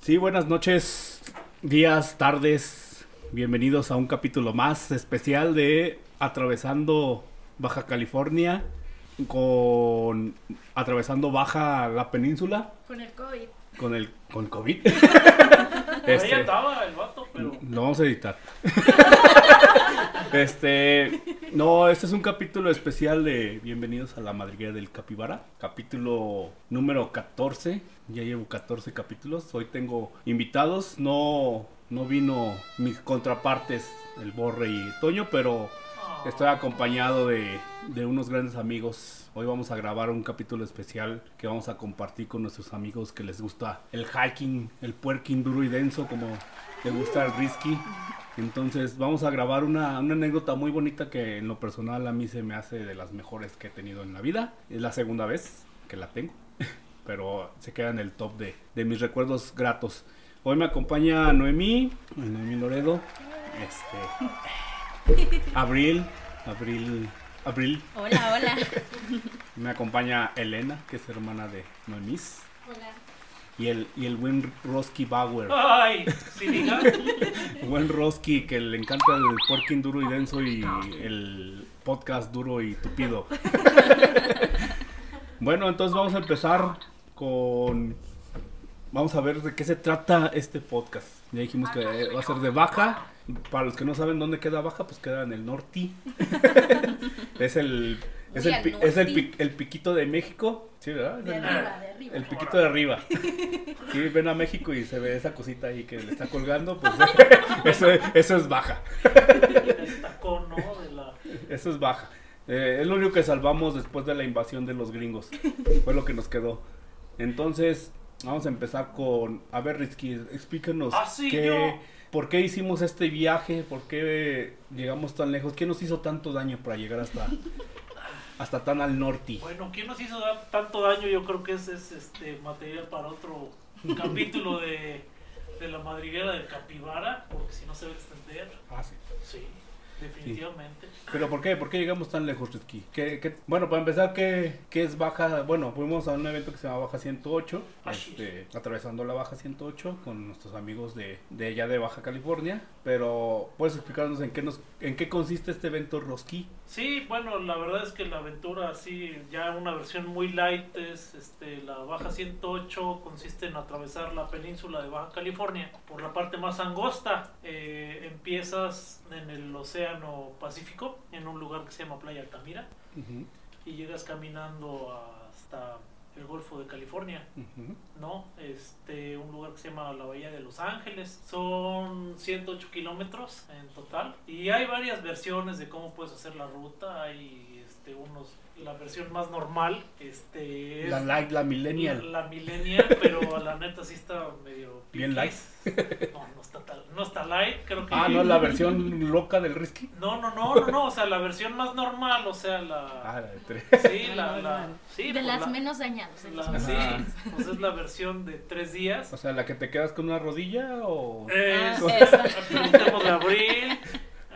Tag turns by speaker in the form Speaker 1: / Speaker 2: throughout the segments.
Speaker 1: Sí, buenas noches, días, tardes. Bienvenidos a un capítulo más especial de Atravesando Baja California con Atravesando Baja la Península
Speaker 2: Con el COVID.
Speaker 1: con el con COVID.
Speaker 3: Ahí
Speaker 1: Este,
Speaker 3: andaba el vato, pero.
Speaker 1: Lo vamos a editar. este. No, este es un capítulo especial de Bienvenidos a la Madriguera del Capibara. Capítulo número 14. Ya llevo 14 capítulos. Hoy tengo invitados. No, no vino mis contrapartes, el Borre y Toño, pero Estoy acompañado de, de unos grandes amigos. Hoy vamos a grabar un capítulo especial que vamos a compartir con nuestros amigos que les gusta el hiking, el puerking duro y denso, como le gusta el risky. Entonces vamos a grabar una, una anécdota muy bonita que en lo personal a mí se me hace de las mejores que he tenido en la vida. Es la segunda vez que la tengo, pero se queda en el top de, de mis recuerdos gratos. Hoy me acompaña Noemí, Noemí Loredo. Este, Abril, Abril, Abril.
Speaker 2: Hola, hola.
Speaker 1: Me acompaña Elena, que es hermana de Noemís.
Speaker 2: Hola.
Speaker 1: Y el, y el buen Roski Bauer.
Speaker 3: Ay, si diga.
Speaker 1: Buen Roski, que le encanta el porking duro y denso y el podcast duro y tupido. bueno, entonces vamos a empezar con... Vamos a ver de qué se trata este podcast. Ya dijimos que va a ser de Baja. Para los que no saben dónde queda Baja, pues queda en el norte. es el... Es,
Speaker 2: Muy
Speaker 1: el,
Speaker 2: al
Speaker 1: pi- es el,
Speaker 2: norte.
Speaker 1: pi- el piquito de México. Sí, ¿verdad? Es
Speaker 2: De
Speaker 1: el-
Speaker 2: arriba, de arriba.
Speaker 1: el piquito de arriba. Sí, ven a México y se ve esa cosita ahí que le está colgando, pues eso, eso es baja.
Speaker 3: El tacón, ¿no? De la.
Speaker 1: Eso es baja. Eh, es lo único que salvamos después de la invasión de los gringos. Fue lo que nos quedó. Entonces, vamos a empezar con. A ver, Rizky, explícanos
Speaker 3: Ah, sí,
Speaker 1: qué-
Speaker 3: yo.
Speaker 1: por qué hicimos este viaje, por qué llegamos tan lejos, qué nos hizo tanto daño para llegar hasta, hasta tan al norte.
Speaker 3: Bueno, ¿quién nos hizo da- tanto daño? Yo creo que ese es este material para otro capítulo de, de la madriguera del capibara, porque si no se va a extender.
Speaker 1: Ah, sí.
Speaker 3: Sí, definitivamente.
Speaker 1: ¿Pero por qué? ¿Por qué llegamos tan lejos, Rizky? ¿Qué- qué- bueno, para empezar, ¿qué, qué es Baja? Bueno, fuimos a un evento que se llama Baja 108,
Speaker 3: Así
Speaker 1: este, atravesando la Baja 108 con nuestros amigos de, de allá de Baja California. Pero, ¿puedes explicarnos en qué, nos, en qué consiste este evento Roski?
Speaker 3: Sí, bueno, la verdad es que la aventura así, ya una versión muy light es este, la Baja 108, consiste en atravesar la península de Baja California por la parte más angosta. Eh, empiezas en el Océano Pacífico, en un lugar que se llama Playa Altamira, y llegas caminando hasta el Golfo de California. ¿no? Este, un lugar que se llama la Bahía de Los Ángeles. Son 108 kilómetros en total. Y hay varias versiones de cómo puedes hacer la ruta. Hay este, unos, la versión más normal. Este, es
Speaker 1: La Light, la Millennial.
Speaker 3: la millennial, pero la neta sí está medio...
Speaker 1: Bien light.
Speaker 3: piquis. No, no está, tal- no está light, creo que...
Speaker 1: Ah, no, la versión loca del Risky.
Speaker 3: No, no, no, no, no, o sea, la versión más normal, o sea, la...
Speaker 1: Ah, la de tres.
Speaker 3: Sí, la... la sí,
Speaker 2: de
Speaker 3: pues,
Speaker 2: las
Speaker 3: la-
Speaker 2: menos dañadas. de las
Speaker 3: la-
Speaker 2: menos-
Speaker 3: sí,
Speaker 1: Ajá.
Speaker 3: pues es la versión de tres días.
Speaker 1: O sea, la que te quedas con una rodilla o...
Speaker 3: Eh,
Speaker 2: Ah,
Speaker 3: preguntemos de abril.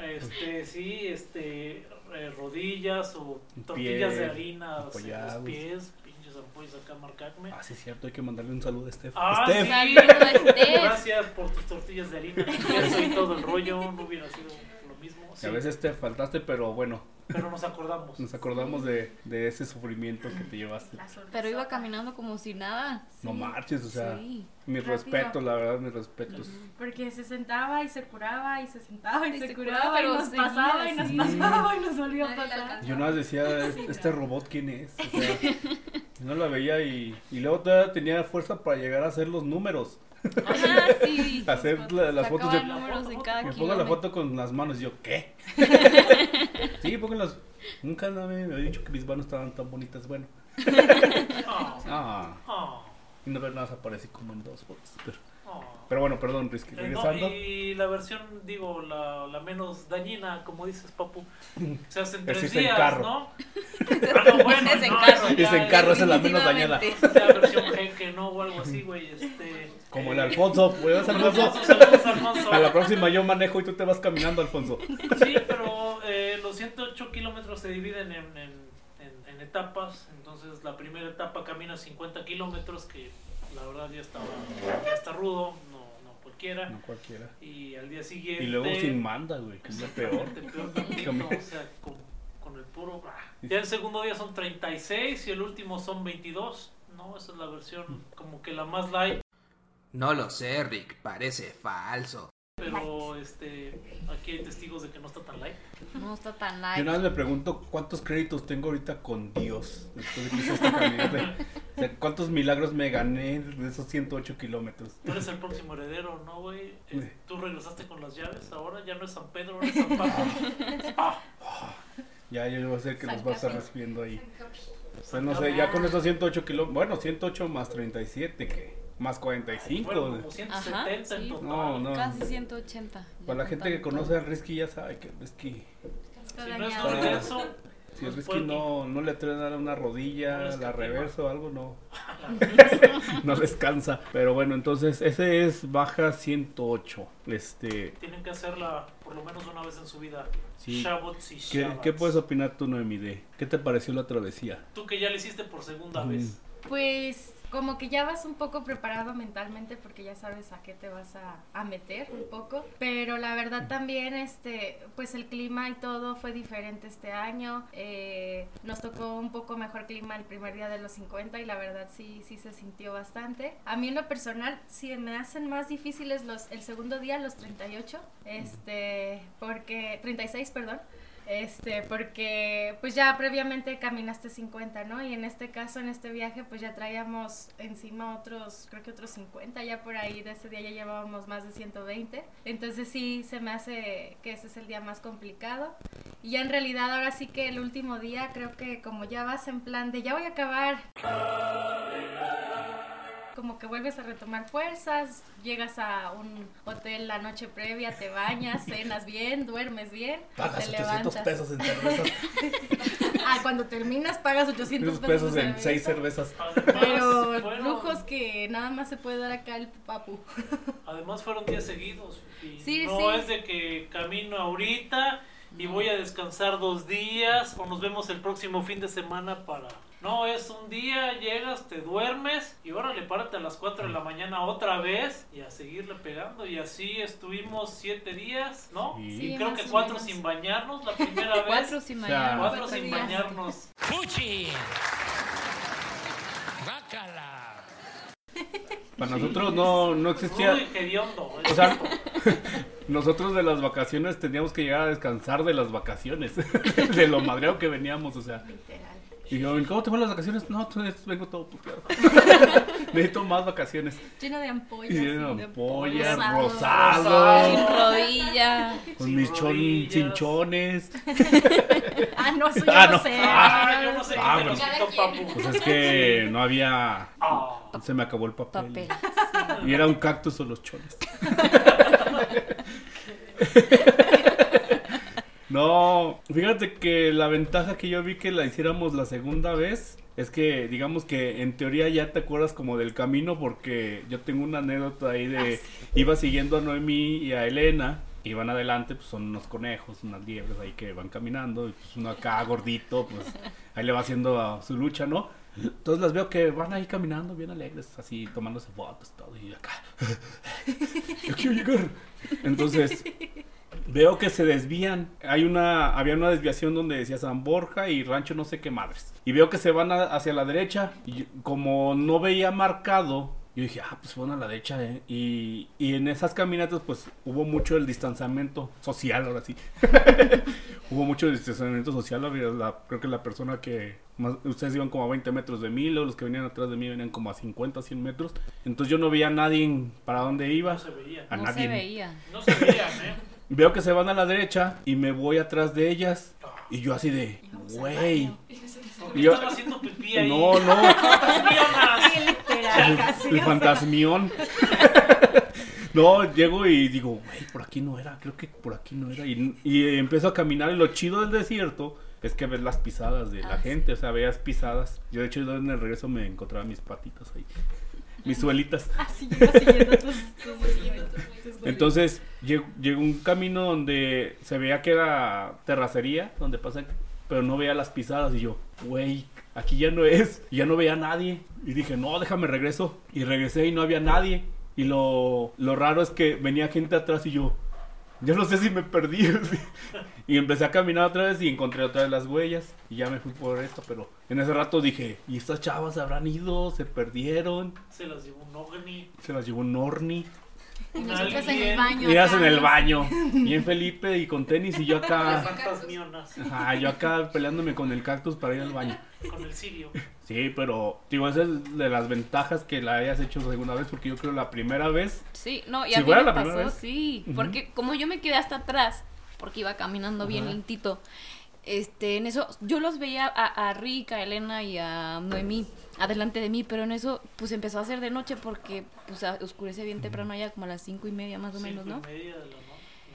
Speaker 3: Este, sí, este, eh, rodillas o tortillas
Speaker 1: Pie,
Speaker 3: de harina en los
Speaker 1: apoyados.
Speaker 3: pies, pinches apoyos acá marcarme.
Speaker 1: Ah, sí, es cierto, hay que mandarle un saludo a Steph.
Speaker 3: Ah,
Speaker 1: Steph,
Speaker 3: sí.
Speaker 2: Saludos, Steph.
Speaker 3: Gracias por tus tortillas de harina, con queso y todo el rollo, no hubiera sido lo mismo.
Speaker 1: que
Speaker 3: sí,
Speaker 1: a veces te faltaste, pero bueno,
Speaker 3: pero nos acordamos.
Speaker 1: Nos acordamos de, de ese sufrimiento que te llevaste.
Speaker 2: La sonrisa.
Speaker 4: Pero iba caminando como si nada.
Speaker 1: No
Speaker 4: Sí,
Speaker 1: marches, o sea,
Speaker 4: Sí.
Speaker 1: mis
Speaker 5: Rápido.
Speaker 1: respetos, la verdad, mis respetos.
Speaker 5: Porque se sentaba y se curaba y se sentaba y,
Speaker 4: Y
Speaker 5: se,
Speaker 4: se
Speaker 5: curaba,
Speaker 4: curaba,
Speaker 5: y
Speaker 4: pero
Speaker 5: nos
Speaker 4: seguía,
Speaker 5: pasaba y
Speaker 4: sí.
Speaker 5: nos pasaba y nos volvió a
Speaker 4: Nadie la
Speaker 5: pasar.
Speaker 4: alcanzaba.
Speaker 1: Yo nada más decía, ¿este robot quién es? O sea, no la veía y, y luego todavía tenía fuerza para llegar a hacer los números.
Speaker 4: Ajá, sí.
Speaker 1: Hacer la- las fotos,
Speaker 4: Sacaban
Speaker 3: yo-
Speaker 4: números de cada
Speaker 1: Me pongo la
Speaker 4: kilómetro.
Speaker 1: foto con las manos y yo, ¿qué? sí, pónganlas. Nunca nadie me había dicho que mis manos estaban tan bonitas. Bueno,
Speaker 3: Ah,
Speaker 1: ah,
Speaker 3: ah,
Speaker 1: y no ver nada, aparecí como en dos fotos. Pero,
Speaker 3: ah.
Speaker 1: pero bueno, perdón, Risky,
Speaker 3: Eh, no,
Speaker 1: regresando.
Speaker 3: y la versión, digo, la, la menos dañina, como dices, Papu, se hace en
Speaker 1: Es
Speaker 3: tres
Speaker 1: irse en
Speaker 3: días,
Speaker 1: carro.
Speaker 3: ¿no? Ah, no, bueno,
Speaker 4: Ese en
Speaker 3: no,
Speaker 4: carro,
Speaker 3: eso ya
Speaker 1: Irse en
Speaker 3: es-
Speaker 1: carro, esa es la menos dañada.
Speaker 4: definitivamente.
Speaker 3: La versión jeque, ¿no? O algo así, güey. Este,
Speaker 1: Como el
Speaker 3: eh,
Speaker 1: Alfonso, ¿puedes Alfonso?
Speaker 3: Alfonso, saludos, Alfonso.
Speaker 1: A la próxima yo manejo y tú te vas caminando, Alfonso.
Speaker 3: Sí, pero eh, los 108 kilómetros se dividen en, en- en- en etapas. Entonces, la primera etapa camina 50 kilómetros, que la verdad ya estaba, ya está rudo, no, no cualquiera.
Speaker 1: No cualquiera.
Speaker 3: Y al día siguiente...
Speaker 1: Y luego sin manda, güey, que es lo peor.
Speaker 3: Este, Exactamente, peor tantito, o sea, con, con el puro... ah. Ya el segundo día son 36 y el último son 22. No, esa es la versión
Speaker 1: Mm.
Speaker 3: como que la más light,
Speaker 6: No lo sé, Rick, parece falso.
Speaker 3: pero este aquí hay testigos de que no está tan light.
Speaker 4: No está tan
Speaker 1: Yo nada
Speaker 4: light.
Speaker 1: más me pregunto cuántos créditos tengo ahorita con Dios después de que hice esta caminata. O sea, cuántos milagros me gané de esos 108 kilómetros.
Speaker 3: Tú eres el próximo heredero, ¿no, güey? Eh, Tú regresaste con las llaves, ahora ya no es San Pedro, ahora es San Pablo. Ah,
Speaker 1: Ya yo voy a ser que los va a estar recibiendo ahí. Pues no
Speaker 3: San
Speaker 1: sé,
Speaker 3: Gabriel.
Speaker 1: ya con esos 108 kilómetros. Bueno, 108 más 37, que más 45.
Speaker 3: Fueron como 170
Speaker 4: Ajá,
Speaker 3: en
Speaker 4: sí.
Speaker 3: total.
Speaker 1: No, no.
Speaker 4: Casi 180. ya
Speaker 1: Para la gente que
Speaker 4: contando
Speaker 1: conoce a Risky ya sabe que Risky,
Speaker 5: Está
Speaker 3: Si no es
Speaker 5: dañado.
Speaker 3: con eso,
Speaker 1: si
Speaker 3: Pues
Speaker 1: Risky no, no le atreven a dar una
Speaker 3: No
Speaker 1: rodilla,
Speaker 3: les
Speaker 1: la
Speaker 3: cativa.
Speaker 1: reversa o algo, no. no descansa. Pero bueno, entonces ese es baja 108. Este,
Speaker 3: tienen que hacerla por lo menos una vez en su vida.
Speaker 1: Sí.
Speaker 3: Shabbats y
Speaker 1: ¿qué,
Speaker 3: Shabbats.
Speaker 1: qué puedes opinar tú, Noemi? De, ¿Qué te pareció la travesía?
Speaker 3: Tú que ya le hiciste por segunda
Speaker 1: Mm.
Speaker 3: vez.
Speaker 5: Pues como que ya vas un poco preparado mentalmente porque ya sabes a qué te vas a, a meter un poco. Pero la verdad también, este, pues el clima y todo fue diferente este año. Eh, nos tocó un poco mejor clima el primer día de los 50 y la verdad sí, sí se sintió bastante. A mí en lo personal sí me hacen más difíciles los, el segundo día, los 38, este, porque, 36, perdón. Este, porque pues ya previamente caminaste 50, ¿no? Y en este caso, en este viaje, pues ya traíamos encima otros, creo que otros 50, ya por ahí de ese día ya llevábamos más de 120. Entonces sí, se me hace que ese es el día más complicado. Y ya en realidad ahora sí que el último día, creo que como ya vas en plan de ya voy a acabar, como que vuelves a retomar fuerzas, llegas a un hotel la noche previa, te bañas, cenas bien, duermes bien,
Speaker 1: Pagas
Speaker 5: te
Speaker 1: 800 pesos en cervezas,
Speaker 5: Ah, cuando terminas pagas
Speaker 1: 300
Speaker 5: 800 pesos,
Speaker 1: pesos
Speaker 5: de
Speaker 1: en
Speaker 5: cerveza.
Speaker 1: 6 cervezas.
Speaker 3: Además,
Speaker 5: Pero
Speaker 3: fueron,
Speaker 5: lujos que nada más se puede dar acá el papu.
Speaker 3: además fueron días seguidos. Y
Speaker 5: Sí,
Speaker 3: no
Speaker 5: sí.
Speaker 3: es de que camino ahorita y voy a descansar dos días o nos vemos el próximo fin de semana para... No, es un día, llegas, te duermes y órale, párate a las 4 de la mañana otra vez y a seguirle pegando. Y así estuvimos siete días, ¿no?
Speaker 1: Sí.
Speaker 5: Sí,
Speaker 3: Creo
Speaker 5: más
Speaker 3: que
Speaker 5: o
Speaker 3: cuatro
Speaker 5: menos.
Speaker 3: sin bañarnos la primera
Speaker 4: Cuatro
Speaker 3: vez.
Speaker 4: sin
Speaker 1: sea,
Speaker 4: bañarnos.
Speaker 3: Cuatro
Speaker 4: fue
Speaker 3: sin
Speaker 4: fantástico.
Speaker 3: bañarnos.
Speaker 7: ¡Fuchi! ¡Bácala!
Speaker 1: Para nosotros no, no existía.
Speaker 3: Rudo y hediondo.
Speaker 5: Eh,
Speaker 1: O sea, nosotros de las vacaciones teníamos que llegar a descansar de las vacaciones, de lo madreo que veníamos, o sea.
Speaker 5: Literal.
Speaker 1: Y yo, ¿cómo te fueron las vacaciones? No, tú- vengo todo puteado. Necesito más vacaciones.
Speaker 5: Lleno de ampollas.
Speaker 1: Y
Speaker 5: sí,
Speaker 1: lleno de ampollas,
Speaker 4: ampollas,
Speaker 1: rosado,
Speaker 4: Sin rodilla.
Speaker 1: con
Speaker 3: Sin
Speaker 1: mis chon-
Speaker 3: rodillas.
Speaker 1: cinchones.
Speaker 5: Ah, no, eso yo
Speaker 1: Ah,
Speaker 5: no,
Speaker 1: no.
Speaker 5: sé.
Speaker 3: Ah, yo no sé
Speaker 1: Ah,
Speaker 3: qué te
Speaker 1: bueno.
Speaker 3: los quitó, papu.
Speaker 1: Pues es que no había.
Speaker 3: Ah,
Speaker 1: Se me acabó el papel.
Speaker 4: Papel.
Speaker 1: Y era un cactus o los chones. No, fíjate que la ventaja que yo vi que la hiciéramos la segunda vez es que digamos que en teoría ya te acuerdas como del camino porque yo tengo una anécdota ahí de iba siguiendo a Noemí y a Elena y van adelante pues son unos conejos, unas liebres ahí que van caminando y pues uno acá gordito pues ahí le va haciendo a su lucha, ¿no? Entonces las veo que van ahí caminando bien alegres, así tomándose fotos todo y acá. Yo quiero llegar. Entonces Veo que se desvían. Hay una, había una desviación donde decía San Borja y Rancho no sé qué madres. Y veo que se van a- hacia la derecha. Y yo- como no veía marcado, yo dije, ah, pues fueron a la derecha, eh. Y, y en esas caminatas, pues hubo mucho el distanciamiento social, ahora sí. hubo mucho distanciamiento social. había la- creo que la persona que. Más, ustedes iban como a 20 metros de mí, luego los que venían atrás de mí venían como a 50, 100 metros. Entonces yo no veía a nadie para dónde iba.
Speaker 3: no se veía.
Speaker 1: A
Speaker 4: No
Speaker 1: nadie.
Speaker 4: se veía.
Speaker 3: No se veía, ¿eh?
Speaker 1: Veo que se van a la derecha y me voy atrás de ellas. Y yo así de, güey.
Speaker 3: ¿Por
Speaker 1: Yo-
Speaker 3: qué están haciendo pipí ahí?
Speaker 1: No, no.
Speaker 3: Fantasmionas.
Speaker 5: Literal, casi.
Speaker 1: El fantasmión. No, llego y digo, güey, por aquí no era, creo que por aquí no era. Y, y empiezo a caminar y lo chido del desierto es que ves las pisadas de la
Speaker 4: Ah, sí.
Speaker 1: gente, o sea, veas pisadas. Yo de hecho yo en el regreso me encontraba mis patitas ahí, mis suelitas.
Speaker 5: Así llego Ah, siguiendo tus, tus, tus-
Speaker 1: Entonces llegó un camino donde se veía que era terracería, donde pasa, pero no veía las pisadas y yo, güey, aquí ya no es, Y ya no veía a nadie. Y dije, no, déjame regreso. Y regresé y no había nadie. Y lo, lo raro es que venía gente atrás y yo, yo no sé si me perdí. y empecé a caminar otra vez y encontré otra vez las huellas. Y ya me fui por esta, pero en ese rato dije, ¿y estas chavas se habrán ido? ¿Se perdieron?
Speaker 3: Se las llevó un ovni.
Speaker 1: ¿Se las llevó un orni?
Speaker 5: Y nosotros en
Speaker 3: Alguien.
Speaker 5: el baño.
Speaker 1: Miras en
Speaker 5: acá,
Speaker 1: el
Speaker 5: ¿no?
Speaker 1: baño. Bien Felipe y con tenis y yo acá...
Speaker 3: Santas mionas.
Speaker 1: Ajá, yo acá peleándome con el cactus para ir al baño.
Speaker 3: Con el sirio.
Speaker 1: Sí, pero digo, esa es de las ventajas que la hayas hecho segunda vez, porque yo creo la primera vez
Speaker 4: Sí, no, y
Speaker 1: Si
Speaker 4: a mí
Speaker 1: fuera
Speaker 4: me
Speaker 1: la primera
Speaker 4: pasó,
Speaker 1: vez.
Speaker 4: sí.
Speaker 1: Ujú.
Speaker 4: Porque como yo me quedé hasta atrás, porque iba caminando bien
Speaker 1: Ajá.
Speaker 4: lentito, este, en eso, yo los veía a, a Rick, a Elena y a Noemí adelante de mí, pero en eso, pues empezó a hacer de noche porque, pues, a- oscurece bien temprano allá, como a las cinco y media más o menos,
Speaker 3: Cinco
Speaker 4: ¿no?
Speaker 3: y media de la, no-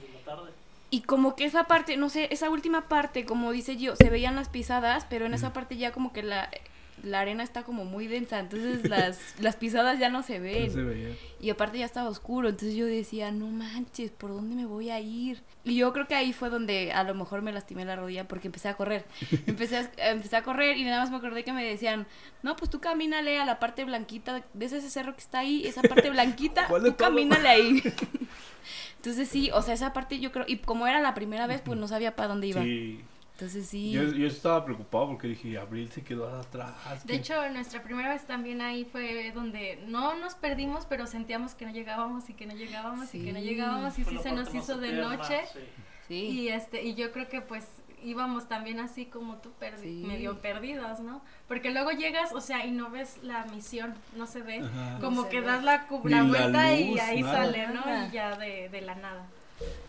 Speaker 3: de la tarde.
Speaker 4: Y como que esa parte, no sé, esa última parte, como dice yo, se veían las pisadas, pero en esa parte ya como que la, la arena está como muy densa, entonces las, las pisadas ya no se ven.
Speaker 1: no se veía.
Speaker 4: Y aparte ya estaba oscuro, entonces yo decía, no manches, ¿por dónde me voy a ir? Y yo creo que ahí fue donde a lo mejor me lastimé la rodilla porque empecé a correr. Empecé a, empecé a correr y nada más me acordé que me decían, no, pues tú camínale a la parte blanquita, ¿ves ese cerro que está ahí? Esa parte blanquita,
Speaker 1: ¿Cuál de
Speaker 4: tú
Speaker 1: todo?
Speaker 4: camínale ahí. Entonces sí, o sea, esa parte yo creo, y como era la primera vez, pues no sabía para dónde iba.
Speaker 1: Sí,
Speaker 4: Entonces sí.
Speaker 1: yo, yo estaba preocupado porque dije, Abril se quedó atrás.
Speaker 5: De
Speaker 1: ¿qué?
Speaker 5: hecho, nuestra primera vez también ahí fue donde no nos perdimos, pero sentíamos que no llegábamos y que no llegábamos y que no
Speaker 4: Sí.
Speaker 5: llegábamos y
Speaker 3: Fue
Speaker 5: sí
Speaker 3: la
Speaker 5: se
Speaker 3: parte
Speaker 5: nos
Speaker 3: más
Speaker 5: hizo de
Speaker 3: eterna,
Speaker 5: noche.
Speaker 3: sí.
Speaker 4: sí.
Speaker 5: Y este y yo creo que pues íbamos también así como tú, perdi-
Speaker 4: Sí.
Speaker 5: medio perdidas, ¿no? Porque luego llegas, o sea, y no ves la misión, no se ve.
Speaker 1: Ajá.
Speaker 5: Como
Speaker 4: No se
Speaker 5: que
Speaker 4: ve.
Speaker 5: das la, cu-
Speaker 1: Ni
Speaker 5: la
Speaker 1: la
Speaker 5: vuelta y
Speaker 1: luz,
Speaker 5: ahí
Speaker 1: nada.
Speaker 5: sale, ¿no?
Speaker 4: Nada.
Speaker 5: Y ya de, de la nada.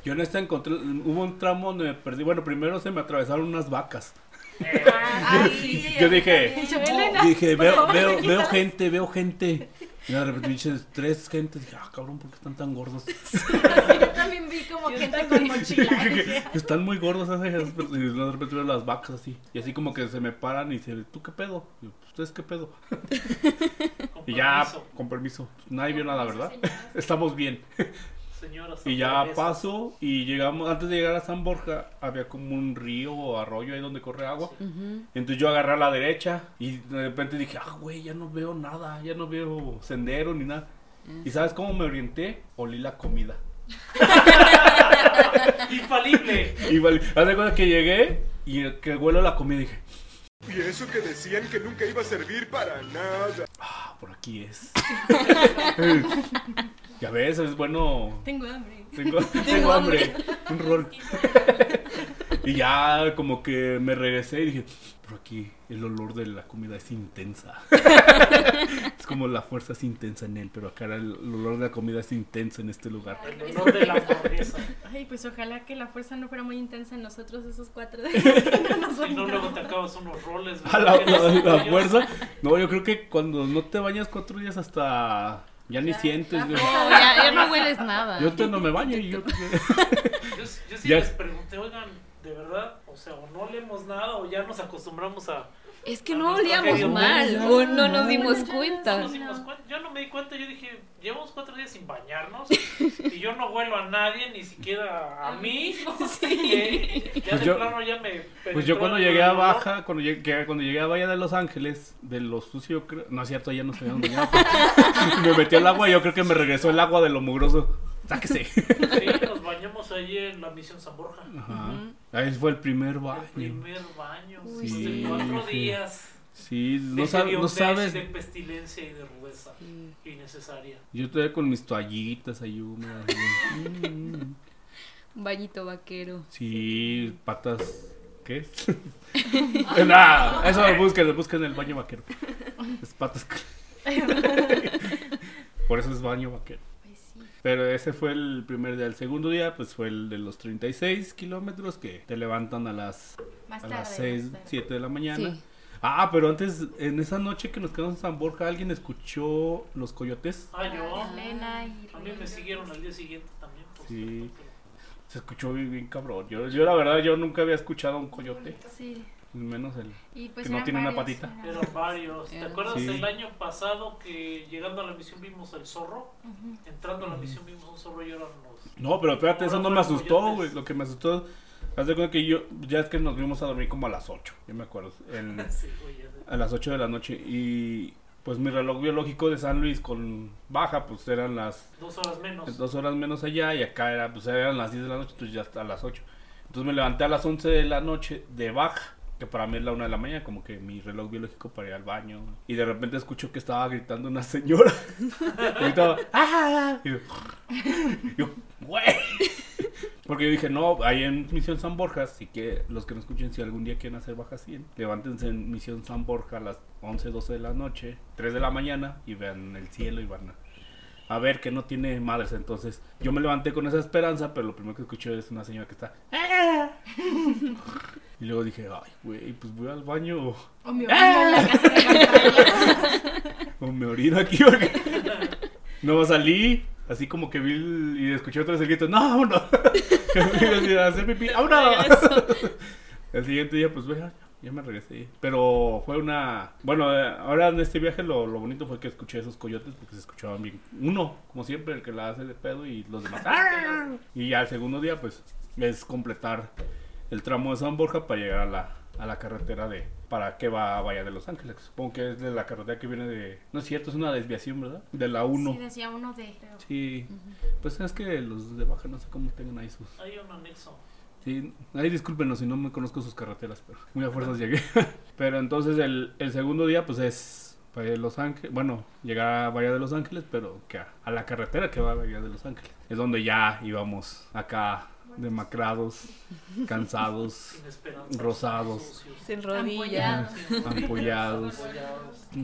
Speaker 1: Yo en esta encontré, hubo un tramo donde me perdí. Bueno, primero se me atravesaron unas vacas.
Speaker 3: Eh,
Speaker 5: Ah, sí.
Speaker 1: Yo dije,
Speaker 5: Y yo, Elena,
Speaker 1: dije,
Speaker 5: por
Speaker 1: veo,
Speaker 5: favor,
Speaker 1: veo,
Speaker 5: quita".
Speaker 1: veo gente, veo gente. Y de repente dices, tres gente. Dije, ah, cabrón, ¿por qué están tan gordos?
Speaker 5: Sí, yo también vi como gente con mochila. dije,
Speaker 1: Están muy gordos esas esas personas. Y de repente veo las vacas así. Y así como que se me paran y dicen, ¿tú qué pedo? Y yo, "Pues, ¿Ustedes qué pedo?
Speaker 3: Con
Speaker 1: Y ya,
Speaker 3: permiso,
Speaker 1: con permiso. Nadie vio nada, ¿verdad?
Speaker 2: señora.
Speaker 1: Estamos bien.
Speaker 3: señoras,
Speaker 1: Y ya
Speaker 3: atraviesan.
Speaker 1: paso y llegamos, antes de llegar a San Borja, había como un río o arroyo ahí donde corre agua.
Speaker 4: Ujú.
Speaker 1: Entonces yo agarré a la derecha y de repente dije, ah, güey, ya no veo nada, ya no veo sendero ni nada. ¿Y sabes cómo me orienté? Olí la comida.
Speaker 3: Infalible.
Speaker 1: Y vale, haz de cuenta que llegué y que huelo la comida dije,
Speaker 7: Y eso que decían que nunca iba a servir para nada.
Speaker 1: ah, por aquí es. ya ves, es bueno
Speaker 5: Tengo hambre.
Speaker 1: Tengo, tengo hambre. Un rol. y ya como que me regresé y dije, pero aquí el olor de la comida es intensa. es como la fuerza es intensa en él, pero acá el, el olor de la comida es intenso en este lugar.
Speaker 3: El honor de la pobreza.
Speaker 5: Ay, pues ojalá que la fuerza no fuera muy intensa en nosotros esos cuatro días. No nos
Speaker 3: Si no, luego
Speaker 5: olvidamos.
Speaker 3: te acabas unos roles.
Speaker 1: A la,
Speaker 3: ¿verdad?
Speaker 1: la- la fuerza. No, yo creo que cuando no te bañas cuatro días hasta... Ya ni sientes, güey.
Speaker 4: No, ya, ya no hueles nada.
Speaker 1: Yo te- no me baño y yo...
Speaker 3: Yo, yo sí
Speaker 1: Ya.
Speaker 3: les pregunté, oigan, de verdad, o sea, o no leemos nada o ya nos acostumbramos a.
Speaker 4: Es que
Speaker 3: A
Speaker 4: no
Speaker 3: nuestra
Speaker 4: olíamos
Speaker 3: querida
Speaker 4: mal,
Speaker 1: Olga.
Speaker 4: o
Speaker 1: No,
Speaker 4: no nos dimos
Speaker 5: no, no,
Speaker 4: cuenta.
Speaker 3: No nos dimos cuenta. Yo no me di cuenta, yo dije, llevamos cuatro días sin bañarnos y yo no huelo a nadie, ni siquiera a mí. Sí. Ya
Speaker 1: Pues
Speaker 3: de
Speaker 1: yo-
Speaker 3: plano ya me.
Speaker 1: Pues
Speaker 3: penetró
Speaker 1: yo cuando
Speaker 3: el
Speaker 1: llegué a
Speaker 3: olor.
Speaker 1: Baja, cuando llegué, cuando llegué a Bahía de Los Ángeles, de lo sucio, yo creo- no es cierto, ya no se bañado. me metí al agua y yo creo que me regresó el agua de lo mugroso. Sáquese.
Speaker 3: Sí, nos bañamos ahí en la misión San Borja.
Speaker 1: Ajá. Ahí fue el primer baño.
Speaker 3: El primer baño.
Speaker 1: Uy,
Speaker 3: después
Speaker 1: sí.
Speaker 3: de cuatro
Speaker 1: Sí.
Speaker 3: días.
Speaker 1: Sí, no,
Speaker 3: de
Speaker 1: sab- no
Speaker 3: hediondez,
Speaker 1: sabes.
Speaker 3: De pestilencia y de rudeza innecesaria.
Speaker 1: Yo todavía con mis toallitas ahí húmedas. güey. Mm.
Speaker 4: Bañito vaquero.
Speaker 1: Sí, patas. ¿Qué? Nah, eso busquen, busquen el baño vaquero. Es patas. Por eso es baño vaquero.
Speaker 5: Pues sí.
Speaker 1: Pero ese fue el primer día. El segundo día, pues fue el de los 36 kilómetros que te levantan a las,
Speaker 5: Más
Speaker 1: a
Speaker 5: tarde.
Speaker 1: las 6,
Speaker 5: más tarde.
Speaker 1: 7 de la mañana.
Speaker 4: Sí.
Speaker 1: Ah, pero antes, en esa noche que nos quedamos en San Borja, ¿alguien escuchó los coyotes?
Speaker 3: Ah, yo.
Speaker 5: Elena y
Speaker 3: A mí me
Speaker 5: Rodrigo.
Speaker 3: siguieron al día siguiente también. por
Speaker 1: Sí.
Speaker 3: cierto, pero-
Speaker 1: Se escuchó bien, bien cabrón. Yo, yo, la verdad, yo nunca había escuchado a un coyote.
Speaker 5: Sí.
Speaker 1: Menos el...
Speaker 5: Y pues
Speaker 1: Que no
Speaker 5: eran
Speaker 1: tiene una
Speaker 5: varios,
Speaker 1: patita.
Speaker 5: eran-
Speaker 3: Eran varios. ¿Te
Speaker 4: Eran-
Speaker 3: acuerdas
Speaker 1: Sí.
Speaker 3: el año pasado que llegando a la misión vimos el zorro? Entrando a la misión vimos un zorro y eran los.
Speaker 1: No, pero espérate, eso no me asustó,
Speaker 3: Coyotes.
Speaker 1: güey. Lo que me asustó... Haz de cuenta que yo... Ya es que nos vimos a dormir como a las 8, yo me acuerdo. En,
Speaker 3: Sí, güey, ya sé.
Speaker 1: a las 8 de la noche y pues mi reloj biológico de San Luis con baja, pues eran las
Speaker 3: Dos horas menos.
Speaker 1: dos horas menos allá y acá era, pues eran las 10 de la noche, entonces ya hasta las 8. Entonces me levanté a las 11 de la noche de baja, que para mí es la 1 de la mañana, como que mi reloj biológico para ir al baño. Y de repente escucho que estaba gritando una señora. Gritaba, ¡ah! Y yo, yo, güey. Porque yo dije, no, ahí en Misión San Borja, así que los que no escuchen, si algún día quieren hacer baja 100, levántense en Misión San Borja a las 11, 12 de la noche, 3 de la mañana, y vean el cielo y van a a ver que no tiene madres. Entonces, yo me levanté con esa esperanza, pero lo primero que escuché es una señora que está. "Ah". Y luego dije, ay, güey, pues voy al baño o-
Speaker 5: O me orino en la casa de Gonzalo.
Speaker 1: o me orino aquí porque no salí. Así como que vi el- y escuché otra vez el grito, no, no. Y así, a hacer pipí, "Vámonos". El siguiente día, pues, bueno, ya me regresé. Pero fue una. Bueno, eh, ahora en este viaje lo, lo bonito fue que escuché esos coyotes porque se escuchaban bien. Uno, como siempre, el que la hace de pedo y los demás. "Ah". Y ya el segundo día, pues, es completar el tramo de San Borja para llegar a la, a la carretera de. Para que va a Bahía de Los Ángeles. Supongo que es de la carretera que viene de. No es cierto, es una desviación, ¿verdad? De la 1.
Speaker 5: Sí, decía uno de. creo.
Speaker 1: Sí, pues es que los de baja no sé cómo tengan ahí sus.
Speaker 3: Hay un anexo.
Speaker 1: Sí, ahí discúlpenos si no me conozco sus carreteras, pero muy a fuerzas llegué. pero entonces el, el segundo día, pues es pues, Los Ángeles, bueno, llegar a Bahía de Los Ángeles, pero que a, a la carretera que va a Bahía de Los Ángeles. Es donde ya íbamos acá demacrados, cansados,
Speaker 3: Sin esperanza.
Speaker 1: Rosados.
Speaker 3: Sucios.
Speaker 4: Sin rodillas.
Speaker 1: ampollados,
Speaker 3: Apoyados.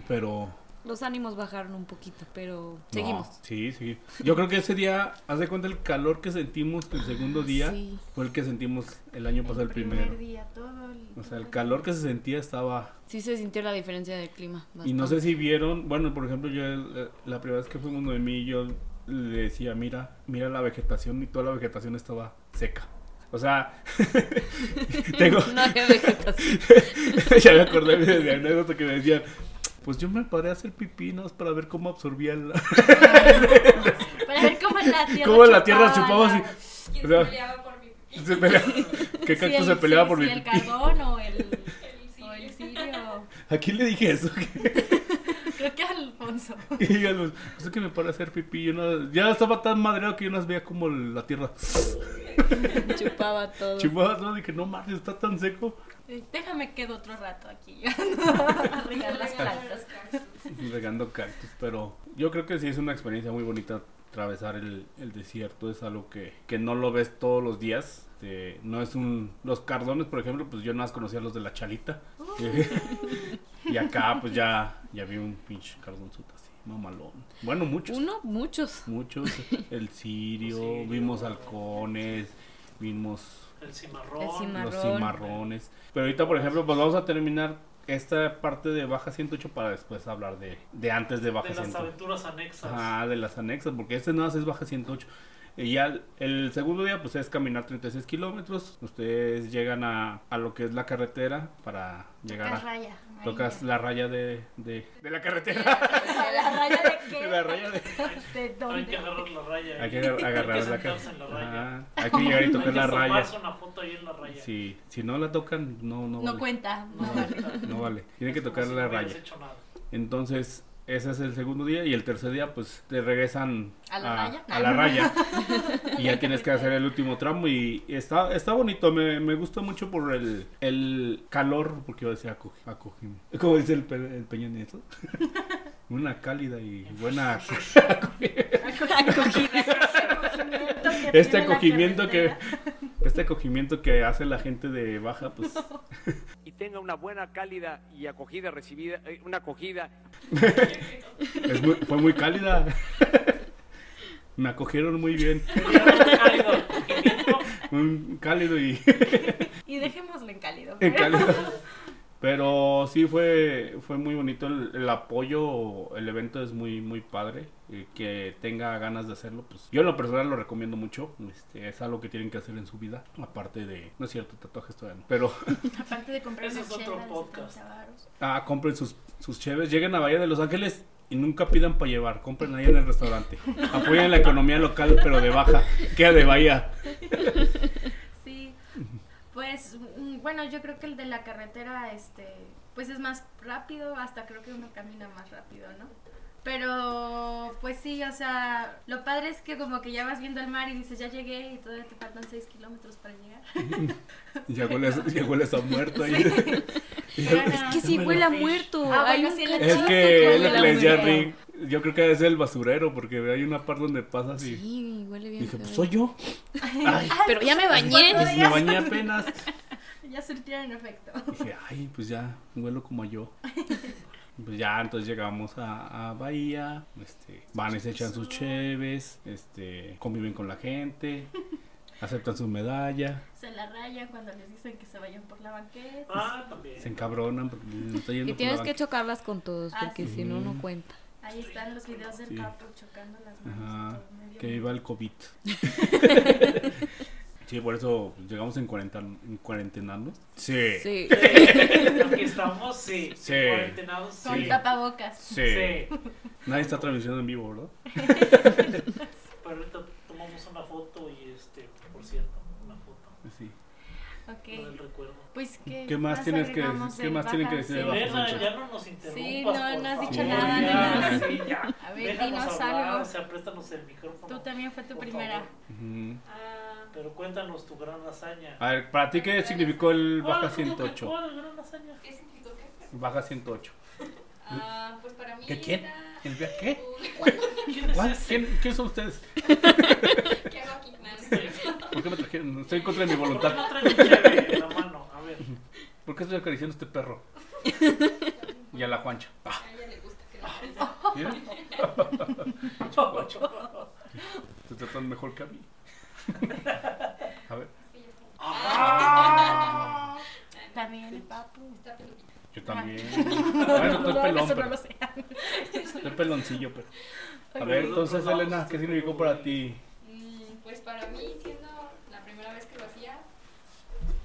Speaker 1: pero
Speaker 4: Los ánimos bajaron un poquito, pero
Speaker 1: No,
Speaker 4: seguimos.
Speaker 1: Sí, sí. Yo creo que ese día, haz de cuenta el calor que sentimos el segundo día
Speaker 4: Sí.
Speaker 1: fue el que sentimos el año pasado el primero.
Speaker 5: día, todo el-
Speaker 1: O sea, el calor que se sentía estaba...
Speaker 4: Sí se sintió la diferencia del clima.
Speaker 1: Y no
Speaker 4: bastante.
Speaker 1: sé si vieron, bueno, por ejemplo, yo el- la primera vez que fuimos Noemí, yo le decía, mira, mira la vegetación y toda la vegetación estaba seca. O sea, tengo,
Speaker 4: No había vegetación.
Speaker 1: ya me acordé de mi anécdota que me decían, pues yo me paré a hacer pipinos para ver cómo absorbía el...
Speaker 5: Para ver cómo la tierra
Speaker 1: cómo la tierra chupaba así.
Speaker 8: ¿Quién
Speaker 1: O sea,
Speaker 8: se peleaba por mi pipí?
Speaker 1: Se pelea- ¿Qué
Speaker 5: Si
Speaker 1: cactus
Speaker 5: el-
Speaker 1: se peleaba
Speaker 5: si-
Speaker 1: por
Speaker 5: si
Speaker 1: mi
Speaker 5: el
Speaker 1: pipí?
Speaker 5: carbón o el,
Speaker 8: El
Speaker 5: o el
Speaker 8: sirio.
Speaker 5: cirio.
Speaker 1: ¿A quién le dije eso? Que-
Speaker 5: Creo que Alfonso.
Speaker 1: y yo los- "Pues es que me paré a hacer pipí. Yo no- ya estaba tan madreado que yo no veía como la tierra.
Speaker 4: Chupaba todo.
Speaker 1: Chupaba, no, dije, no mames, está tan seco.
Speaker 5: Eh, Déjame quedo otro rato aquí. a regar las plantas.
Speaker 1: regando cactus, pero yo creo que sí es una experiencia muy bonita atravesar el, el desierto, es algo que, que no lo ves todos los días. este, no es un... Los cardones, por ejemplo, pues yo nada más conocía los de la chalita. y acá pues ya, ya vi un pinche cardonzuto así, mamalón. Bueno, muchos.
Speaker 4: Uno, muchos.
Speaker 1: Muchos. El sirio,
Speaker 3: Sirio.
Speaker 1: vimos halcones, vimos
Speaker 3: El cimarrón.
Speaker 4: El cimarrón.
Speaker 1: los cimarrones. Pero ahorita, por ejemplo, pues vamos a terminar esta parte de Baja 108 para después hablar de, de antes de Baja
Speaker 3: De las
Speaker 1: 108.
Speaker 3: aventuras anexas.
Speaker 1: Ah, de las anexas, porque este nada más es Baja 108. Y ya el, el segundo día, pues es caminar 36 kilómetros. Ustedes llegan a, a lo que es la carretera para llegar
Speaker 5: Tocas
Speaker 1: a.
Speaker 5: raya. amarilla.
Speaker 1: Tocas la raya de, de, de la carretera.
Speaker 5: ¿La raya de qué?
Speaker 1: la raya de.
Speaker 5: ¿De
Speaker 3: Hay que
Speaker 5: dónde?
Speaker 3: agarrar la raya.
Speaker 1: Hay que
Speaker 3: ahí.
Speaker 1: agar- agarrar la
Speaker 3: sentarse en
Speaker 1: carretera.
Speaker 3: la raya.
Speaker 1: hay que llegar y
Speaker 3: Hay
Speaker 1: tocar
Speaker 3: que
Speaker 1: la raya.
Speaker 3: tomarse una foto ahí en la raya.
Speaker 1: Sí, si no la tocan, no, no
Speaker 5: No
Speaker 1: vale.
Speaker 5: cuenta.
Speaker 1: No vale. No vale. Tienen que
Speaker 3: Es como
Speaker 1: tocar
Speaker 3: si
Speaker 1: la
Speaker 3: no hubieras
Speaker 1: raya.
Speaker 3: hecho nada.
Speaker 1: Entonces, ese es el segundo día. Y el tercer día, pues te regresan
Speaker 5: ¿A la raya?
Speaker 1: a la raya. y ya tienes que hacer el último tramo. Y está, está bonito. Me, me gusta mucho por el, el calor. Porque iba a decir acogi- acogimiento. ¿Cómo dice el, pe- el Peña Nieto? Una cálida y buena. Este acogimiento que. Este acogimiento que hace la gente de baja, pues.
Speaker 9: y tenga una buena, cálida y acogida recibida, eh, una acogida
Speaker 1: Es muy- fue muy cálida. Me acogieron muy bien.
Speaker 3: Cálido acogimiento.
Speaker 1: Un cálido y
Speaker 5: Y dejémoslo en cálido.
Speaker 1: en cálido. Pero sí fue, fue muy bonito el, el apoyo, el evento es muy, muy padre. El que tenga ganas de hacerlo, pues yo en lo personal lo recomiendo mucho. Este, es algo que tienen que hacer en su vida. Aparte de, no es cierto, tatuajes todavía no. Pero
Speaker 5: Aparte de comprar
Speaker 3: Ese
Speaker 5: una
Speaker 3: es otro
Speaker 5: chela de
Speaker 3: podcast.
Speaker 5: 70 varos.
Speaker 1: ah, compren sus, sus cheves, lleguen a Bahía de Los Ángeles y nunca pidan para llevar, compren ahí en el restaurante. Apoyen la economía local, pero de baja, queda de Bahía.
Speaker 5: Sí. Pues mm, bueno, yo creo que el de la carretera, este, pues es más rápido, hasta creo que uno camina más rápido, ¿no? Pero pues sí, o sea, lo padre es que como que ya vas viendo el mar y dices, ya llegué y todavía te faltan 6 kilómetros para llegar.
Speaker 1: Ya hueles, ya hueles a muerto ahí.
Speaker 5: Pero no.
Speaker 4: Que sí, huele a muerto.
Speaker 5: Ah,
Speaker 4: Hay
Speaker 5: bueno,
Speaker 4: un
Speaker 5: sí,
Speaker 4: cacho
Speaker 1: Es
Speaker 5: Sí,
Speaker 1: que es
Speaker 4: huele
Speaker 1: lo
Speaker 4: a
Speaker 1: que le decía a
Speaker 4: muerto.
Speaker 1: Rick. Yo creo que es el basurero, porque hay una parte donde pasas y
Speaker 4: Sí, huele bien.
Speaker 1: dije,
Speaker 4: feo.
Speaker 1: pues soy yo. Ay,
Speaker 4: Pero ya me bañé.
Speaker 1: pues me bañé apenas.
Speaker 5: Ya surtieron efecto.
Speaker 1: Dije, ay, pues ya, huelo como yo. Pues ya, entonces llegamos a, a Bahía, este, van y se echan sus cheves, este, conviven con la gente, aceptan su medalla,
Speaker 5: Se la rayan cuando les dicen que se vayan por la banqueta.
Speaker 3: Ah, también.
Speaker 1: se encabronan porque me estoy yendo
Speaker 4: Y
Speaker 1: por
Speaker 4: tienes
Speaker 1: la
Speaker 4: que
Speaker 1: banca.
Speaker 4: chocarlas con todos,
Speaker 5: Ah,
Speaker 4: porque
Speaker 5: sí.
Speaker 4: si no, no cuenta.
Speaker 5: Ahí están los videos del
Speaker 1: Sí.
Speaker 5: papo chocando las manos.
Speaker 1: Ajá,
Speaker 5: y todo, medio
Speaker 1: que
Speaker 5: mundo.
Speaker 1: iba el COVID. sí, por eso llegamos en, cuarenta, en cuarentenarnos. Sí. Sí.
Speaker 4: Sí.
Speaker 3: Aquí estamos, sí.
Speaker 1: Sí.
Speaker 3: Cuarentenados,
Speaker 5: Con
Speaker 1: Sí.
Speaker 5: tapabocas.
Speaker 3: Sí.
Speaker 1: Nadie está transmitiendo en vivo, ¿verdad?
Speaker 3: Pero ahorita tomamos una foto y este, por cierto, una foto.
Speaker 1: Sí.
Speaker 3: No del
Speaker 5: Ok.
Speaker 3: recuerdo.
Speaker 5: Pues que.
Speaker 1: ¿Qué más tienes que
Speaker 5: agregamos
Speaker 1: decir? ¿Qué
Speaker 5: del
Speaker 1: más tienen que
Speaker 5: Baja?
Speaker 1: decir del Baja?
Speaker 3: Elena,
Speaker 1: Sánchez.
Speaker 3: ya no nos interrumpas.
Speaker 5: Sí, no,
Speaker 3: por
Speaker 5: no has
Speaker 3: favor,
Speaker 5: dicho
Speaker 1: nada, ni
Speaker 3: ya,
Speaker 1: nada.
Speaker 3: sí, ya.
Speaker 5: A ver,
Speaker 3: Déjanos
Speaker 5: dinos
Speaker 3: hablar,
Speaker 5: algo.
Speaker 3: O sea, préstanos el micrófono.
Speaker 5: Tú también fue tu
Speaker 3: por
Speaker 5: primera.
Speaker 3: favor.
Speaker 1: Ujú.
Speaker 3: Pero cuéntanos tu gran hazaña.
Speaker 1: A ver, ¿para ti qué significó el
Speaker 3: ¿Cuál
Speaker 1: baja
Speaker 3: es tu-
Speaker 1: 108?
Speaker 3: ¿Cuál es la gran hazaña?
Speaker 1: Baja 108.
Speaker 8: Ah, pues para mí
Speaker 1: ¿Qué quién?
Speaker 8: era Pues
Speaker 1: ¿El via- qué?
Speaker 3: ¿Quién es este?
Speaker 1: ¿Cuál?
Speaker 3: ese?
Speaker 1: ¿Quién, quién son ustedes?
Speaker 8: ¿Qué hago aquí? No, no sé.
Speaker 3: ¿Por
Speaker 1: ¿Por qué me trajeron? Estoy en contra de mi
Speaker 3: qué
Speaker 1: voluntad.
Speaker 3: no traes un cheve en la mano? A ver.
Speaker 1: ¿Por qué estoy acariciando a este perro? Y a la Juancha. Ah,
Speaker 8: A ella le gusta que la
Speaker 1: mira. Te tratan mejor que a mí. A ver,
Speaker 5: También el papo.
Speaker 1: yo también. Bueno, estoy pelón,
Speaker 5: eso no
Speaker 1: pero-
Speaker 5: lo sé.
Speaker 1: estoy peloncillo, pero. A ver, entonces, Elena, ¿qué significó para ti?
Speaker 8: Mm, Pues para mí, siendo la primera vez que lo hacía,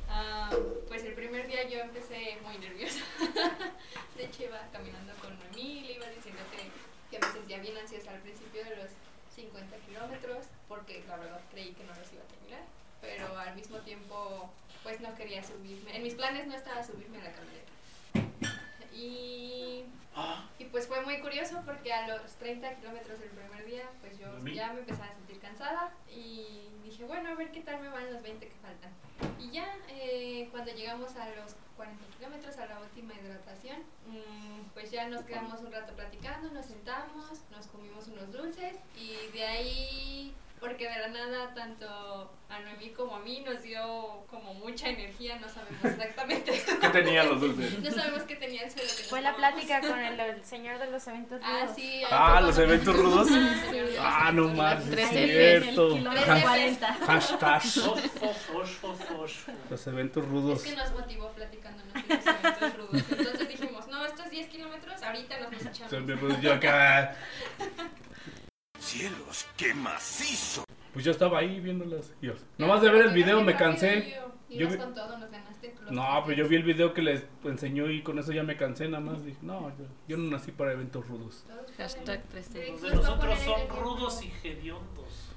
Speaker 8: ah, pues el primer día yo empecé Eh, muy nerviosa. De hecho, iba caminando con Noemí, le iba diciendo que, que me sentía bien ansiosa al principio de los 50 kilómetros, porque la verdad creí que no los iba a terminar. Pero al mismo tiempo, pues no quería subirme. En mis planes no estaba subirme a la camioneta. Y y pues fue muy curioso porque a los 30 kilómetros del primer día, pues yo
Speaker 3: Dormí.
Speaker 8: ya me empezaba a sentir cansada y dije, bueno, a ver qué tal me van los 20 que faltan. Y ya eh, cuando llegamos a los 40 kilómetros, a la última hidratación, mm, pues ya nos quedamos un rato platicando, nos sentamos, nos comimos unos dulces y de ahí, porque de la nada tanto a Noemí como a mí nos dio como mucha energía, no sabemos exactamente,
Speaker 1: ¿Qué tenían los dulces?
Speaker 8: no sabemos qué tenía el suelo. que nos
Speaker 5: Fue la
Speaker 8: tomamos.
Speaker 5: plática con el, el señor de los eventos.
Speaker 8: Ah,
Speaker 5: rudos.
Speaker 8: sí.
Speaker 1: Ah,
Speaker 8: ahí fue
Speaker 1: los
Speaker 8: cuando-
Speaker 1: eventos rudos.
Speaker 8: Sí.
Speaker 1: Ah, no más, es
Speaker 4: Tres
Speaker 1: cierto.
Speaker 5: kilómetro
Speaker 8: Tres veces.
Speaker 5: 40.
Speaker 1: Hashtag.
Speaker 3: Fosfo, fosfo, fosfo.
Speaker 1: Los eventos
Speaker 8: Es
Speaker 1: rudos.
Speaker 8: que nos motivó platicándonos de los eventos rudos. Entonces dijimos, no, estos 10 kilómetros ahorita nos los echamos.
Speaker 1: Son bien rudos. Yo acá.
Speaker 7: ¡Cielos, qué macizo!
Speaker 1: Pues yo estaba ahí viéndolas. y yo, Nomás de ver el video me cansé. Yo
Speaker 8: Yo
Speaker 1: vi-
Speaker 8: con todo, nos ganaste. los
Speaker 1: No, pero yo
Speaker 8: tres.
Speaker 1: vi el video que les enseñó y con eso ya me cansé nada más. Dije, no, yo, yo no nací para eventos rudos.
Speaker 8: Todos fueron-
Speaker 4: Hashtag 13.
Speaker 3: Los de nosotros son rudos y hediondos.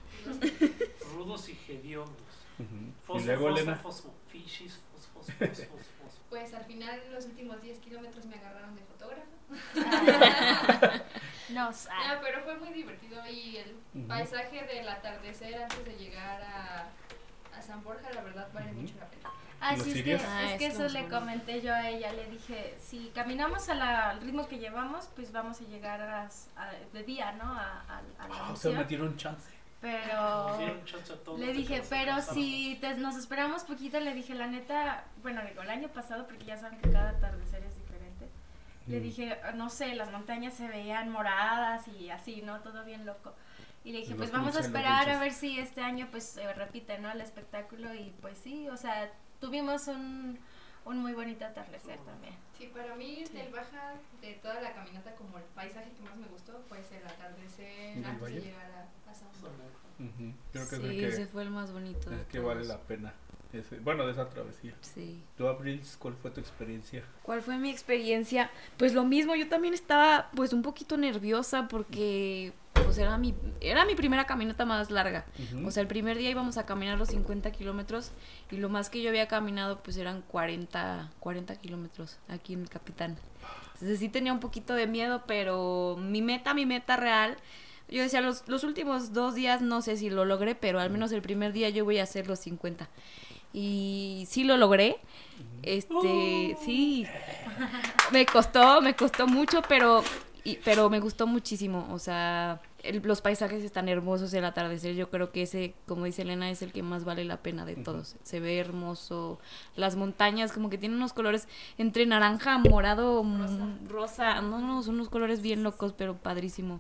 Speaker 3: Rudos y hediondos.
Speaker 1: Ujú. Y
Speaker 3: Fosfo,
Speaker 1: luego
Speaker 3: fosfo,
Speaker 1: Elena.
Speaker 3: fosfo. Fishies, fosfo, fosfo, fosfo, fosfo.
Speaker 8: Pues al final, los últimos 10 kilómetros me agarraron de fotógrafo.
Speaker 5: No, ah,
Speaker 8: No, pero fue muy divertido y el
Speaker 1: Ujú.
Speaker 8: paisaje del atardecer antes de llegar a, a San Borja, la verdad, vale
Speaker 1: Ujú.
Speaker 8: mucho la pena.
Speaker 5: ah,
Speaker 1: ¿Los
Speaker 5: sí, es que,
Speaker 1: sirios?
Speaker 4: Ah,
Speaker 5: es que
Speaker 4: es
Speaker 5: eso
Speaker 4: los
Speaker 5: le
Speaker 4: buenos.
Speaker 5: comenté yo a ella. Le dije, si caminamos a la- al ritmo que llevamos, pues vamos a llegar a, las- a- de día, ¿no? A, a- a la
Speaker 1: Ah, o sea,
Speaker 5: misión.
Speaker 1: me dieron chance.
Speaker 5: Pero...
Speaker 3: Sí, un chance a todos,
Speaker 5: Le
Speaker 3: te
Speaker 5: dije,
Speaker 3: quedas
Speaker 5: pero
Speaker 3: cansado.
Speaker 5: si te- nos esperamos poquito, le dije, la neta, bueno, digo, el año pasado, porque ya saben que cada atardecer es diferente, le
Speaker 1: Mm.
Speaker 5: dije, "Ah, no sé, las montañas se veían moradas y así, ¿no? Todo bien loco. Y le dije,
Speaker 1: Los
Speaker 5: pues vamos a
Speaker 1: dulces, los
Speaker 5: esperar
Speaker 1: dulces.
Speaker 5: a ver si este año pues se repite, ¿no? El espectáculo y pues sí, o sea, tuvimos un, un muy bonito atardecer también.
Speaker 8: Sí, para mí del baja de toda la caminata como el paisaje que más me gustó fue ese el atardecer
Speaker 1: ¿Del
Speaker 8: antes
Speaker 1: valle?
Speaker 8: de llegar a, a San Juan.
Speaker 1: Ujú. Creo que es
Speaker 4: Sí,
Speaker 1: el
Speaker 4: ese
Speaker 1: que,
Speaker 4: fue el más bonito. de
Speaker 1: el que vale
Speaker 4: todos.
Speaker 1: la pena. Ese- bueno, de esa travesía.
Speaker 4: Sí.
Speaker 1: Tú, Abril, ¿cuál fue tu experiencia?
Speaker 4: ¿Cuál fue mi experiencia? Pues lo mismo, yo también estaba pues un poquito nerviosa porque pues era mi, era mi primera caminata más larga.
Speaker 1: Ujú.
Speaker 4: O sea, el primer día íbamos a caminar los 50 kilómetros y lo más que yo había caminado pues eran 40, 40 kilómetros aquí en el Capitán. Entonces sí tenía un poquito de miedo, pero mi meta, mi meta real, yo decía, los, los últimos dos días no sé si lo logré, pero al menos el primer día yo voy a hacer los 50. Y sí lo logré. Este, sí. Me costó, me costó mucho, pero, y- pero me gustó muchísimo. O sea, el- los paisajes están hermosos, el atardecer, yo creo que ese, como dice Elena, es el que más vale la pena de todos. Se ve hermoso, las montañas como que tienen unos colores entre naranja, morado, mm, rosa. No, no, son unos colores bien locos, pero padrísimo.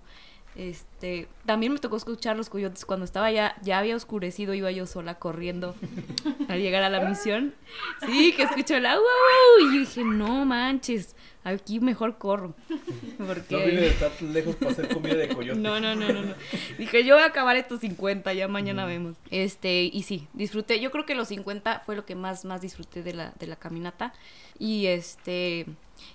Speaker 4: Este, también me tocó escuchar los coyotes cuando estaba ya, ya había oscurecido, iba yo sola corriendo al llegar a la misión. Sí, que escucho el agua y yo dije, no manches, aquí mejor corro. Porque...
Speaker 1: No vine de tan lejos para hacer comida de coyote.
Speaker 4: No, no, no, no, no. Dije, yo voy a acabar estos 50, ya mañana vemos. Este, y sí, disfruté. Yo creo que los 50 fue lo que más, más disfruté de la, de la caminata. Y este,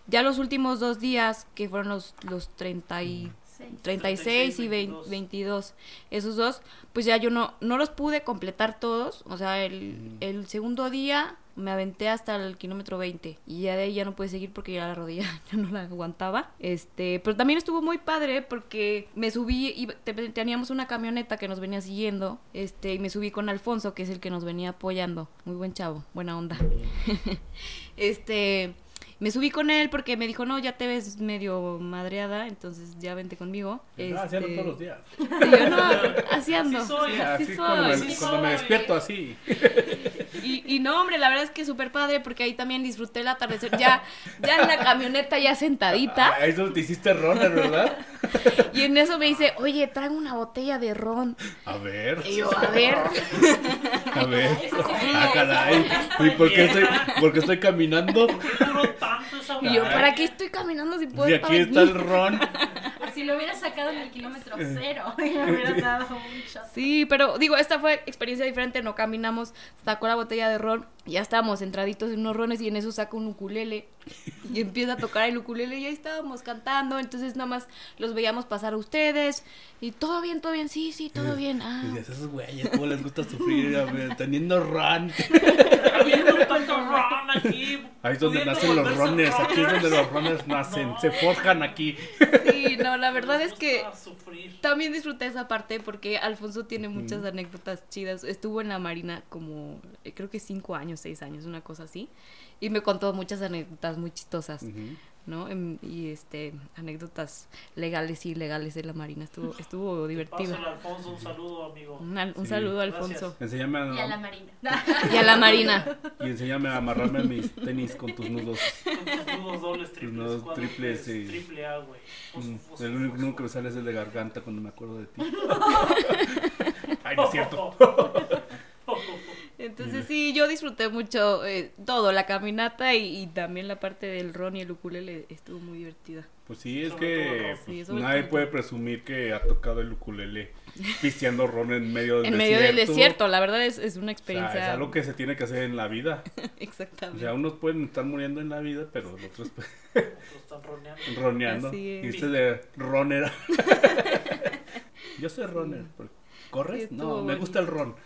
Speaker 4: ya los últimos dos días, que fueron los, los 30 y... 36 y
Speaker 3: 22.
Speaker 4: 22, esos dos, pues ya yo no, no los pude completar todos, o sea, el, el segundo día me aventé hasta el kilómetro 20 y ya de ahí ya no pude seguir porque ya la rodilla ya no la aguantaba, este, pero también estuvo muy padre porque me subí y te- teníamos una camioneta que nos venía siguiendo, este, y me subí con Alfonso, que es el que nos venía apoyando, muy buen chavo, buena onda, este... Me subí con él porque me dijo, no, ya te ves medio madreada, entonces ya vente conmigo.
Speaker 1: Ah, hacerlo
Speaker 4: Este,
Speaker 1: todos los días.
Speaker 4: y yo no, así ando.
Speaker 3: Así soy,
Speaker 4: así
Speaker 1: Así
Speaker 4: soy.
Speaker 1: cuando me,
Speaker 3: sí
Speaker 1: cuando me
Speaker 3: soy.
Speaker 1: despierto así.
Speaker 4: Y, y no, hombre, la verdad es que súper padre porque ahí también disfruté el atardecer. Ya, ya en la camioneta, ya sentadita.
Speaker 1: Ah, es donde te hiciste errores, ¿verdad?
Speaker 4: Y en eso me dice, oye, traigo una botella de ron.
Speaker 1: A ver.
Speaker 4: Y yo, a ver.
Speaker 1: A ver. Ah, caray. ¿Y por qué estoy, por qué estoy caminando?
Speaker 3: Duró tanto esa
Speaker 4: Y yo,
Speaker 3: botella.
Speaker 4: ¿para qué estoy caminando si puedo
Speaker 1: Si
Speaker 4: estar
Speaker 1: aquí está
Speaker 4: aquí?"
Speaker 1: el ron.
Speaker 5: Si lo hubieras sacado en el kilómetro cero, y le hubieras dado un shot.
Speaker 4: Sí, pero digo, esta fue experiencia diferente, no caminamos, sacó la botella de ron, y ya estábamos entraditos en unos rones y en eso saca un ukulele y empieza a tocar el ukulele y ahí estábamos cantando, entonces nada más los veíamos pasar a ustedes y todo bien, todo bien, sí, sí, todo bien. Ah,
Speaker 1: Y dices, Pues, esos güeyes, ¿cómo les gusta sufrir? A ver, teniendo ron.
Speaker 3: Habiendo tanto ron aquí.
Speaker 1: Ahí es donde
Speaker 3: pudiendo
Speaker 1: nacen los
Speaker 3: volverse
Speaker 1: rones. Aquí es donde
Speaker 3: rockers.
Speaker 1: los rones nacen. Se forjan aquí.
Speaker 4: sí, no, la verdad
Speaker 3: Me
Speaker 4: es que
Speaker 3: gusta sufrir.
Speaker 4: también disfruté esa parte porque Alfonso tiene muchas anécdotas chidas. Estuvo en la Marina como, eh, creo que cinco años, seis años, una cosa así, y me contó muchas anécdotas muy chistosas.
Speaker 1: Ujú.
Speaker 4: ¿no? Em, y este anécdotas legales y ilegales de la Marina. Estuvo, estuvo divertido.
Speaker 3: Pásale, Alfonso, un saludo, amigo.
Speaker 4: Un, al- un
Speaker 1: Sí.
Speaker 4: saludo a
Speaker 3: Gracias.
Speaker 4: Alfonso.
Speaker 1: Enséñame
Speaker 5: Y a la
Speaker 1: a,
Speaker 5: marina.
Speaker 4: Y a la Marina.
Speaker 1: y enséñame a amarrarme mis tenis con tus nudos.
Speaker 3: Con tus nudos dobles, triples,
Speaker 1: nudos
Speaker 3: cuádruples,
Speaker 1: triples, sí.
Speaker 3: triple A, güey. Fos,
Speaker 1: Mm,
Speaker 3: fos,
Speaker 1: El único
Speaker 3: fos,
Speaker 1: número que me sale es el de garganta cuando me acuerdo de ti. Ay, no es cierto.
Speaker 4: Entonces sí, yo disfruté mucho eh, todo, la caminata y, y también la parte del ron y el ukulele estuvo muy divertida.
Speaker 1: Pues sí, es
Speaker 3: Sobre todo
Speaker 1: que
Speaker 3: ron.
Speaker 1: pues,
Speaker 4: Sí, sobre
Speaker 1: nadie
Speaker 4: todo
Speaker 1: puede
Speaker 4: ron.
Speaker 1: presumir que ha tocado el ukulele pisteando ron en medio del
Speaker 4: En
Speaker 1: desierto.
Speaker 4: medio del desierto, la verdad es, es una
Speaker 1: O sea,
Speaker 4: experiencia.
Speaker 1: es algo que se tiene que hacer en la vida. O
Speaker 4: Exactamente.
Speaker 1: sea, unos pueden estar muriendo en la vida, pero los otros
Speaker 3: Otros están roneando.
Speaker 1: roneando.
Speaker 4: Así es.
Speaker 1: Y este de ronera. Yo soy roner. pero- ¿Corres?
Speaker 4: Sí,
Speaker 1: no,
Speaker 4: estuvo
Speaker 1: me gusta el ron.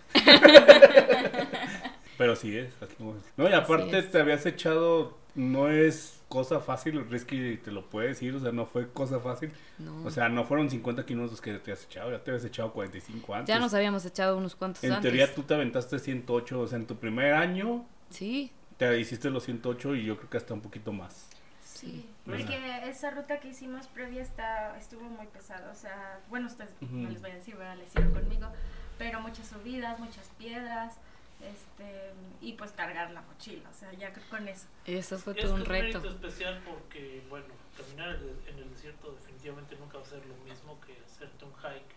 Speaker 1: Pero sí es. así como es. No, y aparte
Speaker 4: es.
Speaker 1: te habías echado, no es cosa fácil, Risky te lo puede decir, o sea, no fue cosa fácil.
Speaker 4: No.
Speaker 1: O sea, no fueron 50 kilómetros que te has echado, ya te habías echado 45 antes.
Speaker 4: ya nos habíamos echado unos cuantos
Speaker 1: en
Speaker 4: antes.
Speaker 1: teoría tú te aventaste 108, o sea, en tu primer año
Speaker 4: Sí,
Speaker 1: te hiciste los 108 y yo creo que hasta un poquito más.
Speaker 4: sí.
Speaker 5: Porque esa ruta que hicimos previa está, estuvo muy pesada. O sea, bueno, ustedes
Speaker 1: Ujú.
Speaker 5: no les voy a decir, ¿verdad? La hicieron conmigo. Pero muchas subidas, muchas piedras. Este, y pues cargar la mochila. O sea, ya con eso.
Speaker 4: Eso fue
Speaker 3: Y es
Speaker 4: todo
Speaker 3: que
Speaker 4: un
Speaker 3: es
Speaker 4: reto.
Speaker 3: mérito especial porque, bueno, caminar en el- en el desierto definitivamente nunca va a ser lo mismo que hacerte un hike.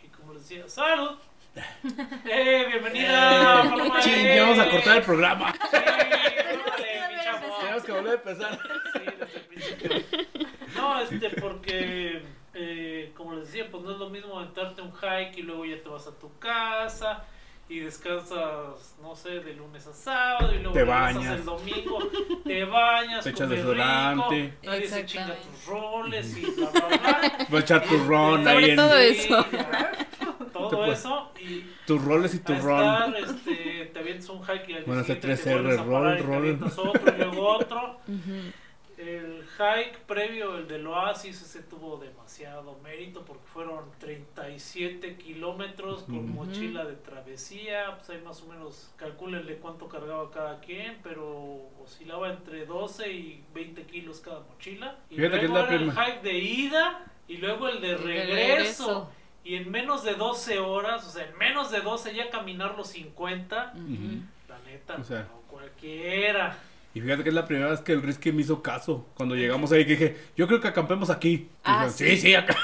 Speaker 3: Y, y como les decía, ¡salud! ¡Eh, bienvenida! Paloma!
Speaker 1: Ching, Eh, ya vamos a cortar el programa.
Speaker 3: Sí, órale, mi chavo.
Speaker 1: Tenemos que volver a empezar.
Speaker 3: Sí, desde el principio. No, este, porque, eh, como les decía, pues no es lo mismo aventarte un hike y luego ya te vas a tu casa y descansas, no sé, de lunes a sábado y luego
Speaker 1: Te
Speaker 3: regresas
Speaker 1: bañas.
Speaker 3: el domingo, te bañas,
Speaker 1: Te echas
Speaker 3: comes
Speaker 1: desodorante.
Speaker 3: rico, nadie se chinga
Speaker 4: Exactamente.
Speaker 3: tus roles y bla, bla, bla. Este,
Speaker 1: Voy a echar turrón
Speaker 4: Sobre
Speaker 1: ahí en
Speaker 4: todo
Speaker 3: Sí,
Speaker 4: eso.
Speaker 1: Te
Speaker 3: Todo
Speaker 1: puedes-
Speaker 3: eso y
Speaker 1: tus roles y
Speaker 3: a
Speaker 1: turrón.
Speaker 3: estar, este, te avientas un hack y al
Speaker 1: Bueno,
Speaker 3: día
Speaker 1: hace
Speaker 3: siguiente te
Speaker 1: 3R,
Speaker 3: vuelves a
Speaker 1: roll,
Speaker 3: parar y te
Speaker 1: roll.
Speaker 3: avientas otro y luego otro.
Speaker 4: Ujú.
Speaker 3: El hike previo, el del Oasis, ese tuvo demasiado mérito porque fueron 37 kilómetros con
Speaker 1: Ujú.
Speaker 3: mochila de travesía. Pues ahí más o menos calcúlenle cuánto cargaba cada quien, pero oscilaba entre 12 y 20 kilos cada mochila. Y
Speaker 1: Fíjate que es
Speaker 3: luego
Speaker 1: la
Speaker 3: era el
Speaker 1: prima.
Speaker 3: hike de ida y luego el de
Speaker 4: El de
Speaker 3: regreso.
Speaker 4: regreso.
Speaker 3: Y en menos de 12 horas, o sea, en menos de 12 ya caminar los 50,
Speaker 1: Ujú.
Speaker 3: la neta,
Speaker 1: O sea.
Speaker 3: no cualquiera.
Speaker 1: Y fíjate que es la primera vez que el Risky me hizo caso. Cuando llegamos ahí, que dije, yo creo que acampemos aquí. Y
Speaker 4: Ah,
Speaker 1: dijeron,
Speaker 4: sí.
Speaker 1: sí, sí, acá.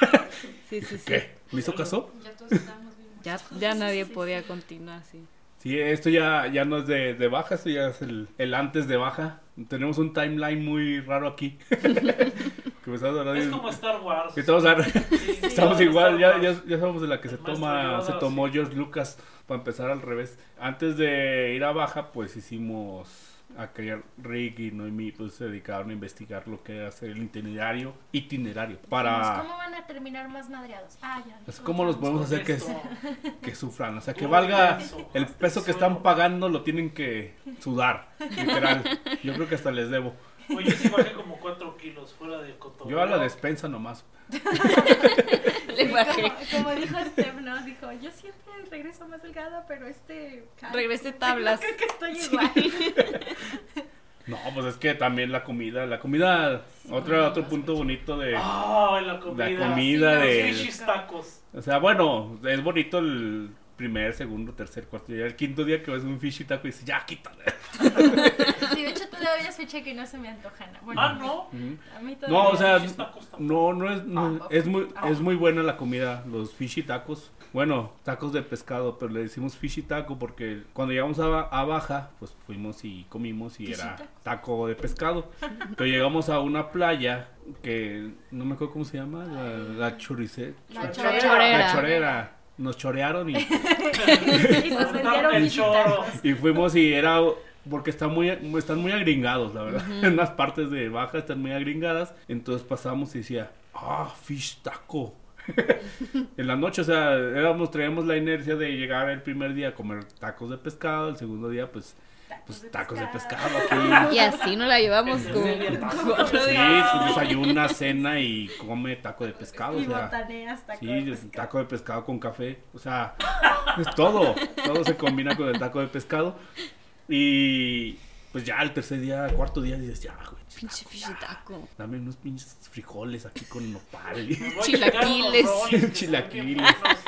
Speaker 4: Sí, sí, sí.
Speaker 1: ¿Qué? ¿Me hizo caso?
Speaker 8: Ya todos estábamos bien.
Speaker 4: Ya, ya nadie podía continuar, sí.
Speaker 1: Sí, esto ya, ya no es de, de baja, esto ya es el, el antes de baja. Tenemos un timeline muy raro aquí. que me estás hablando
Speaker 3: Es
Speaker 1: y-
Speaker 3: como Star Wars.
Speaker 1: que estamos, a-
Speaker 3: Sí, sí,
Speaker 1: estamos
Speaker 3: no,
Speaker 1: igual,
Speaker 3: Star
Speaker 1: ya,
Speaker 3: Wars.
Speaker 1: ya, ya somos de la que se
Speaker 3: El maestro
Speaker 1: toma,
Speaker 3: Yoda,
Speaker 1: se tomó George Lucas para empezar al revés. Antes de ir a baja, pues hicimos a que Rick y Noemi pues, se dedicaron a investigar lo que era hacer el itinerario, itinerario
Speaker 5: Dijimos,
Speaker 1: para
Speaker 5: ¿Cómo van a terminar más madreados? Ah, ya.
Speaker 1: es cómo los podemos hacer que,
Speaker 3: Esto,
Speaker 1: que sufran, o sea que
Speaker 3: Todo
Speaker 1: valga
Speaker 3: eso,
Speaker 1: el
Speaker 3: hasta
Speaker 1: peso
Speaker 3: el
Speaker 1: que están
Speaker 3: suelo.
Speaker 1: pagando lo tienen que sudar, literal. Yo creo que hasta les debo.
Speaker 3: Oye, sí bajé como 4 kilos fuera del cotorreo.
Speaker 1: Yo a la este, despensa nomás.
Speaker 4: Le bajé.
Speaker 5: Como, como dijo Steph, ¿no? Dijo, yo siempre regreso más delgada, pero este...
Speaker 4: Regresé tablas.
Speaker 5: Creo que estoy
Speaker 4: Sí.
Speaker 5: igual.
Speaker 1: No, pues es que también la comida, la comida, otro, otro punto bonito de,
Speaker 3: Ah, la comida.
Speaker 1: La comida
Speaker 3: Sí,
Speaker 1: de-
Speaker 3: Los fishies tacos.
Speaker 1: O sea, bueno, es bonito el primer, segundo, tercer, cuarto día. El quinto día que ves un fishy taco y dices, ya, quítale.
Speaker 5: Sí, de hecho todavía es fecha que no se me antoja. nada. Bueno,
Speaker 3: Ah, no.
Speaker 1: Ujú.
Speaker 5: a mí todavía...
Speaker 1: No, o sea,
Speaker 3: Fishy tacos tampoco.
Speaker 1: no, no es, no, es muy, es muy buena la comida, los fishy tacos. Bueno, tacos de pescado, pero le decimos fishy taco porque cuando llegamos a, Ba- a Baja, pues fuimos y comimos y era taco de pescado. Pero llegamos a una playa que no me acuerdo cómo se llama, la, la churrice-
Speaker 5: La
Speaker 3: chorera.
Speaker 4: Chorera.
Speaker 1: la chorera. Nos chorearon y
Speaker 4: pues,
Speaker 5: Y nos vendieron
Speaker 3: El choro.
Speaker 1: Y fuimos y era porque están muy, están muy agringados, la verdad. En las partes de baja están muy agringadas. Entonces pasamos y decía, ah, fish taco. en la noche, o sea, éramos, traíamos la inercia de llegar el primer día a comer tacos de pescado, el segundo día, pues, pues, tacos de pescado. aquí.
Speaker 4: Y así nos la llevamos como cuatro
Speaker 1: Sí,
Speaker 4: días.
Speaker 1: sí, desayuna, cena y come taco de pescado.
Speaker 5: Y
Speaker 1: o sea.
Speaker 5: botané hasta
Speaker 1: Sí,
Speaker 5: con-
Speaker 1: el taco de pescado con café, o sea, es todo, todo se combina con el taco de pescado y pues ya el tercer día, cuarto día dices, ya, güey,
Speaker 4: Pinche fichitaco.
Speaker 1: dame unos pinches frijoles aquí con nopal y
Speaker 3: Me voy a chingar unos roles
Speaker 4: Chilaquiles.
Speaker 3: que son bien
Speaker 1: Chilaquiles.
Speaker 3: buenos.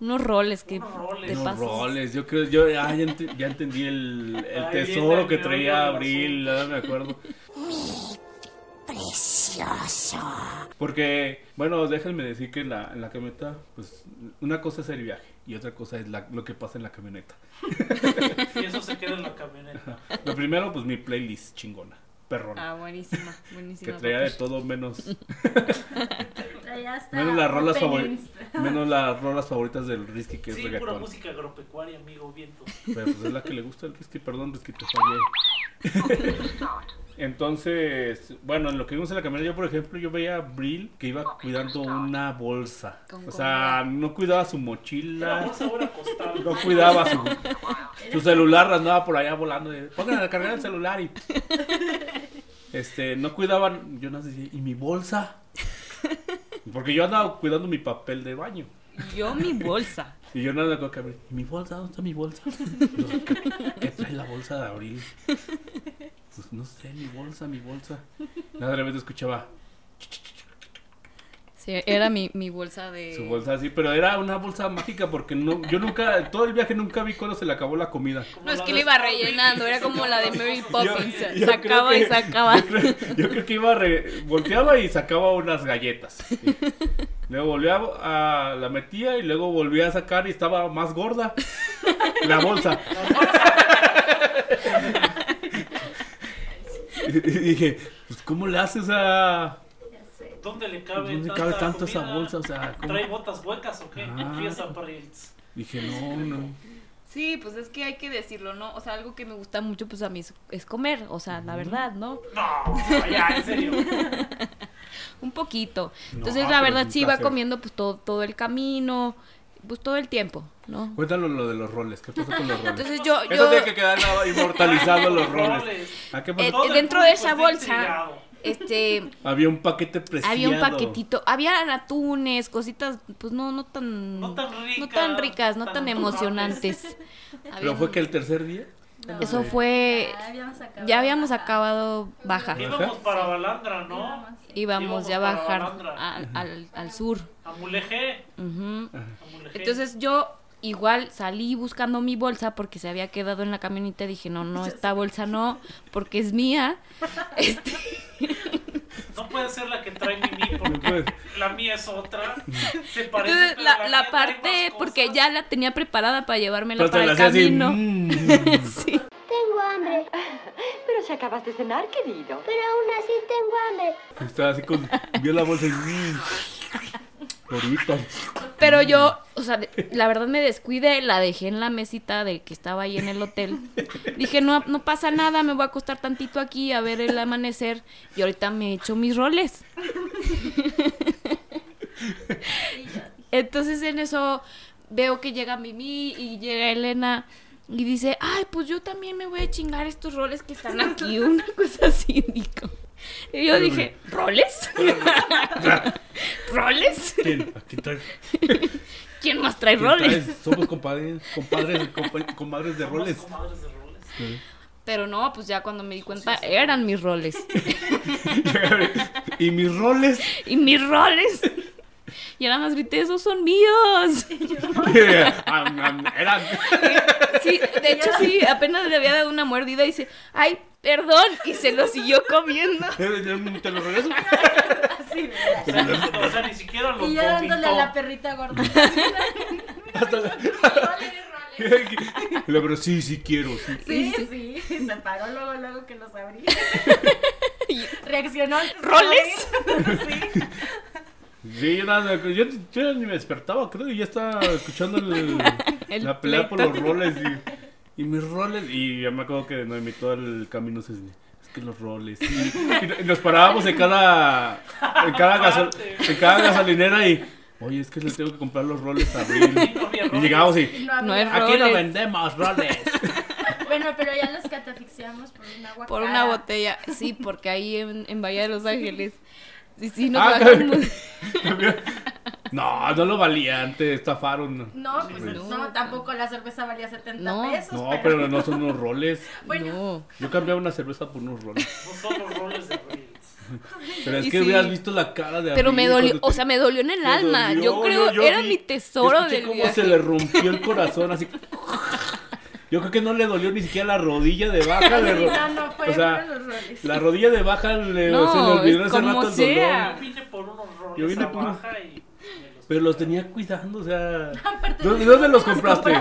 Speaker 4: Unos roles que
Speaker 3: Unos roles.
Speaker 4: te
Speaker 1: unos
Speaker 4: pasas.
Speaker 1: roles, yo creo, yo ah, ya, ent- ya entendí el, el
Speaker 3: Ahí viene
Speaker 1: tesoro
Speaker 3: el
Speaker 1: que
Speaker 3: meollo
Speaker 1: traía
Speaker 3: del
Speaker 1: Abril,
Speaker 3: asunto.
Speaker 1: ahora me acuerdo. Porque, bueno, déjenme decir que en la, en la camioneta, pues una cosa es el viaje y otra cosa es la- lo que pasa en la camioneta.
Speaker 3: Y eso se queda en la camioneta.
Speaker 1: Lo primero, pues mi playlist chingona, perrona.
Speaker 4: Ah, pues. buenísima, buenísima.
Speaker 1: que traía de
Speaker 4: papi.
Speaker 1: todo menos
Speaker 5: Traía
Speaker 4: Ah,
Speaker 5: hasta
Speaker 1: menos las rolas
Speaker 5: openings.
Speaker 1: favoritas menos las rolas favoritas del Risky que es
Speaker 3: Sí, pura
Speaker 1: reggaetón.
Speaker 3: música agropecuaria, amigo viento.
Speaker 1: Pero pues es la que le gusta al Risky, perdón, Risky te fallé. Entonces, bueno, en lo que vimos en la camioneta, yo por ejemplo, yo veía a Brill que iba cuidando una bolsa.
Speaker 4: Con
Speaker 1: O sea,
Speaker 4: comida.
Speaker 1: no cuidaba su
Speaker 3: La
Speaker 1: mochila,
Speaker 3: bolsa ahora costaba.
Speaker 1: no cuidaba su, su celular, andaba por allá volando. de, Pongan a cargar el celular y. Este, no cuidaban, yo no sé, si- ¿y mi bolsa? Porque yo andaba cuidando mi papel de baño.
Speaker 4: Pues, Yo mi bolsa.
Speaker 1: Y yo no le acuerdo que abrir. ¿Y mi bolsa? ¿Dónde está mi bolsa? Yo, ¿qué, qué trae la bolsa de abril? Pues no sé, mi bolsa, mi bolsa. Nada, de repente escuchaba
Speaker 4: Sí, era mi, mi bolsa de.
Speaker 1: su bolsa así, pero era una bolsa mágica porque no, yo nunca, todo el viaje nunca vi cuando se le acabó la comida.
Speaker 4: No, es que le iba ¿eh? rellenando, era como la de Mary Poppins.
Speaker 1: Yo- yo
Speaker 4: sacaba
Speaker 1: creo
Speaker 4: y
Speaker 1: que-
Speaker 4: sacaba.
Speaker 1: Yo creo, yo creo que iba, re- volteaba y sacaba unas galletas. Sí. Luego volvía a, a- la metía y luego volvía a sacar y estaba más gorda. La bolsa. y, y dije, pues ¿cómo le haces a...
Speaker 3: ¿Dónde le cabe,
Speaker 1: Pues, ¿Dónde cabe tanto esa
Speaker 3: comida?
Speaker 1: bolsa? O sea, ¿cómo?
Speaker 3: ¿Trae botas huecas o qué?
Speaker 1: Ah.
Speaker 3: Fiesta para el...
Speaker 1: Dije, no, no.
Speaker 4: Sí, pues es que hay que decirlo, ¿no? O sea, algo que me gusta mucho, pues a mí es, es comer, o sea, la verdad, ¿no?
Speaker 3: No, ya, en serio.
Speaker 4: Un poquito.
Speaker 1: No,
Speaker 4: Entonces,
Speaker 1: ah,
Speaker 4: la
Speaker 1: pero
Speaker 4: verdad,
Speaker 1: es
Speaker 4: sí
Speaker 1: un
Speaker 4: iba
Speaker 1: placer.
Speaker 4: comiendo pues todo, todo el camino, pues todo el tiempo, ¿no?
Speaker 1: Cuéntanos lo de los roles. ¿Qué pasó con los roles?
Speaker 4: Entonces yo,
Speaker 1: Eso
Speaker 4: yo
Speaker 1: tiene que quedar nada, inmortalizado los roles.
Speaker 3: Roles.
Speaker 1: ¿A qué
Speaker 4: Eh,
Speaker 1: pasó?
Speaker 3: Todo el
Speaker 4: dentro de
Speaker 3: público
Speaker 4: esa
Speaker 3: está
Speaker 4: bolsa,
Speaker 3: intrigado.
Speaker 4: este
Speaker 1: Había un paquete preciado.
Speaker 4: había un paquetito, había atunes, cositas pues no no tan
Speaker 3: No tan ricas.
Speaker 4: no tan ricas, no tan, emocionantes.
Speaker 1: Pero
Speaker 4: Habían-
Speaker 1: fue que el tercer día. eh,
Speaker 4: eso fue
Speaker 5: Ya habíamos acabado.
Speaker 4: Eh, ya habíamos acabado baja.
Speaker 3: Íbamos para Balandra, ¿no?
Speaker 5: Íbamos.
Speaker 4: Íbamos ya a
Speaker 3: Íbamos para
Speaker 4: bajar
Speaker 3: Balandra.
Speaker 4: al, al- al sur.
Speaker 3: A Mulegé.
Speaker 4: Ujú.
Speaker 3: a Mulegé.
Speaker 4: Entonces yo igual salí buscando mi bolsa porque se había quedado en la camioneta. Dije, no, no, esta bolsa no, porque es mía. Este,
Speaker 3: No puede ser la que trae Mimi
Speaker 1: No puede.
Speaker 3: porque la mía es otra. Se parece
Speaker 4: entonces
Speaker 3: pero
Speaker 4: la, la
Speaker 3: mía trae
Speaker 4: parte,
Speaker 3: más
Speaker 4: porque
Speaker 3: cosas.
Speaker 4: ya la tenía preparada para llevármela
Speaker 1: Pero te
Speaker 4: para
Speaker 1: la
Speaker 4: el
Speaker 1: hacía así,
Speaker 4: camino.
Speaker 1: mm.
Speaker 4: Sí.
Speaker 10: Pero si acabas de cenar, querido.
Speaker 1: mm, Estaba así con. Vio la bolsa y. mm. Ahorita.
Speaker 4: Pero yo, o sea, de- la verdad me descuidé, la dejé en la mesita de que estaba ahí en el hotel. Dije, no, no pasa nada, me voy a acostar tantito aquí a ver el amanecer y ahorita me echo mis roles. Entonces en eso veo que llega Mimi y llega Elena y dice, ay, pues yo también me voy a chingar estos roles que están aquí, una cosa así, dijo. Y yo dije, ¿roles? ¿Roles?
Speaker 1: ¿Quién? Aquí traes.
Speaker 4: ¿Quién más trae
Speaker 1: ¿Quién
Speaker 4: roles?
Speaker 1: traes? Somos compadres, compadres, compa- comadres de
Speaker 3: Somos
Speaker 1: roles.
Speaker 3: comadres de roles.
Speaker 4: Pero no, pues ya cuando me di cuenta eran mis roles.
Speaker 1: y mis roles.
Speaker 4: y mis roles. Y nada más grité, esos son míos.
Speaker 1: Am, am, ah, Eran.
Speaker 4: Sí, de hecho sí, apenas le había dado una mordida y dice, ay, perdón. Y se lo siguió comiendo.
Speaker 1: Te lo regreso.
Speaker 5: Así,
Speaker 3: O sea, ni siquiera lo
Speaker 5: y yo dándole a la
Speaker 3: vomitó.
Speaker 5: perrita gorda.
Speaker 1: Hasta la- Le abro, sí, sí quiero. sí.
Speaker 5: Sí, sí, se paró luego, luego que los abrí. Reaccionó. antes de
Speaker 4: ¿Roles?
Speaker 5: abrir. sí.
Speaker 1: Sí, yo, nada, yo, yo ni me despertaba, creo, y ya estaba escuchando el-
Speaker 4: El
Speaker 1: la pelea por
Speaker 4: pleito.
Speaker 1: los roles y, y mis roles. Y ya me acuerdo que no todo el camino se es que los roles. Y, y nos parábamos en cada, en cada, gasol- en cada gasolinera y, oye, es que le tengo que comprar los roles a
Speaker 3: Y
Speaker 1: Abril.
Speaker 3: no había
Speaker 1: Y
Speaker 3: roles.
Speaker 1: llegábamos y,
Speaker 5: No
Speaker 4: No
Speaker 5: había.
Speaker 4: es
Speaker 1: aquí no
Speaker 4: Roles.
Speaker 1: vendemos roles.
Speaker 5: Bueno, pero ya los catafixiamos por una agua.
Speaker 4: Por una botella. Sí, porque ahí en, en Bahía de Los Ángeles. Sí, sí, nos
Speaker 1: Ah,
Speaker 4: bajamos.
Speaker 1: No, no lo valían, te estafaron.
Speaker 5: No, pues
Speaker 1: Sí.
Speaker 5: no. tampoco la cerveza valía 70
Speaker 4: No.
Speaker 5: pesos.
Speaker 1: No, pero no son unos roles.
Speaker 5: Bueno,
Speaker 4: No.
Speaker 1: Yo cambiaba una cerveza por unos roles.
Speaker 3: No son los roles de Abril.
Speaker 1: Pero es
Speaker 4: Y
Speaker 1: que
Speaker 4: sí.
Speaker 1: hubieras visto la cara de
Speaker 4: Pero me
Speaker 1: Abril
Speaker 4: dolió,
Speaker 1: cuando
Speaker 4: o
Speaker 1: te-
Speaker 4: sea, me dolió en el
Speaker 1: me
Speaker 4: alma.
Speaker 1: dolió,
Speaker 4: yo creo,
Speaker 1: yo
Speaker 4: era
Speaker 1: vi-
Speaker 4: mi
Speaker 1: yo
Speaker 4: tesoro
Speaker 1: escuché
Speaker 4: del
Speaker 1: cómo
Speaker 4: viaje.
Speaker 1: se le rompió el corazón así. Yo creo que no le dolió ni siquiera la rodilla de baja. le ro-
Speaker 5: no, no, fue
Speaker 1: o sea,
Speaker 5: los roles.
Speaker 1: la rodilla de baja le,
Speaker 4: No,
Speaker 1: se le olvidó hace
Speaker 4: como
Speaker 1: rato el
Speaker 4: sea.
Speaker 1: dolor.
Speaker 3: Yo vine por unos roles
Speaker 1: Yo vine
Speaker 3: a
Speaker 1: por-
Speaker 3: baja y me los
Speaker 1: Pero los tenía cuidando, o sea.
Speaker 5: Aparte,
Speaker 1: ¿Dónde, dónde los compraste?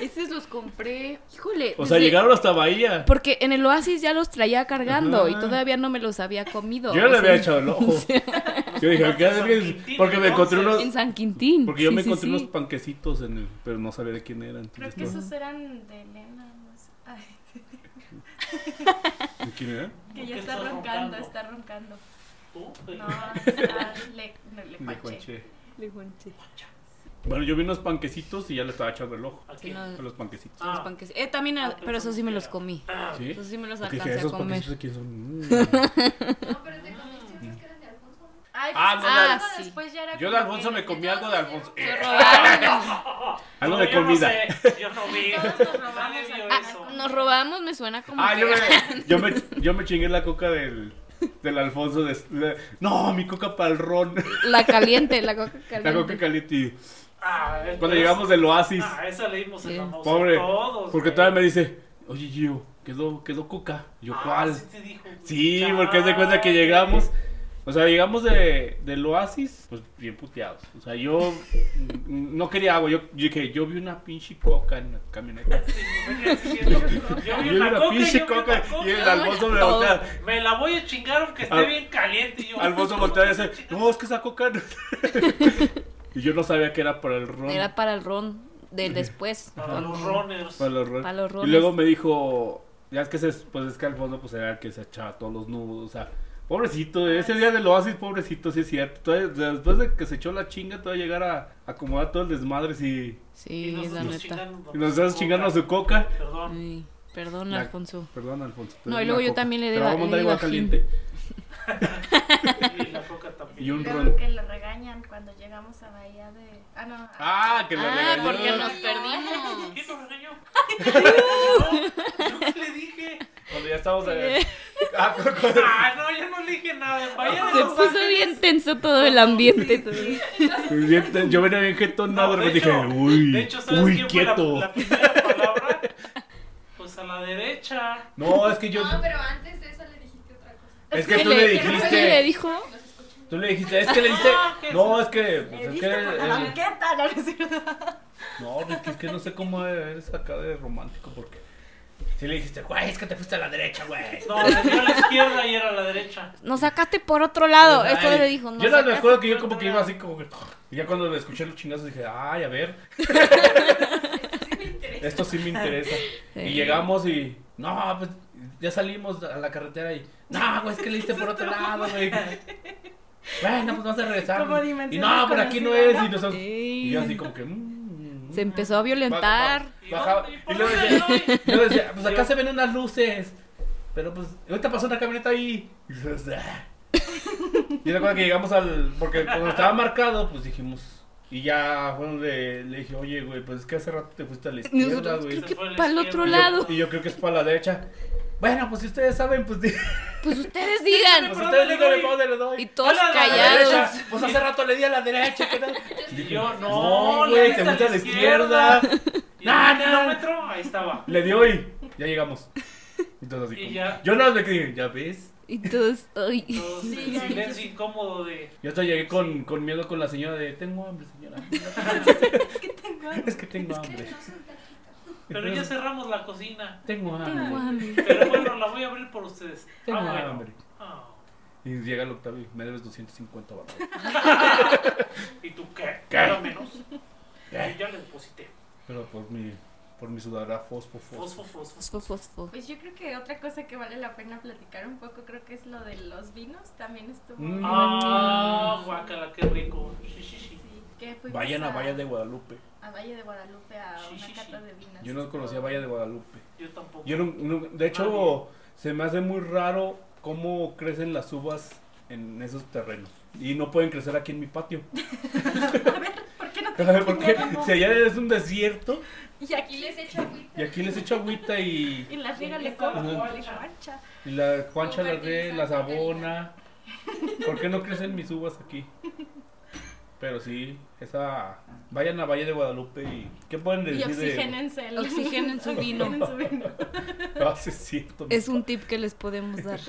Speaker 4: Estos los compré. Híjole.
Speaker 1: O sea,
Speaker 4: desde-
Speaker 1: llegaron hasta Bahía.
Speaker 4: Porque en el oasis ya los traía cargando
Speaker 1: Ajá.
Speaker 4: y todavía no me los había comido.
Speaker 1: Yo ya
Speaker 4: O
Speaker 1: le había
Speaker 4: sea,
Speaker 1: echado el ojo. Yo dije, ¿qué haces? Porque me encontré unos.
Speaker 4: En San Quintín.
Speaker 1: Porque yo
Speaker 4: Sí,
Speaker 1: me
Speaker 4: sí,
Speaker 1: encontré
Speaker 4: sí.
Speaker 1: unos panquecitos en el. Pero no sabía de quién eran.
Speaker 5: Creo
Speaker 1: entonces
Speaker 5: que
Speaker 1: no-
Speaker 5: esos eran de Elena. no sé. Ay,
Speaker 1: ¿De quién eran?
Speaker 5: que
Speaker 3: qué
Speaker 5: ya está
Speaker 3: estás
Speaker 5: roncando,
Speaker 3: roncando?
Speaker 5: está roncando.
Speaker 3: tú.
Speaker 5: No, está- le, no, le
Speaker 1: De
Speaker 5: cuaché.
Speaker 1: Juanche. Bueno, yo vi unos panquecitos y ya le estaba echando el ojo.
Speaker 3: ¿A
Speaker 4: Sí,
Speaker 3: quién?
Speaker 4: no,
Speaker 1: A los panquecitos.
Speaker 4: los panques- Eh, también, era-
Speaker 3: Ah,
Speaker 4: pero esos sí me los
Speaker 3: pensé que
Speaker 4: comí.
Speaker 1: ¿Sí?
Speaker 4: Esos pues sí me los
Speaker 1: Porque dije,
Speaker 4: alcancé a
Speaker 1: esos
Speaker 4: comer.
Speaker 1: panquecitos de quién son. Mm.
Speaker 8: No, pero te comiste unos que eran de Alfonso. ¿no?
Speaker 5: Ay,
Speaker 1: Ah,
Speaker 5: pues,
Speaker 1: no,
Speaker 5: algo
Speaker 4: la- sí.
Speaker 5: después ya era
Speaker 1: Yo de
Speaker 5: como
Speaker 1: Alfonso
Speaker 5: que-
Speaker 1: me comí algo de Alfonso.
Speaker 4: Me
Speaker 1: Eh,
Speaker 4: robaron.
Speaker 1: algo
Speaker 3: No,
Speaker 1: de
Speaker 3: yo no
Speaker 1: comida.
Speaker 3: sé, Yo no vi.
Speaker 5: Todos nos robamos
Speaker 3: Nadie vio
Speaker 4: Ah,
Speaker 5: acá.
Speaker 3: eso.
Speaker 4: Nos robamos, me suena como.
Speaker 1: Ah,
Speaker 4: que-
Speaker 1: yo me, yo, me, yo me chingué la coca del, del Alfonso. De, de- no, mi coca para el ron.
Speaker 4: La caliente, la coca caliente.
Speaker 1: La coca caliente. y
Speaker 3: Ah,
Speaker 1: Cuando
Speaker 3: entonces-
Speaker 1: llegamos del oasis,
Speaker 3: Ah, esa leímos en
Speaker 4: Sí.
Speaker 3: la mouse.
Speaker 1: pobre.
Speaker 3: Todos,
Speaker 1: Porque
Speaker 3: güey.
Speaker 1: todavía me dice, oye, Gio, quedó, quedó coca. Y Yo,
Speaker 3: Ah,
Speaker 1: ¿cuál?
Speaker 3: sí te dijo, güey.
Speaker 1: Sí,
Speaker 3: Chale.
Speaker 1: porque haz de cuenta que llegamos. O sea, llegamos de, del oasis, pues bien puteados. O sea, yo mm, no quería agua. Yo yo dije, yo vi una pinche coca en la camioneta.
Speaker 3: Sí, Ah, este, me venías diciendo, Yo
Speaker 1: Yo
Speaker 3: vi
Speaker 1: vi
Speaker 3: una coca, y
Speaker 1: pinche
Speaker 3: yo vi una
Speaker 1: coca.
Speaker 3: coca.
Speaker 1: Y el Alfonso me
Speaker 4: Todo.
Speaker 1: voltea.
Speaker 3: Me la voy a chingar aunque esté
Speaker 1: Al-
Speaker 3: bien caliente. y yo,
Speaker 1: Alfonso voltea y dice, no, es que esa coca. no-". y yo no sabía que era para el ron.
Speaker 4: Era para el ron. del después.
Speaker 3: Para los runners.
Speaker 1: Para los runners.
Speaker 4: Para los
Speaker 1: Y
Speaker 4: runners.
Speaker 1: luego me dijo, ya es que se, pues es que al fondo pues era el que se echaba todos los nudos, o sea, pobrecito,
Speaker 4: Ah,
Speaker 1: ese día de lo haces, pobrecito, sí es cierto. Todavía- después de que se echó la chinga, todavía llegar a acomodar todo el desmadre si
Speaker 4: Sí,
Speaker 3: Y
Speaker 4: la
Speaker 3: nosotros
Speaker 4: neta.
Speaker 3: chingándonos
Speaker 1: y nos estás
Speaker 3: su
Speaker 1: chingando a su coca.
Speaker 3: Perdón.
Speaker 4: Ay, perdón,
Speaker 1: La-
Speaker 4: Alfonso.
Speaker 1: Perdón, Alfonso. te
Speaker 4: No,
Speaker 1: doy
Speaker 4: y luego
Speaker 1: una
Speaker 4: yo
Speaker 1: coca.
Speaker 4: también le
Speaker 1: Te
Speaker 4: di
Speaker 1: la voy
Speaker 4: ba-
Speaker 1: a mandar
Speaker 4: le di
Speaker 1: igual
Speaker 4: bajín.
Speaker 1: caliente.
Speaker 3: Y la coca también.
Speaker 1: Y un
Speaker 5: Luego
Speaker 1: rol.
Speaker 5: que lo regañan cuando llegamos a Bahía de... Ah, no.
Speaker 1: Ah, que lo
Speaker 4: Ah,
Speaker 1: regañó.
Speaker 4: porque nos perdimos.
Speaker 3: ¿Quién lo regañó? No, ¿Yo qué le dije?
Speaker 1: Cuando ya estábamos eh, ah, con- con-
Speaker 3: Ah, no, yo no le dije nada. Vaya de
Speaker 4: Se
Speaker 3: Los
Speaker 4: puso
Speaker 3: Ángeles.
Speaker 4: bien tenso todo el ambiente. todo.
Speaker 1: bien- Yo venía bien
Speaker 3: No,
Speaker 1: jetonado,
Speaker 3: de
Speaker 1: me dije,
Speaker 3: hecho-
Speaker 1: uy,
Speaker 3: De hecho, ¿sabes
Speaker 1: uy,
Speaker 3: quién
Speaker 1: quieto.
Speaker 3: fue la, la primera palabra? Pues a la derecha.
Speaker 1: No, es que yo,
Speaker 8: No, pero antes de eso le dijiste otra cosa.
Speaker 1: es que
Speaker 4: ¿Qué
Speaker 1: tú le
Speaker 4: qué fue que le
Speaker 1: dijiste,
Speaker 4: dijo?
Speaker 1: Tú le dijiste, es que le diste.
Speaker 3: Ah, que
Speaker 1: No, es que. pues,
Speaker 5: Le
Speaker 1: es
Speaker 5: diste
Speaker 1: que.
Speaker 5: por la
Speaker 1: eh,
Speaker 5: banqueta, no, no es cierto.
Speaker 1: No, es que, es que no sé cómo eres acá de romántico, porque. Si le dijiste, güey, es que te fuiste a la derecha, güey.
Speaker 3: No, le dije a la izquierda y era a la derecha.
Speaker 4: Nos sacaste por otro lado.
Speaker 1: Pues, Ay,
Speaker 4: Esto le dijo. "Nos
Speaker 1: Yo no me
Speaker 4: sacaste
Speaker 1: acuerdo que
Speaker 4: por
Speaker 1: yo como
Speaker 4: otro
Speaker 1: que iba
Speaker 4: lado".
Speaker 1: así como que. Y ya cuando escuché los chingazos dije, ay, a ver,
Speaker 8: Sí me interesa.
Speaker 1: esto sí me interesa.
Speaker 4: Sí.
Speaker 1: Y llegamos y. No, pues ya salimos a la carretera y. No, güey, es que le diste por otro lado, güey. Bueno, pues vamos a regresar.
Speaker 5: Como
Speaker 1: y
Speaker 5: dimensión
Speaker 1: no, por aquí no es.
Speaker 5: desconocida,
Speaker 1: Y, nosotros- y yo así como que. mm,
Speaker 4: Se empezó a violentar.
Speaker 1: Bajaba.
Speaker 3: ¿Y
Speaker 1: Y
Speaker 3: por
Speaker 1: luego
Speaker 3: dónde
Speaker 1: decía,
Speaker 3: voy?
Speaker 1: luego decía, pues acá se ven unas luces. Pero pues, ahorita pasó una camioneta ahí. Y yo, ah. Y recuerdo que llegamos al. Porque cuando estaba marcado, pues dijimos. Y ya, bueno, le, le dije, oye, güey, pues es que hace rato te fuiste a la izquierda,
Speaker 4: Nosotros,
Speaker 1: güey.
Speaker 4: creo
Speaker 1: Y
Speaker 4: que
Speaker 3: fue a la
Speaker 4: para el
Speaker 3: izquierda.
Speaker 4: otro
Speaker 1: yo-
Speaker 4: lado.
Speaker 1: Y yo, creo que es para la derecha. Bueno, pues si ustedes saben, pues, di-
Speaker 4: Pues ustedes digan.
Speaker 1: pues
Speaker 3: ¿por
Speaker 1: ustedes
Speaker 3: dónde le
Speaker 1: díganle
Speaker 3: doy?
Speaker 1: para dónde le doy.
Speaker 4: Y todos
Speaker 3: Hola,
Speaker 1: A la derecha.
Speaker 4: callados.
Speaker 1: Pues hace rato le di a la derecha, ¿qué tal?
Speaker 3: Y yo,
Speaker 1: No,
Speaker 3: no, le
Speaker 1: güey,
Speaker 3: diste
Speaker 1: te fuiste a la izquierda.
Speaker 3: Y
Speaker 1: No,
Speaker 3: el
Speaker 1: no.
Speaker 3: kilómetro, ahí estaba.
Speaker 1: Le dio y ya llegamos. Entonces así.
Speaker 3: Y
Speaker 1: como-
Speaker 3: ya.
Speaker 1: Yo nada más me quedé, ya ves.
Speaker 4: Y todos. Ay.
Speaker 3: Todo
Speaker 5: Sí,
Speaker 3: el
Speaker 5: ya,
Speaker 3: silencio incómodo de.
Speaker 1: Yo hasta llegué con, con miedo con la señora de, tengo hambre, señora. es que tengo hambre.
Speaker 3: Pero ya cerramos la cocina.
Speaker 1: Tengo
Speaker 4: Tengo
Speaker 1: hambre.
Speaker 4: hambre.
Speaker 3: Pero bueno, la voy a abrir por ustedes.
Speaker 1: Tengo
Speaker 3: Ah, bueno.
Speaker 1: hambre.
Speaker 3: Ah.
Speaker 1: Y llega el Octavio, me debes 250 baros.
Speaker 3: ¿Y tú qué?
Speaker 1: ¿Qué?
Speaker 3: Era menos.
Speaker 1: ¿Qué?
Speaker 3: Y ya le deposité.
Speaker 1: Pero por mi, por mi sudadera fosfo, fosfo.
Speaker 3: Fosfo, fosfo.
Speaker 4: Fosfo, fosfo.
Speaker 5: Pues yo creo que otra cosa que vale la pena platicar un poco, creo que es lo de los vinos, también estuvo...
Speaker 1: Mm.
Speaker 3: Ah, guacala, qué rico. Sí, sí, sí.
Speaker 5: Sí, que fuimos
Speaker 1: Vayan a Valle de Guadalupe.
Speaker 5: a Valle de Guadalupe a
Speaker 3: Sí,
Speaker 5: una
Speaker 3: sí,
Speaker 5: cata
Speaker 3: sí.
Speaker 5: de vinos.
Speaker 1: Yo no conocía Valle de Guadalupe.
Speaker 3: Yo tampoco.
Speaker 1: Yo no, no- de hecho, se me hace muy raro cómo crecen las uvas en esos terrenos. Y no pueden crecer aquí en mi patio.
Speaker 5: ¿Por qué no te
Speaker 1: ¿Por qué?
Speaker 5: enseñaron?
Speaker 1: Si allá es un desierto
Speaker 5: Y
Speaker 8: Aquí
Speaker 5: aquí
Speaker 8: les echo agüita.
Speaker 1: y aquí les echo agüita y,
Speaker 5: en la riega le
Speaker 3: Está la
Speaker 5: cobra, le
Speaker 3: guacha.
Speaker 5: guacha.
Speaker 1: y la Juancha las ve, las abona. ¿Por qué no crecen mis uvas aquí? Pero sí, esa. Vayan a Valle de Guadalupe y. ¿Qué pueden
Speaker 5: Y
Speaker 1: decir de.?
Speaker 5: oxigénense. el-
Speaker 4: Oxigenen su vino.
Speaker 5: Oxigenen su vino.
Speaker 1: No, Ah, sí es cierto.
Speaker 4: Es un tip que les podemos dar.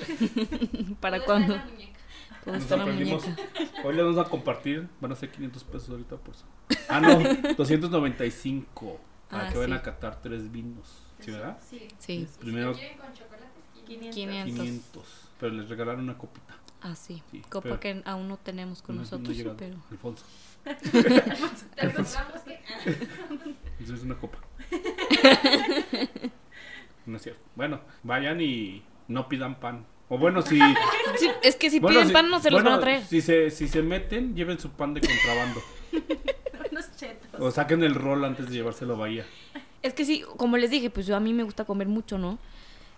Speaker 4: ¿Para
Speaker 8: Todo está en
Speaker 4: cuándo?
Speaker 8: la muñeca.
Speaker 4: Todo
Speaker 1: Nos
Speaker 4: está en la
Speaker 1: aprendimos.
Speaker 4: muñeca.
Speaker 1: Hoy le vamos a compartir. Van a ser 500 pesos ahorita por su- Ah, no, 295. Para
Speaker 4: Ah,
Speaker 1: que vayan
Speaker 4: sí.
Speaker 1: a catar tres vinos. ¿Sí, verdad?
Speaker 8: Sí.
Speaker 4: Sí,
Speaker 8: Si
Speaker 1: Primero
Speaker 8: lo quieren con chocolate, y
Speaker 5: 500.
Speaker 4: 500.
Speaker 1: 500. Pero les regalaron una copita.
Speaker 4: Así.
Speaker 1: Sí,
Speaker 4: Ah, Copa
Speaker 1: pero-
Speaker 4: que aún no tenemos con
Speaker 1: No, no
Speaker 4: nosotros,
Speaker 1: llegaron.
Speaker 4: pero.
Speaker 1: Alfonso.
Speaker 8: te recordamos que.
Speaker 1: Eso es una copa. no es cierto. Bueno, vayan y no pidan pan. O bueno, si.
Speaker 4: Sí, es que si
Speaker 1: bueno,
Speaker 4: piden
Speaker 1: si-
Speaker 4: pan, no se los
Speaker 1: bueno,
Speaker 4: van a traer.
Speaker 1: Si se, si se meten, lleven su pan de contrabando.
Speaker 5: Unos chetos.
Speaker 1: o saquen el rol antes de llevárselo a Bahía.
Speaker 4: Es que sí, como les dije, pues yo a mí me gusta comer mucho, ¿no?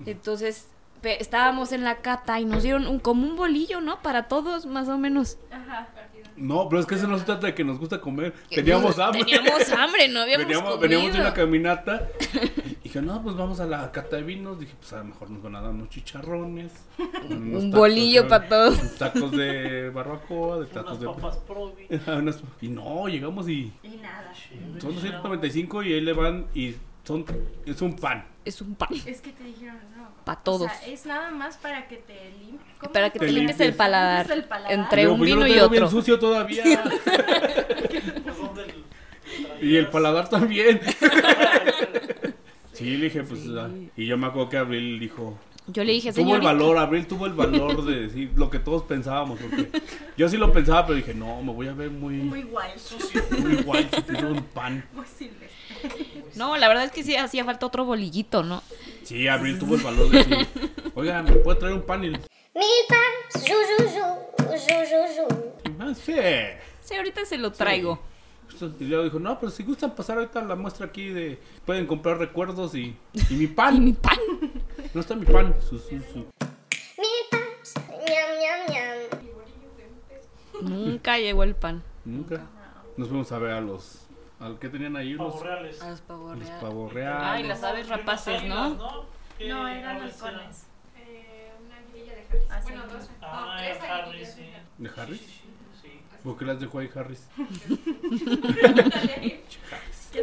Speaker 4: Entonces pe- estábamos en la cata y nos dieron un, como un bolillo, ¿no? Para todos, más o menos.
Speaker 5: Ajá.
Speaker 1: No, pero es que eso no se trata de que nos gusta comer. Teníamos hambre.
Speaker 4: Teníamos hambre, no habíamos
Speaker 1: Veníamos,
Speaker 4: comido.
Speaker 1: veníamos de una caminata y dije, no, pues vamos a la cata de vinos. Dije, pues a lo mejor nos van a dar unos chicharrones. unos
Speaker 4: Un bolillo
Speaker 1: de-
Speaker 4: pa' todos.
Speaker 1: unos Tacos de barbacoa, de tacos
Speaker 3: Unas
Speaker 1: de...
Speaker 3: papas probi.
Speaker 1: Unas- Y no, llegamos y
Speaker 5: Y nada.
Speaker 1: son 295 y ahí le van y son... Es un pan.
Speaker 4: Es un pan.
Speaker 5: Es que te dijeron, no.
Speaker 4: Pa' todos.
Speaker 5: O sea, es nada más para que te limpies. ¿Cómo?
Speaker 4: Para que
Speaker 1: Te
Speaker 4: te,
Speaker 1: limpies
Speaker 4: limpies el paladar,
Speaker 5: el paladar.
Speaker 4: entre
Speaker 1: Digo,
Speaker 4: un
Speaker 1: pues, yo
Speaker 4: vino
Speaker 1: lo
Speaker 4: y
Speaker 1: tengo bien
Speaker 4: otro.
Speaker 1: sucio todavía.
Speaker 3: Pues, ¿dónde lo- lo
Speaker 1: y el
Speaker 3: traías?
Speaker 1: paladar también. Sí, le dije, pues... la- Y yo me acuerdo que Abril dijo,
Speaker 4: Yo le dije,
Speaker 1: Tuvo el
Speaker 4: "Señorita".
Speaker 1: valor, Abril tuvo el valor de decir lo que todos pensábamos. Porque yo sí lo pensaba, pero dije, no, me voy a ver muy, muy
Speaker 5: guay.
Speaker 1: guay si pido un pan.
Speaker 5: Muy silvestre.
Speaker 4: No, la verdad es que sí hacía falta otro bolillito, ¿no?
Speaker 1: Sí, Abril tuvo el valor de decir, oiga, ¿me puede traer un pan? Y, ah, sí.
Speaker 4: Sí, ahorita se lo traigo.
Speaker 1: Y yo dijo, no, pero si gustan pasar ahorita la muestra aquí de, pueden comprar recuerdos y, y mi pan. y mi
Speaker 4: pan.
Speaker 1: No está mi pan. Su, su, su.
Speaker 4: Nunca llegó el pan.
Speaker 1: Nunca. Nos fuimos a ver a los, al que tenían ahí los...
Speaker 3: Borreales.
Speaker 4: A los pavos
Speaker 1: Los
Speaker 4: reales.
Speaker 1: pavos
Speaker 4: Ay,
Speaker 1: reales.
Speaker 4: las aves rapaces, ¿no?
Speaker 3: ¿no? ¿Qué
Speaker 5: No, eran
Speaker 3: aves
Speaker 5: halcones.
Speaker 8: Eh, una anguilla de Harris.
Speaker 5: Ah,
Speaker 8: bueno,
Speaker 5: sí.
Speaker 8: dos.
Speaker 3: Ah,
Speaker 8: no,
Speaker 3: era
Speaker 8: tres
Speaker 3: Harris,
Speaker 8: anguillas.
Speaker 3: sí.
Speaker 1: ¿De Harris?
Speaker 3: Sí, sí, sí.
Speaker 1: ¿Por qué las dejó ahí Harris?
Speaker 5: Ya
Speaker 1: ¿Por qué las-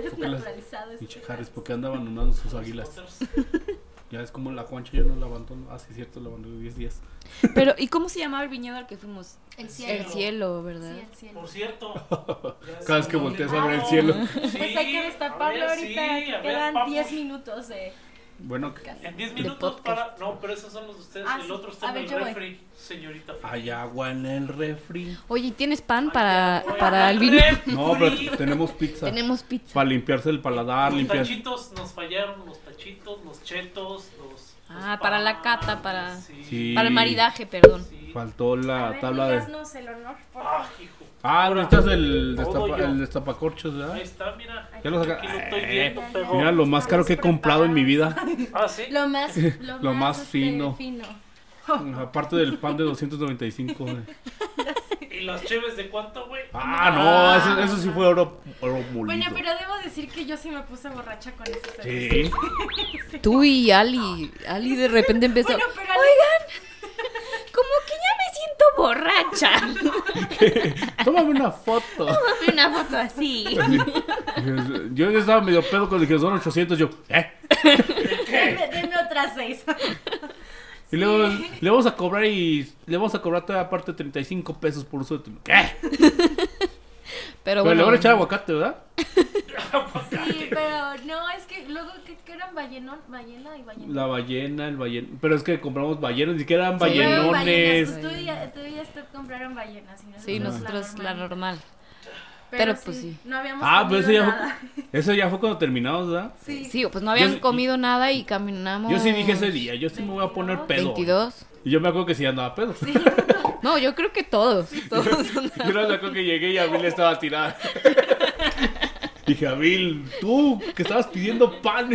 Speaker 5: desnaturalizado. este
Speaker 1: Pinche Harris, porque anda abandonando sus águilas. Ya es como la Juancha, yo no la abandono. Ah, sí, cierto, la abandoné 10 días.
Speaker 4: Pero, ¿y cómo se llamaba el viñedo al que fuimos?
Speaker 5: El
Speaker 4: El
Speaker 5: cielo.
Speaker 4: cielo,
Speaker 5: Sí,
Speaker 4: ¿verdad?
Speaker 5: el cielo.
Speaker 3: Por cierto.
Speaker 1: Cada vez que volteas a ver el cielo.
Speaker 5: Pues hay que destaparlo ahorita, que quedan 10 minutos de...
Speaker 1: Bueno, que-
Speaker 3: En 10
Speaker 4: de
Speaker 3: minutos para.
Speaker 4: podcast.
Speaker 3: No, pero esos son los de ustedes.
Speaker 5: Ah,
Speaker 3: el
Speaker 5: sí.
Speaker 3: otro
Speaker 5: A
Speaker 3: está en
Speaker 5: ver,
Speaker 3: el
Speaker 5: yo voy.
Speaker 3: refri, señorita.
Speaker 1: hay agua en el refri.
Speaker 4: Oye, ¿y ¿tienes pan para, para el vino?
Speaker 1: No, pero tenemos pizza.
Speaker 4: Tenemos pizza.
Speaker 1: Para limpiarse el paladar,
Speaker 3: Los
Speaker 1: limpiar.
Speaker 3: tachitos nos fallaron, los tachitos, los chetos, los. los
Speaker 4: Ah, para la cata, para-
Speaker 3: panes, Sí.
Speaker 1: Sí.
Speaker 4: Para el maridaje, perdón.
Speaker 3: sí.
Speaker 1: Faltó
Speaker 5: A
Speaker 1: la
Speaker 5: ver,
Speaker 1: Ah, tabla de.
Speaker 5: díganos el honor, por favor.
Speaker 3: Ah, hijo.
Speaker 1: Ah, ahora estás el,
Speaker 3: Todo
Speaker 1: destapa-
Speaker 3: yo.
Speaker 1: el destapacorchos, ¿verdad?
Speaker 3: Ahí está, mira.
Speaker 1: Ya lo saca-
Speaker 3: Aquí lo estoy
Speaker 1: Eh,
Speaker 3: viendo, pero.
Speaker 1: Mira lo más caro que he comprado en mi vida.
Speaker 3: Ah, sí.
Speaker 5: Lo más, lo
Speaker 1: Lo más
Speaker 5: este,
Speaker 1: fino.
Speaker 5: fino.
Speaker 1: Aparte del pan de 295. eh.
Speaker 3: ¿Y las cheves de cuánto, güey?
Speaker 1: Ah, no, eso, eso sí fue oro, oro molido.
Speaker 5: Bueno, pero debo decir que yo sí me puse borracha con ese cerveza.
Speaker 1: Sí.
Speaker 4: Tú y Ali. Ali de repente empezó.
Speaker 5: Bueno, pero Ale-
Speaker 4: Oigan, como que ya me siento borracha.
Speaker 1: Tómame una foto.
Speaker 4: Dame una foto así.
Speaker 1: Yo ya estaba medio pedo cuando dije son 800. Yo, ¿eh?
Speaker 5: denme, denme otras seis.
Speaker 1: Y luego le vamos a cobrar y le vamos a cobrar toda parte 35 pesos por uso de tu. ¿Qué? Pero,
Speaker 4: Pero
Speaker 1: le
Speaker 4: bueno.
Speaker 1: van a echar aguacate, ¿verdad?
Speaker 5: Sí, pero no, es que luego que, que eran ballenón, ballena y ballenón.
Speaker 1: La ballena, el ballen. Pero es que compramos ballenas, ni siquiera eran
Speaker 4: Sí,
Speaker 5: Fueron
Speaker 1: ballenones.
Speaker 5: ballenas, pues Tú y, tú y Esther compraron ballenas. Y nosotros
Speaker 4: Sí,
Speaker 5: la
Speaker 4: nosotros la
Speaker 5: normal.
Speaker 4: normal. pero pues sí.
Speaker 5: No habíamos
Speaker 1: Ah, pero eso
Speaker 5: comido
Speaker 1: ya,
Speaker 5: nada.
Speaker 1: fue, eso ya fue cuando terminamos, ¿verdad?
Speaker 5: Sí.
Speaker 4: Sí, pues no habían
Speaker 1: sí-
Speaker 4: comido nada y caminamos.
Speaker 1: Yo sí dije ese día, yo sí me voy a poner pedo.
Speaker 4: 22.
Speaker 1: Y yo me acuerdo que sí andaba pedo.
Speaker 4: No, yo creo que todos. todos
Speaker 1: Yo no me acuerdo que llegué y Abril estaba tirada. Dije, Abril, tú que estabas pidiendo pan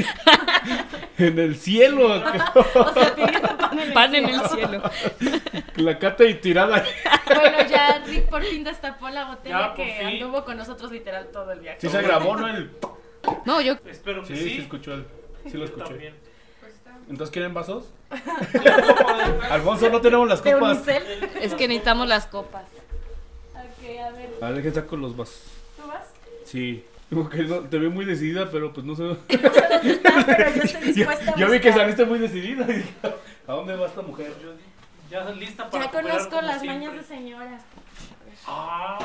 Speaker 1: en el cielo, acá,
Speaker 5: O sea, pidiendo pan en el
Speaker 4: pan en
Speaker 5: cielo.
Speaker 4: el cielo.
Speaker 1: la cata y tirada.
Speaker 5: Bueno, ya Rick por fin destapó la botella
Speaker 3: Ya, por
Speaker 5: que
Speaker 3: fin.
Speaker 5: anduvo con nosotros literal todo el viaje.
Speaker 1: pues, Sí se grabó, ¿no? El...
Speaker 4: No, yo.
Speaker 3: Espero que
Speaker 1: Sí,
Speaker 3: sí.
Speaker 1: sí escuchó el... Sí lo
Speaker 3: Yo
Speaker 1: escuché.
Speaker 3: también.
Speaker 1: ¿Entonces quieren vasos? Alfonso, no tenemos las
Speaker 5: De
Speaker 1: copas.
Speaker 5: Unicel.
Speaker 4: Es que necesitamos las copas.
Speaker 5: Ok, a ver,
Speaker 1: A ver, ¿qué saco los vasos?
Speaker 5: ¿tú vas?
Speaker 1: Sí. Como que no- te vi muy decidida, pero pues no sé.
Speaker 5: No sé dónde está, pero yo estoy
Speaker 1: Yo,
Speaker 5: dispuesta a
Speaker 1: yo vi que
Speaker 5: buscar.
Speaker 1: saliste muy decidida. y dije, ¿A dónde va esta mujer?
Speaker 3: Yo di- Ya lista para
Speaker 5: Ya
Speaker 3: cooperar
Speaker 5: conozco
Speaker 3: como
Speaker 5: las
Speaker 3: siempre.
Speaker 5: mañas de señora.
Speaker 3: Ah,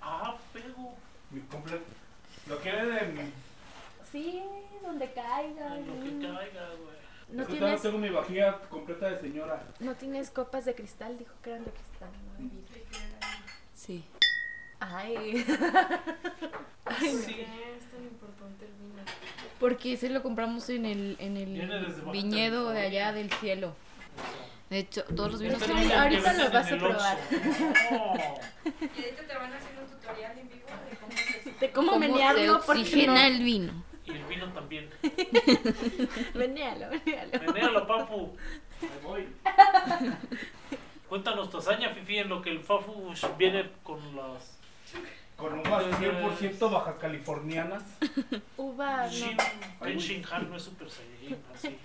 Speaker 3: ah, pego.
Speaker 1: Mi comple- ¿Lo quieren en.?
Speaker 5: Sí, donde caiga.
Speaker 3: Ay, Lo que
Speaker 5: mm.
Speaker 3: caiga, güey.
Speaker 5: No
Speaker 1: Es que
Speaker 5: tienes,
Speaker 1: tengo mi vajilla completa de señora.
Speaker 5: no tienes copas de cristal, dijo que eran de cristal. no de vidrio.
Speaker 4: Sí.
Speaker 5: Ay,
Speaker 8: Sí, es tan importante el vino.
Speaker 4: Porque se lo compramos en el, en
Speaker 3: Viene desde
Speaker 4: el
Speaker 3: Baja
Speaker 4: viñedo de
Speaker 3: California.
Speaker 4: allá del cielo. De hecho, todos los vinos
Speaker 3: Este
Speaker 4: que
Speaker 3: es el que
Speaker 5: ahorita
Speaker 3: venden
Speaker 5: lo vas
Speaker 3: en
Speaker 5: a
Speaker 3: el
Speaker 5: probar.
Speaker 3: Oxxo.
Speaker 8: Y ahorita te van a hacer un tutorial en vivo de cómo se
Speaker 5: de cómo,
Speaker 4: ¿Cómo se
Speaker 5: menearlo, porque no.
Speaker 4: oxigena el vino?
Speaker 3: No, Y el vino también.
Speaker 5: Menealo, menealo.
Speaker 3: Venéalo, papu. Me voy. Cuéntanos tu hazaña, Fifi, en lo que el Fafu viene con las...
Speaker 1: Con uvas 100% baja californianas.
Speaker 5: Uva,
Speaker 3: Shin,
Speaker 5: Ah, no.
Speaker 3: Ken Shinhan no es Super Saiyajin, así.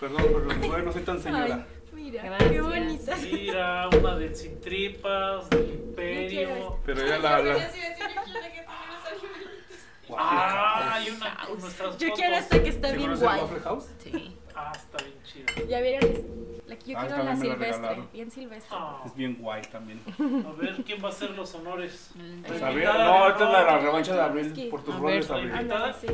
Speaker 1: Perdón, pero bueno, no soy tan
Speaker 5: Ay, mira, qué
Speaker 4: Gracias.
Speaker 5: bonitas.
Speaker 3: Mira, una de sin tripas, del imperio.
Speaker 1: Pero era la.
Speaker 8: Yo sí, sí, yo quiero que tenga los alimentos.
Speaker 3: Ah, y una con nuestras
Speaker 5: este. Yo
Speaker 3: fotos.
Speaker 5: quiero este. esta que está bien guay.
Speaker 1: House?
Speaker 4: Sí.
Speaker 3: Ah, está bien chida.
Speaker 5: Ya vieron es- la que yo
Speaker 1: Ah,
Speaker 5: quiero
Speaker 1: también me la
Speaker 5: la silvestre,
Speaker 1: regalaron.
Speaker 5: bien silvestre.
Speaker 3: Ah,
Speaker 1: Es bien guay también.
Speaker 3: a ver, ¿quién va a hacer los honores?
Speaker 1: Pues
Speaker 3: La
Speaker 1: Abril-
Speaker 3: invitada
Speaker 1: no,
Speaker 3: de
Speaker 1: ahorita es la,
Speaker 3: honor.
Speaker 1: la revancha de Abril por
Speaker 4: A
Speaker 1: tus
Speaker 4: ver.
Speaker 1: roles,
Speaker 3: La
Speaker 1: Abril.
Speaker 3: invitada,
Speaker 5: Sí.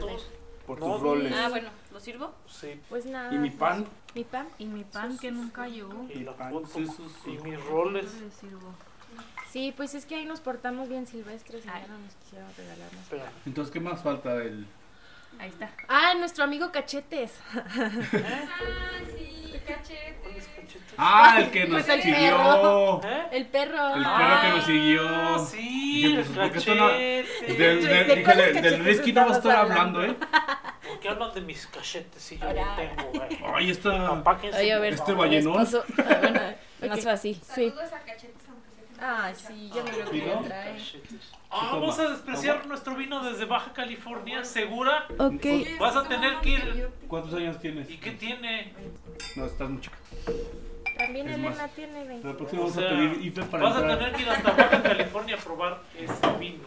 Speaker 3: todos.
Speaker 1: Por
Speaker 3: No,
Speaker 1: tus roles.
Speaker 4: Ah, bueno,
Speaker 11: lo sirvo?
Speaker 3: Sí.
Speaker 11: Pues nada.
Speaker 1: ¿Y mi pan?
Speaker 11: Mi pan.
Speaker 5: Y mi pan que nunca llegó.
Speaker 3: Y la
Speaker 1: pan,
Speaker 3: foto,
Speaker 1: sí, sí, Ah, sí.
Speaker 3: y mis roles.
Speaker 11: Sí, pues es que ahí nos portamos bien silvestres y ya no nos quisieron regalar más.
Speaker 1: Entonces, ¿qué más falta del...?
Speaker 11: Ahí está. Ah, nuestro amigo Cachetes.
Speaker 8: Ah, sí, cachetes.
Speaker 1: ¡Ah, el que nos
Speaker 11: Pues el
Speaker 1: siguió!
Speaker 11: perro.
Speaker 3: ¿Eh?
Speaker 11: El perro.
Speaker 1: El perro que nos siguió.
Speaker 3: Ah, Sí,
Speaker 1: Dije, pues, ¿por qué tú no- Del, del-
Speaker 3: ¿De
Speaker 1: dije,
Speaker 3: cuáles
Speaker 1: del- del
Speaker 3: cachetes
Speaker 1: Risky no vas a estar
Speaker 3: estabas
Speaker 1: hablando, ¿eh?
Speaker 3: ¿Por qué hablan de mis cachetes si yo no tengo, güey?
Speaker 1: Ay, esta...
Speaker 11: Oye, a ver.
Speaker 1: Este ballenón.
Speaker 11: esposo. Ah, bueno, Más fácil. Sí.
Speaker 8: Saludos a cachetes, aunque se
Speaker 11: Ah, sí, ya me lo
Speaker 1: ¿Y
Speaker 11: voy
Speaker 1: no?
Speaker 11: a traer.
Speaker 3: Ah,
Speaker 1: Toma,
Speaker 3: vas a despreciar nuestro vino desde Baja California, segura.
Speaker 11: Ok.
Speaker 3: Vas a tener que ir.
Speaker 1: ¿Cuántos años tienes?
Speaker 3: ¿Y qué tiene?
Speaker 1: No, estás muy chica.
Speaker 11: También
Speaker 1: Es
Speaker 11: Elena
Speaker 1: más.
Speaker 11: tiene
Speaker 1: La
Speaker 11: 20.
Speaker 1: próxima
Speaker 3: O
Speaker 1: vamos a
Speaker 3: sea,
Speaker 1: pedir IFE para
Speaker 3: vas a
Speaker 1: entrar.
Speaker 3: tener que ir hasta Baja California a probar ese vino.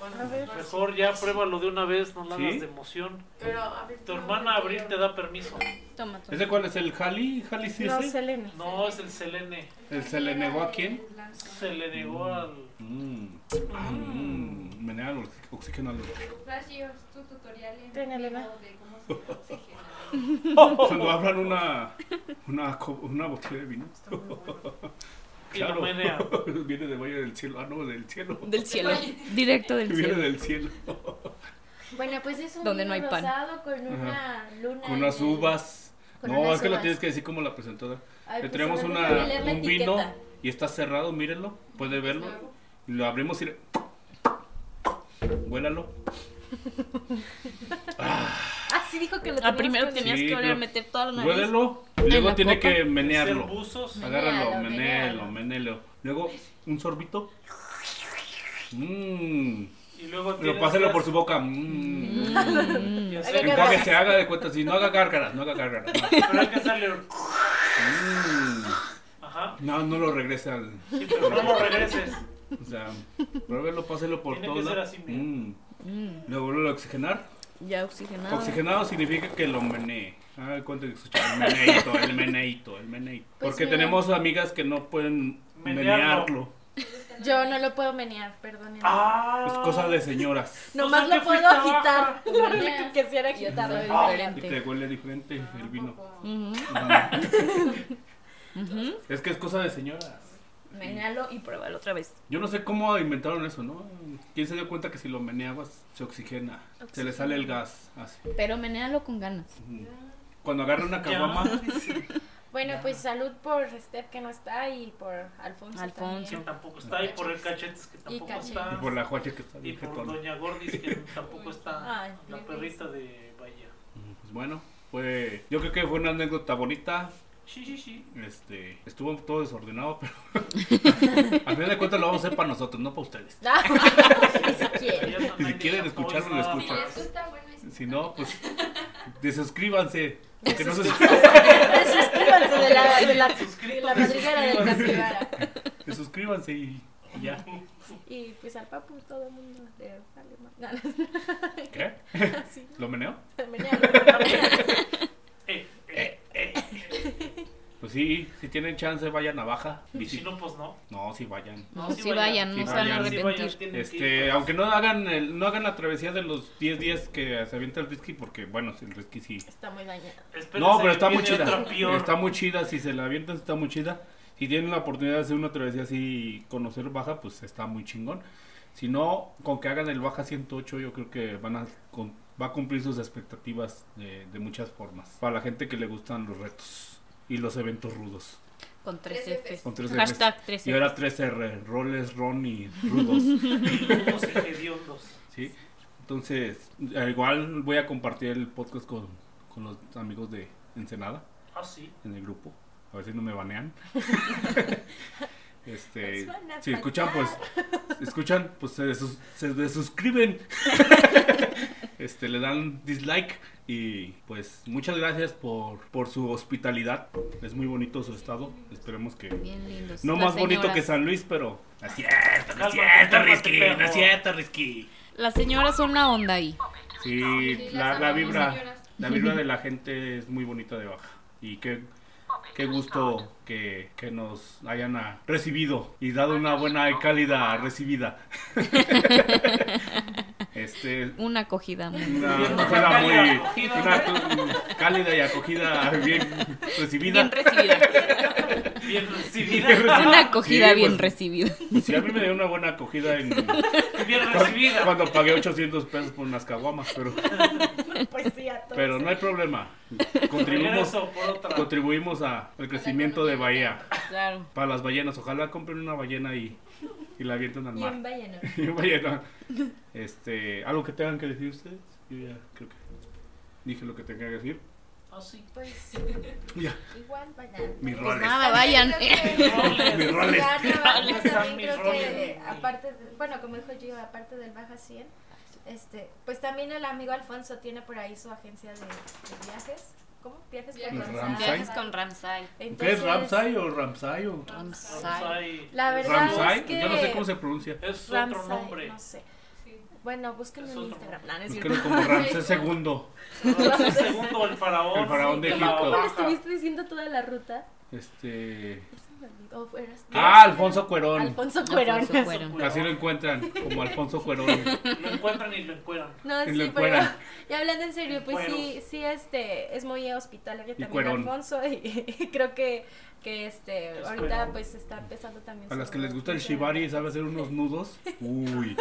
Speaker 11: A ver.
Speaker 3: Mejor ya pruébalo de una vez, no la
Speaker 1: ¿Sí?
Speaker 3: hagas de emoción.
Speaker 8: Pero a ver,
Speaker 3: Tu hermana Abril te da permiso.
Speaker 4: Toma, toma.
Speaker 1: ¿Ese cuál es? ¿El Jali? ¿Jali sí
Speaker 11: No,
Speaker 1: ese?
Speaker 11: Selena.
Speaker 3: No, es el Selene.
Speaker 1: ¿El se le negó a quién?
Speaker 3: Se le negó
Speaker 1: Mm.
Speaker 3: al.
Speaker 1: Mmm. Ah,
Speaker 11: Mm.
Speaker 1: mmm. Menea el oxi- oxígeno al
Speaker 8: Flashios, tu tutorial en
Speaker 11: Ten, Elena.
Speaker 8: vivo de cómo se oxigena.
Speaker 3: Oh.
Speaker 1: Cuando abran una, una, co- una botella de vino.
Speaker 3: Y lo menea.
Speaker 1: Viene de Valle del Cielo. Ah, no, del cielo.
Speaker 4: Del cielo. Directo del
Speaker 1: Viene
Speaker 4: cielo.
Speaker 1: del cielo.
Speaker 5: Bueno, pues es un
Speaker 4: Donde no
Speaker 5: vino
Speaker 4: hay pan.
Speaker 5: rosado con una luna.
Speaker 1: Con unas
Speaker 5: en el-
Speaker 1: uvas.
Speaker 5: Con
Speaker 1: No,
Speaker 5: unas
Speaker 1: es que lo
Speaker 5: uvas.
Speaker 1: tienes que decir como la presentadora.
Speaker 5: Ay,
Speaker 1: Le
Speaker 5: pues,
Speaker 1: traemos
Speaker 5: a ver,
Speaker 1: una,
Speaker 5: déjame leer la
Speaker 1: un vino
Speaker 5: etiqueta.
Speaker 1: y está cerrado, mírenlo. Puede verlo. Y lo abrimos y le... Huélalo.
Speaker 11: Así dijo que lo
Speaker 4: Ah,
Speaker 11: tenías
Speaker 4: primero
Speaker 11: que-
Speaker 4: tenías
Speaker 1: Sí,
Speaker 4: que oler,
Speaker 1: pero-
Speaker 4: meter toda la nariz.
Speaker 1: Huélelo. y Luego
Speaker 4: la
Speaker 1: tiene
Speaker 4: copa?
Speaker 1: que
Speaker 3: Ser
Speaker 1: menearlo.
Speaker 3: buzos.
Speaker 1: Agárralo,
Speaker 5: Menéalo,
Speaker 1: menéalo,
Speaker 5: menéalo.
Speaker 1: menéalo. Luego un sorbito. Mmm.
Speaker 3: Y luego
Speaker 1: Pero
Speaker 3: tienes
Speaker 1: páselo
Speaker 3: que-
Speaker 1: por su boca. Mmm.
Speaker 3: y hacer-
Speaker 1: Enjuague, se haga de cuenta. Si no haga gárgaras, no haga gárgaras.
Speaker 3: Pero hay que hacerle un-
Speaker 1: Mm.
Speaker 3: Ajá.
Speaker 1: No, no lo regrese al.
Speaker 3: Sí, pero no lo regreses.
Speaker 1: O sea, pruébelo, páselo por
Speaker 3: Tiene
Speaker 1: todo.
Speaker 3: que ser
Speaker 1: la-
Speaker 3: así, mira.
Speaker 1: Mm. Luego vuelvo a oxigenar.
Speaker 4: Ya oxigenado.
Speaker 1: Oxigenado significa que lo menee. Ah, cuánto que escucha. El meneito, el meneito, el meneito.
Speaker 11: Pues
Speaker 1: Porque
Speaker 11: mira.
Speaker 1: tenemos amigas que no pueden menearlo.
Speaker 3: Menearlo.
Speaker 11: Yo no lo puedo menear, perdónenme.
Speaker 3: Ah.
Speaker 1: Es cosa de señoras.
Speaker 11: Nomás
Speaker 3: o sea,
Speaker 11: lo
Speaker 3: que
Speaker 11: puedo
Speaker 3: fuiste
Speaker 11: agitar.
Speaker 3: baja.
Speaker 11: Lo único que quisiera
Speaker 4: Yo tardo
Speaker 11: agitarlo.
Speaker 1: Y
Speaker 4: diferente.
Speaker 1: te huele diferente el vino.
Speaker 4: Ujú. Ujú.
Speaker 1: Es que es cosa de señoras.
Speaker 4: Menealo y pruébalo otra vez.
Speaker 1: Yo no sé cómo inventaron eso, ¿no? ¿Quién se dio cuenta que si lo meneabas se oxigena? Se le sale el gas. Así.
Speaker 4: Pero menéalo con ganas.
Speaker 1: Cuando agarra una caguama,
Speaker 11: Bueno, pues salud por Steph que no está y por Alfonso.
Speaker 4: Alfonso.
Speaker 3: Que tampoco está. Y por el cachetes que
Speaker 11: Y
Speaker 3: tampoco
Speaker 11: cachetes.
Speaker 1: y
Speaker 3: está.
Speaker 1: por la guacha que está
Speaker 3: Y
Speaker 1: bien
Speaker 3: por
Speaker 1: jetona.
Speaker 3: Doña Gordis que tampoco
Speaker 11: Ay,
Speaker 3: está. La
Speaker 11: mi
Speaker 3: perrita de Bahía.
Speaker 1: Pues bueno, fue. Yo creo que fue una anécdota bonita.
Speaker 3: Sí, sí, sí.
Speaker 1: Este, estuvo todo desordenado, pero al final de cuentas lo vamos a hacer para nosotros, no para ustedes.
Speaker 11: también. Ah, si quiere.
Speaker 3: Ellas andan
Speaker 1: Si
Speaker 3: de
Speaker 1: quieren
Speaker 3: chapoy,
Speaker 1: escucharlo, lo
Speaker 3: nada
Speaker 8: Si
Speaker 1: escuchan.
Speaker 3: más.
Speaker 8: les gusta, bueno, y
Speaker 1: Si no, pues desuscríbanse. Porque no se-
Speaker 11: Suscríbanse de la, de la, de la
Speaker 3: Suscríbete,
Speaker 11: madriguera del capibara.
Speaker 1: Desuscríbanse y y ya.
Speaker 3: Eh,
Speaker 11: Y pues al papu todo el mundo le vale más.
Speaker 1: ¿Qué?
Speaker 11: Sí.
Speaker 1: ¿Lo meneo?
Speaker 3: Eh, eh, eh.
Speaker 1: Pues sí, si tienen chance, vayan a baja.
Speaker 3: Y si
Speaker 1: Visi-
Speaker 3: no, pues no.
Speaker 1: No, si vayan.
Speaker 4: No, sí vayan,
Speaker 1: no
Speaker 3: Sí
Speaker 1: se van a
Speaker 3: sí
Speaker 4: arrepentir.
Speaker 3: tienen que
Speaker 1: Este,
Speaker 3: ir.
Speaker 1: aunque no hagan el- no hagan la travesía de los 10 días que se avienta el risky, porque bueno, el risky sí.
Speaker 11: Está muy dañada.
Speaker 3: Espérense
Speaker 1: No, pero
Speaker 3: que
Speaker 1: está muy
Speaker 3: viene
Speaker 1: chida.
Speaker 3: otra peor.
Speaker 1: Está muy chida, si se la avientan está muy chida. Si tienen la oportunidad de hacer una travesía así y conocer Baja, pues está muy chingón. Si no, con que hagan el Baja 108, yo creo que van a con- va a cumplir sus expectativas de, de muchas formas. Para la gente que le gustan los retos y los eventos rudos.
Speaker 4: Con tres
Speaker 8: Tres
Speaker 4: Fs.
Speaker 1: Con tres Rs.
Speaker 4: Hashtag tres
Speaker 1: Y
Speaker 4: Fs.
Speaker 1: ahora 3R, roles, ron y rudos.
Speaker 3: Lujos y hediondos.
Speaker 1: ¿sí? Entonces, eh, igual voy a compartir el podcast con, con los amigos de Ensenada.
Speaker 3: Ah, sí.
Speaker 1: en el grupo. A ver si no me banean. este,
Speaker 11: Nos van a
Speaker 1: si escuchan, pues, escuchan, pues se, desus- se desuscriben. este, le dan dislike. Y pues muchas gracias por, por su hospitalidad. Es muy bonito su estado. Esperemos que...
Speaker 4: Bien lindos.
Speaker 1: No
Speaker 4: Las
Speaker 1: más bonito
Speaker 4: señoras.
Speaker 1: que San Luis, pero... No es cierto, no es
Speaker 3: Cálmate,
Speaker 1: cierto,
Speaker 3: cálmate,
Speaker 1: Risky, no es
Speaker 3: perro.
Speaker 1: cierto, Risky.
Speaker 4: Las señoras son la onda ahí.
Speaker 1: Sí,
Speaker 8: las
Speaker 1: la, la
Speaker 8: amamos,
Speaker 1: vibra,
Speaker 8: señoras.
Speaker 1: la vibra de la gente es muy bonita de baja. Y qué, qué gusto que, que nos hayan ah, recibido y dado una buena y cálida recibida. Este,
Speaker 4: Una acogida muy-
Speaker 1: Una
Speaker 4: Bien
Speaker 1: acogida
Speaker 4: cálida
Speaker 1: muy
Speaker 4: acogida.
Speaker 1: una cálida y acogida bien recibida.
Speaker 4: Bien recibida.
Speaker 1: Bien
Speaker 4: recibida. Una acogida bien recibida.
Speaker 1: Sí, a mí me dio una buena acogida en
Speaker 3: Bien recibida.
Speaker 1: Cuando, cuando pagué 800 pesos por unas caguamas, pero
Speaker 5: Pues sí, a todos.
Speaker 1: pero no hay problema. Contribuimos
Speaker 3: Regreso por otra.
Speaker 1: contribuimos a el crecimiento de Bahía.
Speaker 4: Claro.
Speaker 1: Para las ballenas, ojalá compren una ballena y y la avienten al mar.
Speaker 8: Bien, vayan.
Speaker 1: Y un ballena. Este, algo que tengan que decir ustedes. Yo ya creo que dije lo que tenía que decir.
Speaker 3: Ah, sí.
Speaker 5: Pues
Speaker 1: Ya.
Speaker 5: igual vayan.
Speaker 1: Mis
Speaker 4: Pues
Speaker 1: roles.
Speaker 4: nada, vayan.
Speaker 5: Mis roles.
Speaker 1: Mis roles.
Speaker 5: Ya, nada, yo también
Speaker 3: Mis
Speaker 5: creo
Speaker 3: roles.
Speaker 5: que, aparte, de- bueno, como dijo Gio, aparte del Baja 100, este, pues también el amigo Alfonso tiene por ahí su agencia de, de viajes. ¿Cómo? Viajes
Speaker 1: Viajes.
Speaker 5: con
Speaker 1: Ramsay.
Speaker 5: Ramsay.
Speaker 1: Viajes
Speaker 4: con Ramsay.
Speaker 1: ¿Qué es
Speaker 5: Entonces,
Speaker 1: Ramsay o Ramsay o
Speaker 4: Ramsay.
Speaker 5: La
Speaker 3: Pues
Speaker 5: verdad
Speaker 1: Ramsay? Pues
Speaker 5: es que
Speaker 1: Yo no sé cómo se pronuncia.
Speaker 3: Es
Speaker 5: Ramsay,
Speaker 3: otro nombre.
Speaker 5: No sé. Bueno, búsquenlo en Instagram. No, no es
Speaker 1: Búsquenlo
Speaker 5: cierto.
Speaker 1: Pues como Ramsés segundo.
Speaker 3: Ramsés segundo, el faraón.
Speaker 1: El faraón de
Speaker 3: Sí, claro.
Speaker 1: Egipto.
Speaker 11: ¿Cómo le estuviste diciendo toda la ruta?
Speaker 1: Este.
Speaker 11: Ya se me olvidó,
Speaker 5: Oh,
Speaker 11: eras tú.
Speaker 1: Ah, Alfonso Cuerón.
Speaker 11: Alfonso Cuerón.
Speaker 4: Alfonso Cuerón.
Speaker 1: Así lo encuentran, como Alfonso Cuerón.
Speaker 3: Lo encuentran y lo encueran.
Speaker 5: No,
Speaker 1: Y lo
Speaker 5: sí, pero
Speaker 1: encueran.
Speaker 5: ya hablando en serio, pues sí,
Speaker 3: Cueros.
Speaker 5: sí, este, es muy hospitalario también
Speaker 1: cuerón.
Speaker 5: Alfonso y, creo que, que este,
Speaker 3: Es
Speaker 5: ahorita
Speaker 3: cuerón.
Speaker 5: pues está empezando también.
Speaker 1: A
Speaker 5: su-
Speaker 1: las que les gusta el shibari y sabe hacer unos nudos. Uy.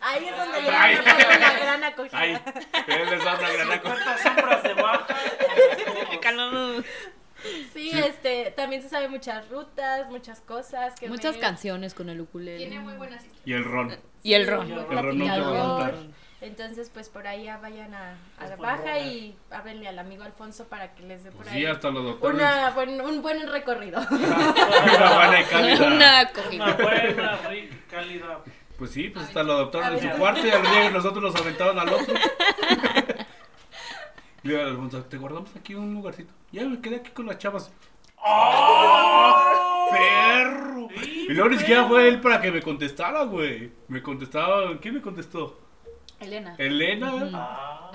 Speaker 5: Ahí es donde le
Speaker 1: Ay.
Speaker 5: dan la gran acogida.
Speaker 1: Ay, él les da una gran acogida.
Speaker 3: sombras de baja.
Speaker 5: Sí,
Speaker 1: Sí.
Speaker 5: este, también se sabe muchas rutas, muchas cosas. Que
Speaker 4: Muchas
Speaker 5: me-
Speaker 4: canciones con el ukulele.
Speaker 8: Tiene muy buenas historias.
Speaker 1: Y el ron.
Speaker 4: Y el ron.
Speaker 5: Sí,
Speaker 1: El ron nunca
Speaker 5: platicador.
Speaker 1: va a faltar.
Speaker 5: Entonces, pues por ahí ya vayan a, a la
Speaker 3: Pues, por
Speaker 5: baja
Speaker 3: favor.
Speaker 5: y háblenle al amigo Alfonso para que les dé por
Speaker 1: Pues
Speaker 5: ahí
Speaker 1: sí, hasta los doctores.
Speaker 5: una, buen- un buen recorrido.
Speaker 1: Una buena y cálida.
Speaker 4: Una
Speaker 3: Una
Speaker 4: acogida.
Speaker 3: buena, rica, cálida.
Speaker 1: Pues sí, pues hasta lo adoptaron en su cuarto y al día que nosotros los aventaron al otro. Digo, Alfonso, te guardamos aquí un lugarcito. Ya me quedé aquí con las chavas. ¡Oh! ¡Perro!
Speaker 3: ¡Ah! Sí,
Speaker 1: Y luego ni
Speaker 3: perro.
Speaker 1: siquiera fue él para que me contestara, güey. Me contestaba, ¿quién me contestó?
Speaker 4: Elena.
Speaker 1: Elena,
Speaker 3: Ah,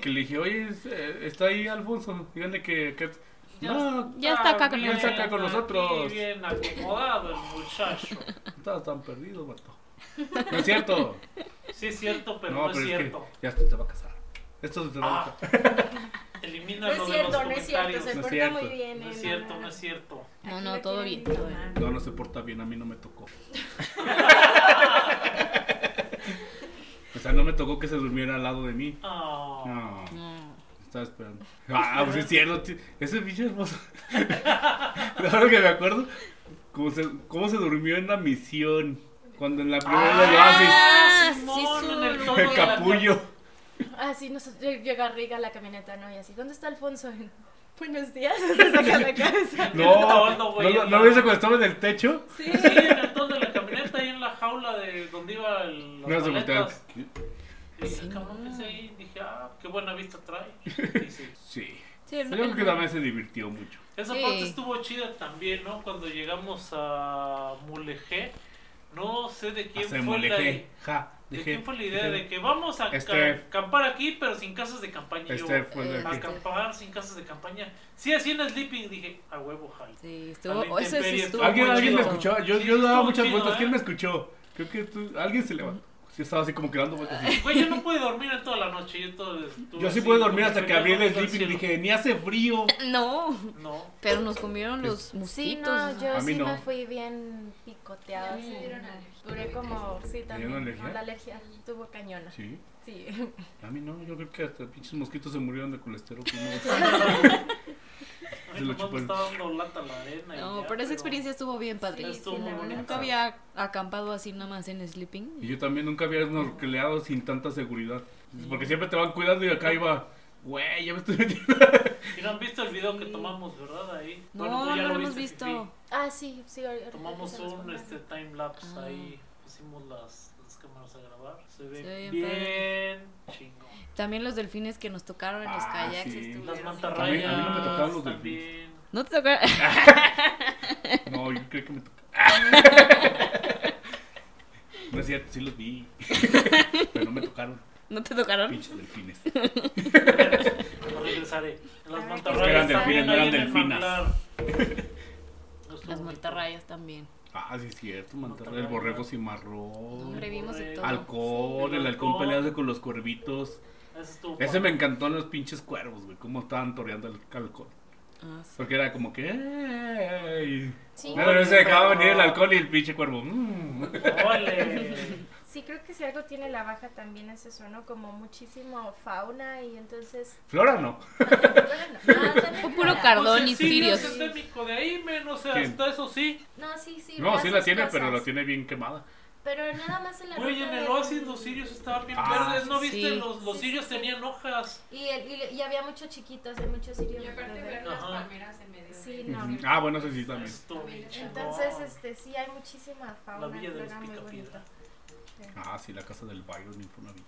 Speaker 1: que le dije, oye, es- eh, está ahí Alfonso, díganle que... que-
Speaker 3: Ya-
Speaker 1: No,
Speaker 4: Ya está acá con
Speaker 1: Ya está acá
Speaker 4: nosotros.
Speaker 1: con nosotros.
Speaker 3: Aquí bien acomodado el muchacho.
Speaker 1: estabas tan perdido, vato. No es cierto.
Speaker 3: Sí es cierto, pero
Speaker 1: no,
Speaker 3: no, es
Speaker 1: pero es
Speaker 3: cierto.
Speaker 1: que ya se te va a casar. Esto se te va a
Speaker 3: Ah.
Speaker 1: casar.
Speaker 5: No
Speaker 3: Elimina
Speaker 5: es
Speaker 3: lo de
Speaker 5: cierto,
Speaker 3: los
Speaker 5: no es cierto,
Speaker 3: comentarios.
Speaker 5: se
Speaker 1: No es
Speaker 5: porta
Speaker 1: cierto.
Speaker 5: muy bien.
Speaker 3: No
Speaker 5: eh,
Speaker 3: es cierto, no es cierto.
Speaker 4: No,
Speaker 5: Aquí
Speaker 4: no,
Speaker 5: lo
Speaker 4: todo
Speaker 5: quieren
Speaker 4: bien, todo
Speaker 5: tomar.
Speaker 1: No, no se porta bien, a mí no me tocó. o sea, no me tocó que se durmiera al lado de mí.
Speaker 3: Ah,
Speaker 1: No,
Speaker 4: No.
Speaker 1: estaba esperando. Ah, pues es cierto, tío. ese bicho hermoso. Ahora que me acuerdo, cómo se, cómo se durmió en la misión. Cuando en la primera del oasis,
Speaker 4: Ah,
Speaker 3: Simón,
Speaker 4: sí, su-
Speaker 3: en el todo
Speaker 1: el
Speaker 3: de la-
Speaker 1: capullo.
Speaker 5: Ah, sí, nos llega Riga a la camioneta, ¿no? Y así, ¿dónde está Alfonso? Buenos días, se saca la cabeza.
Speaker 1: No,
Speaker 3: No, no,
Speaker 1: no,
Speaker 3: este güey,
Speaker 1: lo-
Speaker 3: no.
Speaker 1: no lo viste cuando estaba en el techo.
Speaker 5: Sí,
Speaker 3: Sí, en el tono de la camioneta ahí en la jaula de donde iba el.
Speaker 1: No se volteaba.
Speaker 3: Y el cabrón pensé ahí dije, ah, qué buena vista trae. Y sí.
Speaker 1: Sí.
Speaker 4: Sí,
Speaker 1: Yo creo que también se divirtió mucho.
Speaker 3: Esa
Speaker 4: Sí.
Speaker 3: parte estuvo chida también, ¿no? Cuando llegamos a Mulegé, no sé de quién
Speaker 1: Se
Speaker 3: fue la
Speaker 1: molejé. Ja,
Speaker 3: ¿De
Speaker 1: dejé.
Speaker 3: quién fue la idea de que vamos a ca-
Speaker 1: Steph.
Speaker 3: acampar aquí, pero sin casas de campaña? Y yo,
Speaker 1: Este fue el
Speaker 4: Eh,
Speaker 1: de aquí.
Speaker 3: acampar sin casas de campaña. Sí, así en Sleeping dije, a huevo, jal.
Speaker 4: Sí,
Speaker 3: A la
Speaker 4: estuvo. Eso sí
Speaker 3: intemperie.
Speaker 4: estuvo.
Speaker 1: ¿Alguien,
Speaker 4: muy
Speaker 1: alguien me
Speaker 4: chido.
Speaker 1: escuchó? Yo,
Speaker 3: Sí,
Speaker 1: yo
Speaker 3: sí,
Speaker 1: daba
Speaker 3: estuvo
Speaker 1: muchas
Speaker 3: chido,
Speaker 1: vueltas.
Speaker 3: ¿eh?
Speaker 1: ¿Quién me escuchó? Creo que tú, alguien se levantó. Yo estaba así como que dando vueltas. así.
Speaker 3: Güey, yo no pude dormir en toda la noche. Yo, todo estuve
Speaker 1: Yo sí
Speaker 3: así,
Speaker 1: pude dormir
Speaker 3: como
Speaker 1: hasta que
Speaker 3: tenía
Speaker 1: abrí el
Speaker 3: dormido al
Speaker 1: sleeping y
Speaker 3: cielo.
Speaker 1: dije, ni hace frío.
Speaker 4: No.
Speaker 3: No,
Speaker 4: Pero nos comieron los
Speaker 5: Sí,
Speaker 4: mosquitos.
Speaker 5: no, yo
Speaker 1: A mí
Speaker 5: sí
Speaker 1: no.
Speaker 5: me fui bien picoteada.
Speaker 8: Ya
Speaker 5: sí.
Speaker 8: me dieron alergia.
Speaker 5: Duré como, sí, también.
Speaker 1: dieron alergia?
Speaker 5: no, la alergia estuvo cañona. Sí.
Speaker 1: Sí, a mí no. Yo creo que hasta pinches mosquitos se murieron de colesterol. pues
Speaker 3: a
Speaker 1: Se
Speaker 3: mí
Speaker 1: lo
Speaker 3: nomás
Speaker 1: chupan.
Speaker 3: me estaba dando lata la arena. y
Speaker 4: No,
Speaker 3: ya,
Speaker 4: pero esa experiencia estuvo bien padre.
Speaker 3: Sí, estuvo muy bonita.
Speaker 4: Nunca había acampado así nada más en Sleeping.
Speaker 1: Y yo también nunca había snorkeleado sin tanta seguridad. Porque siempre te van cuidando y acá iba, güey, ya me estoy metiendo.
Speaker 3: Y no han visto el video que tomamos, ¿verdad? Ahí.
Speaker 4: No,
Speaker 3: Bueno, tú ya
Speaker 4: no pues lo hemos
Speaker 3: viste,
Speaker 4: visto.
Speaker 5: Ah, sí, sí. ahorita
Speaker 3: Fifi. Tomamos
Speaker 5: se los
Speaker 3: un
Speaker 5: pongo.
Speaker 3: este, time lapse
Speaker 4: Ah.
Speaker 3: ahí. Pusimos las, las cámaras a grabar. Se ve
Speaker 4: Se ve bien
Speaker 3: bien chingón.
Speaker 4: También los delfines que nos tocaron en los
Speaker 1: Ah,
Speaker 4: kayaks
Speaker 1: sí.
Speaker 4: estuvieron.
Speaker 3: Las
Speaker 4: bien.
Speaker 3: mantarrayas.
Speaker 1: A mí- a mí no me tocaron los
Speaker 3: también.
Speaker 4: ¿No te tocaron?
Speaker 1: No, yo creo que me toca. No es cierto, sí los vi. Pero no me tocaron,
Speaker 4: ¿No te tocaron?
Speaker 1: pinches delfines.
Speaker 3: No regresaré. eh, En Las
Speaker 5: Ay,
Speaker 3: mantarrayas.
Speaker 1: eran delfines,
Speaker 3: también,
Speaker 1: no
Speaker 3: ahí
Speaker 1: eran
Speaker 3: en el
Speaker 1: delfinas.
Speaker 3: manglar. Estuvo
Speaker 4: Las
Speaker 3: bonito.
Speaker 4: mantarrayas también.
Speaker 1: Ah, sí, es cierto, mantar el
Speaker 3: Mantarraya.
Speaker 1: borrego cimarrón.
Speaker 3: Hombre, vimos de todo.
Speaker 1: Halcón,
Speaker 3: Sí,
Speaker 1: el
Speaker 3: el
Speaker 1: halcón
Speaker 3: halcón.
Speaker 1: pelearse con los cuervitos.
Speaker 3: Ese estuvo
Speaker 1: Ese
Speaker 3: padre.
Speaker 1: me encantó en los pinches cuervos, güey. Cómo estaban toreando el halcón.
Speaker 4: Ah, sí.
Speaker 1: Porque era como que. "Eh, "Ey".
Speaker 11: Sí.
Speaker 1: Nada, no se dejaba
Speaker 11: Pero-
Speaker 1: venir el halcón y el pinche cuervo. "Mm".
Speaker 11: Sí, creo que si algo tiene la baja también es eso, ¿no? Como muchísimo fauna y entonces...
Speaker 1: Flora no.
Speaker 5: Ah,
Speaker 11: también
Speaker 4: puro
Speaker 11: flora.
Speaker 4: cardón
Speaker 3: Pues
Speaker 4: y
Speaker 3: el sirio
Speaker 4: sirios.
Speaker 3: es endémico de ahí, men, o sea,
Speaker 1: ¿Quién?
Speaker 3: hasta eso sí.
Speaker 11: No, sí, sí.
Speaker 1: No,
Speaker 11: vea
Speaker 1: sí
Speaker 11: sus
Speaker 1: la tiene,
Speaker 11: cosas.
Speaker 1: pero la tiene bien quemada.
Speaker 11: Pero nada más en la
Speaker 3: Güey,
Speaker 11: ruta
Speaker 3: en el
Speaker 11: del-
Speaker 3: oasis los sirios estaban bien
Speaker 1: Ah,
Speaker 3: verdes, ¿no
Speaker 1: sí.
Speaker 3: viste? Los, los
Speaker 11: Sí,
Speaker 3: sirios tenían hojas.
Speaker 11: Y, el- y, le- y había muchos chiquitos, hay muchos sirios.
Speaker 8: Y aparte
Speaker 11: verdes.
Speaker 8: ver las palmeras en medio.
Speaker 11: Sí, no.
Speaker 1: Ujú. Ah, bueno, eso sí también.
Speaker 11: Entonces, este, sí, hay muchísima fauna.
Speaker 3: La villa de los
Speaker 11: flora muy
Speaker 3: Picapiedra.
Speaker 11: bonita.
Speaker 1: Ah, sí, la casa del Byron Infonavit.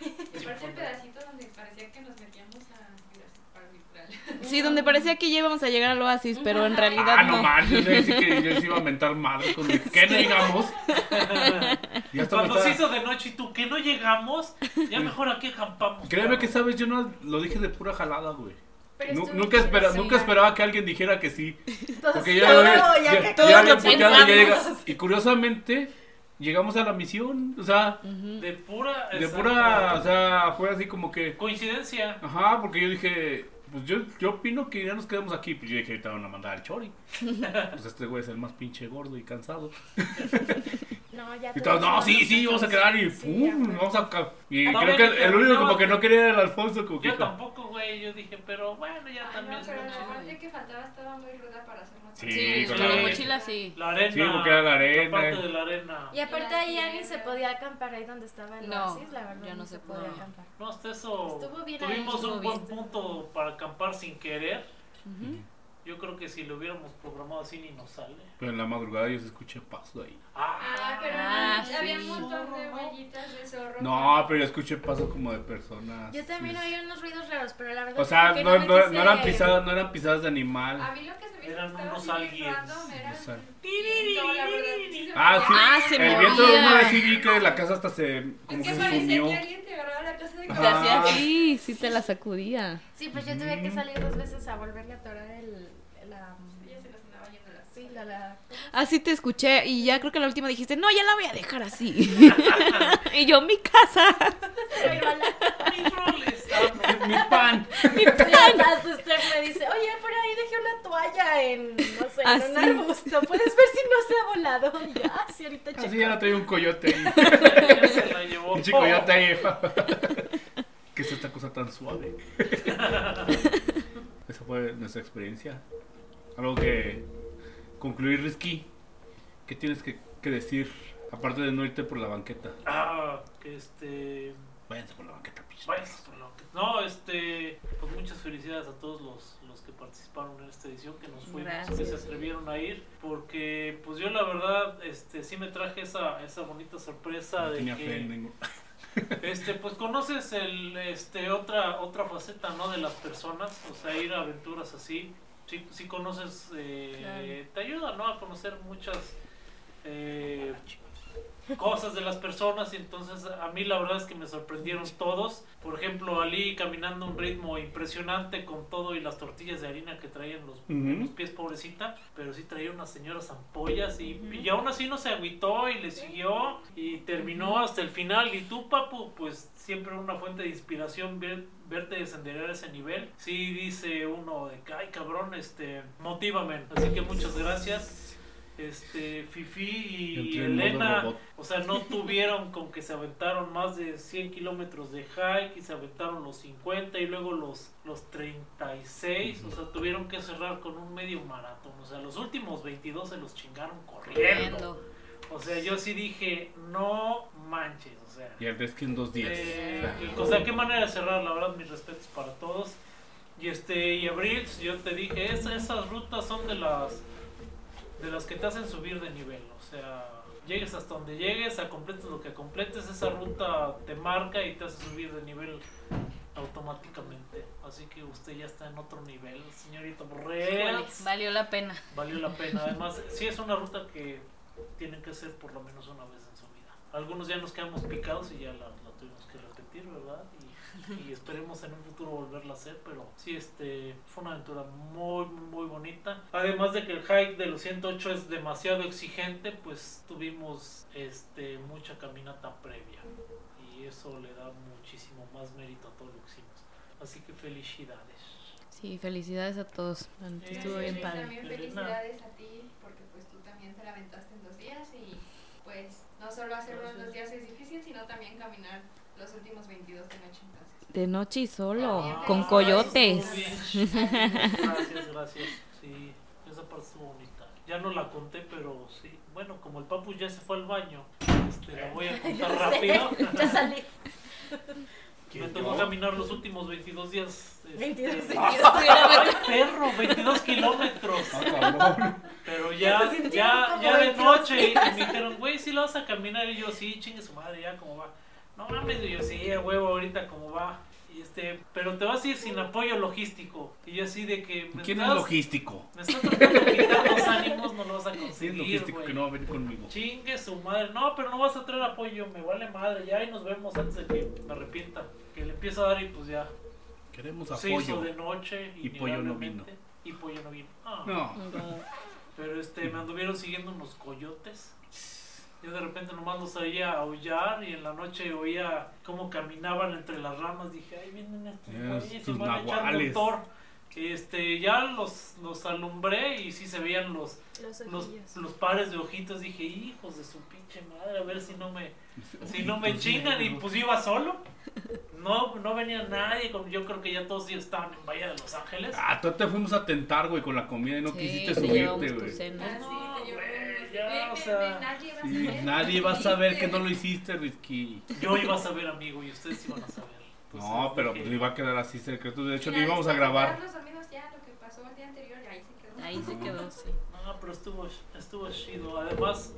Speaker 8: Y aparte el pedacito donde parecía que nos metíamos a Gracias para Vitral.
Speaker 4: Sí, donde parecía que ya íbamos a llegar al oasis, pero en realidad
Speaker 1: Ah,
Speaker 4: no.
Speaker 1: no manches, yo sí que yo sí iba a mentar madre con el que no llegamos. Ya hasta me
Speaker 3: Cuando
Speaker 1: estaba-
Speaker 3: se hizo de noche y tú que no llegamos, ya mejor aquí acampamos.
Speaker 1: Créeme que sabes, yo no lo dije de pura jalada, güey.
Speaker 3: Pero
Speaker 1: Nu-
Speaker 3: estuvo
Speaker 1: nunca,
Speaker 3: chido,
Speaker 1: espera-
Speaker 3: sí.
Speaker 1: nunca esperaba que alguien dijera que sí.
Speaker 3: Todos-
Speaker 1: Porque
Speaker 3: Claro,
Speaker 1: ya, ya,
Speaker 3: ya que
Speaker 1: ya
Speaker 3: todos
Speaker 1: habían
Speaker 3: lo
Speaker 1: puteado y ya
Speaker 3: pensamos.
Speaker 1: llega- Y curiosamente, llegamos a la misión. O sea,
Speaker 3: De pura.
Speaker 1: de
Speaker 3: exacto.
Speaker 1: pura. O sea, fue así como que.
Speaker 3: Coincidencia.
Speaker 1: Ajá, porque yo dije. Pues yo, yo opino que ya nos quedamos aquí. Pues yo dije, ahorita van a mandar al Chori. Pues este güey es el más pinche gordo y cansado.
Speaker 11: No, ya
Speaker 1: Y todos, no,
Speaker 11: todos
Speaker 1: sí,
Speaker 11: nos
Speaker 1: sí, vamos a
Speaker 11: cansamos.
Speaker 1: quedar y pum, vamos a ca- Y
Speaker 3: No,
Speaker 1: creo
Speaker 3: ven,
Speaker 1: que el
Speaker 3: pero
Speaker 1: único
Speaker 3: no.
Speaker 1: como que no quería era el Alfonso, como que
Speaker 3: Yo
Speaker 1: dijo,
Speaker 3: tampoco, güey. Yo dije, pero bueno, ya también.
Speaker 8: No, pero la parte que faltaba estaba muy ruda para hacer más.
Speaker 1: Sí, Sí, con la
Speaker 4: la
Speaker 1: arena.
Speaker 4: mochila sí.
Speaker 3: La arena.
Speaker 1: Sí, porque era la arena.
Speaker 3: parte de la arena.
Speaker 11: Y aparte ahí ya ni se podía acampar ahí donde estaba el
Speaker 4: No,
Speaker 11: oasis, la verdad.
Speaker 4: ya no se podía.
Speaker 11: acampar.
Speaker 3: No, hasta eso.
Speaker 11: Estuvo bien ahí,
Speaker 3: tuvimos
Speaker 11: estuvo
Speaker 3: un
Speaker 11: bien.
Speaker 3: buen punto para acampar sin querer. Yo creo que si lo hubiéramos programado así ni nos sale.
Speaker 1: Pero en la madrugada yo se escuché paso ahí.
Speaker 8: Ah, pero
Speaker 11: Ah,
Speaker 8: no, había
Speaker 11: sí.
Speaker 8: un montón de huellitas de zorro.
Speaker 1: No, pero yo escuché paso como de personas.
Speaker 11: Yo también oí unos ruidos raros, pero la verdad
Speaker 1: O sea,
Speaker 11: es que
Speaker 1: no,
Speaker 11: me
Speaker 1: no-
Speaker 11: quise-
Speaker 1: no eran pisadas, no eran pisadas de animal.
Speaker 8: A mí lo que se me hizo
Speaker 3: Eran
Speaker 8: estaba
Speaker 3: unos
Speaker 8: así bien
Speaker 3: aliens.
Speaker 8: random, era
Speaker 1: O sea,
Speaker 8: viento, la verdad, sí se
Speaker 1: Ah, sí.
Speaker 8: movía.
Speaker 1: el viento de una vez sí vi que la casa hasta se como
Speaker 8: Es
Speaker 1: que
Speaker 8: que
Speaker 1: se
Speaker 8: parecía
Speaker 1: sumió.
Speaker 8: que alguien te agarraba la casa de
Speaker 1: Ajá.
Speaker 4: Te hacía
Speaker 1: Ah.
Speaker 4: así, sí te la sacudía.
Speaker 11: Sí, pues yo tuve que salir dos veces a volverle a atorar el... La... Sí, la... la...
Speaker 4: Así te escuché y ya creo que la última dijiste, no, ya la voy a dejar así. y yo, mi casa.
Speaker 1: Mi pan.
Speaker 11: Sí, hasta usted me dice, oye, por ahí dejé una toalla en, no sé, en un
Speaker 4: Así.
Speaker 11: arbusto, puedes ver si no se ha volado. Y yo, "Ah, sí, ahorita checo.
Speaker 1: Así ya la traía un coyote ahí.
Speaker 3: Se la llevó.
Speaker 1: Un chico coyote ahí. ¿Qué es esta cosa tan suave? Esa fue nuestra experiencia. Algo que concluir, Risky. ¿Qué tienes que, que decir? Aparte de no irte por la banqueta.
Speaker 3: Ah, que este.
Speaker 1: Váyanse por la banqueta, pues. pinches.
Speaker 3: Váyanse por la banqueta. No, este. Pues muchas felicidades a todos los, los que participaron en esta edición, que nos fuimos,
Speaker 4: Gracias.
Speaker 3: que se atrevieron a ir. Porque, pues yo la verdad, este, sí me traje esa, esa bonita sorpresa
Speaker 1: No
Speaker 3: de
Speaker 1: tenía
Speaker 3: que.
Speaker 1: fe en ningún-
Speaker 3: Este, pues conoces el, este, otra, otra faceta, ¿no? De las personas, o sea, ir a aventuras así, sí, sí conoces, eh, te ayuda, ¿no? A conocer muchas eh, cosas de las personas y entonces a mí la verdad es que me sorprendieron todos. Por ejemplo, Ali caminando a un ritmo impresionante con todo y las tortillas de harina que traían los,
Speaker 1: Ujú.
Speaker 3: los pies, pobrecita, pero sí traía unas señoras ampollas y, y aún así no se agüitó y le siguió y terminó hasta el final. Y tú, Papu, pues siempre una fuente de inspiración ver- verte descender a ese nivel. Sí dice uno de que, ay cabrón, este, motívame. Así que muchas gracias. Este, Fifi y
Speaker 1: Entré en modo
Speaker 3: Elena,
Speaker 1: robot.
Speaker 3: o sea, no tuvieron con que se aventaron más de 100 kilómetros de hike y se aventaron los 50 y luego los, los 36, o sea, tuvieron que cerrar con un medio maratón, o sea, los últimos 22 se los chingaron corriendo. O sea, yo sí dije, no manches, o sea,
Speaker 1: Y el Risky en dos días.
Speaker 3: eh,
Speaker 1: O sea,
Speaker 3: o sea, qué manera de cerrar, la verdad, mis respetos para todos. Y este, y Abril, yo te dije, es- esas rutas son de las de las que te hacen subir de nivel, o sea, llegues hasta donde llegues, a completes lo que completes, esa ruta te marca y te hace subir de nivel automáticamente. Así que usted ya está en otro nivel, señorita Borrell.
Speaker 4: Híjole, Valió la pena.
Speaker 3: Valió la pena. Además, sí es una ruta que tienen que hacer por lo menos una vez en su vida. algunos ya nos quedamos picados y ya la, la tuvimos que repetir, ¿verdad? Y, y esperemos en un futuro volverla a hacer, pero sí, este, fue una aventura muy, muy bonita. Además de que el hike de los 108 es demasiado exigente, pues tuvimos este, mucha caminata previa y eso le da muchísimo más mérito a todo lo que hicimos. Así que felicidades.
Speaker 4: Sí, felicidades a todos. la neta, Estuvo bien padre.
Speaker 8: También felicidades a ti, porque pues tú también te la aventaste en dos días y pues no solo hacerlo en dos días es difícil, sino también caminar los últimos 22 de noche entonces.
Speaker 4: De noche y solo,
Speaker 8: Ah,
Speaker 4: con
Speaker 8: eso
Speaker 4: coyotes.
Speaker 8: estuvo
Speaker 3: Gracias, gracias. Sí, esa parte estuvo bonita. Ya no la conté, pero sí. Bueno, como el papu ya se fue al baño, este, la voy a contar
Speaker 12: Ya sé,
Speaker 3: rápido.
Speaker 12: ya salí.
Speaker 3: Me tocó caminar los últimos 22 días. este,
Speaker 12: 22
Speaker 3: ¡Ay,
Speaker 12: kilómetros.
Speaker 3: perro! 22 kilómetros.
Speaker 1: Ah,
Speaker 3: Pero ya,
Speaker 12: Se sintieron
Speaker 3: ya,
Speaker 12: como
Speaker 3: ya de
Speaker 12: 22
Speaker 3: noche. Y me dijeron, güey, si la vas a caminar. Y yo, sí, chingue su madre, ya, como va. No mames, y yo, sí, a huevo, ahorita, como va. Y este, pero te vas a ir sin apoyo logístico. Y yo así de que... me
Speaker 1: ¿Quién es
Speaker 3: estás-
Speaker 1: logístico?
Speaker 3: Me está tratando de quitar los ánimos, no lo vas a
Speaker 1: Sí,
Speaker 3: conseguir,
Speaker 1: es logístico
Speaker 3: güey.
Speaker 1: que no va a venir conmigo.
Speaker 3: Chingue su madre. No, pero no vas a traer apoyo, me vale madre. Ya, y nos vemos antes de que me arrepienta. Que le empieza a dar y pues ya.
Speaker 1: Queremos
Speaker 3: Se hizo
Speaker 1: apoyo.
Speaker 3: de noche.
Speaker 1: Y pollo no vino.
Speaker 3: innegablemente, Y pollo no vino. Ah.
Speaker 1: No.
Speaker 3: Pero este, me anduvieron siguiendo unos coyotes. Yo de repente nomás los oía aullar y en la noche oía cómo caminaban entre las ramas. Dije, ahí vienen estos
Speaker 1: Eh,
Speaker 3: güeyes y
Speaker 1: estos
Speaker 3: van a echar
Speaker 1: nahuales.
Speaker 3: motor". Este, ya los, los alumbré y sí se veían los,
Speaker 11: Los
Speaker 3: los,
Speaker 11: ojillos.
Speaker 3: los pares de ojitos. Dije, hijos de su pinche madre, a ver si no me, si no me
Speaker 1: Ojitos
Speaker 3: chingan. Y
Speaker 1: negros.
Speaker 3: pues iba solo. No, no venía nadie. como Yo creo que ya todos estaban en Bahía de Los Ángeles.
Speaker 1: Ah, tú te fuimos a tentar, güey, con la comida y no quisiste
Speaker 4: te
Speaker 1: subirte,
Speaker 4: llevamos tu
Speaker 1: güey.
Speaker 4: cena.
Speaker 3: Ya, o sea,
Speaker 1: Sí, nadie va a saber que no lo hiciste, Risky.
Speaker 3: Yo iba a saber, amigo, y ustedes iban a saber.
Speaker 1: No, pero pues iba a quedar así secreto. De hecho, ni íbamos a grabar.
Speaker 8: Los amigos ya lo que pasó el día anterior, ahí se quedó.
Speaker 4: Ahí se quedó, sí.
Speaker 3: No, pero estuvo, estuvo chido. Además,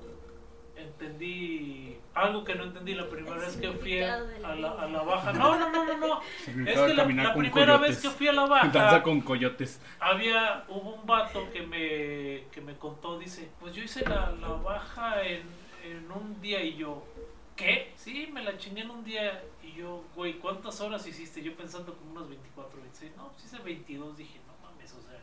Speaker 3: entendí algo que no entendí la primera vez que fui a la, a la baja. No, no, no, no, no. Es
Speaker 1: Significaba
Speaker 3: que la,
Speaker 1: caminar
Speaker 3: la
Speaker 1: con
Speaker 3: primera
Speaker 1: coyotes.
Speaker 3: vez que fui a la baja.
Speaker 1: Danza con coyotes.
Speaker 3: había hubo un vato que me, que me contó, dice, pues yo hice la, la baja en, en un día y yo, ¿qué? Sí, me la chingué en un día y yo, güey, ¿cuántas horas hiciste? Yo pensando como unas 24, 26, no, pues hice 22, dije, no mames, o sea.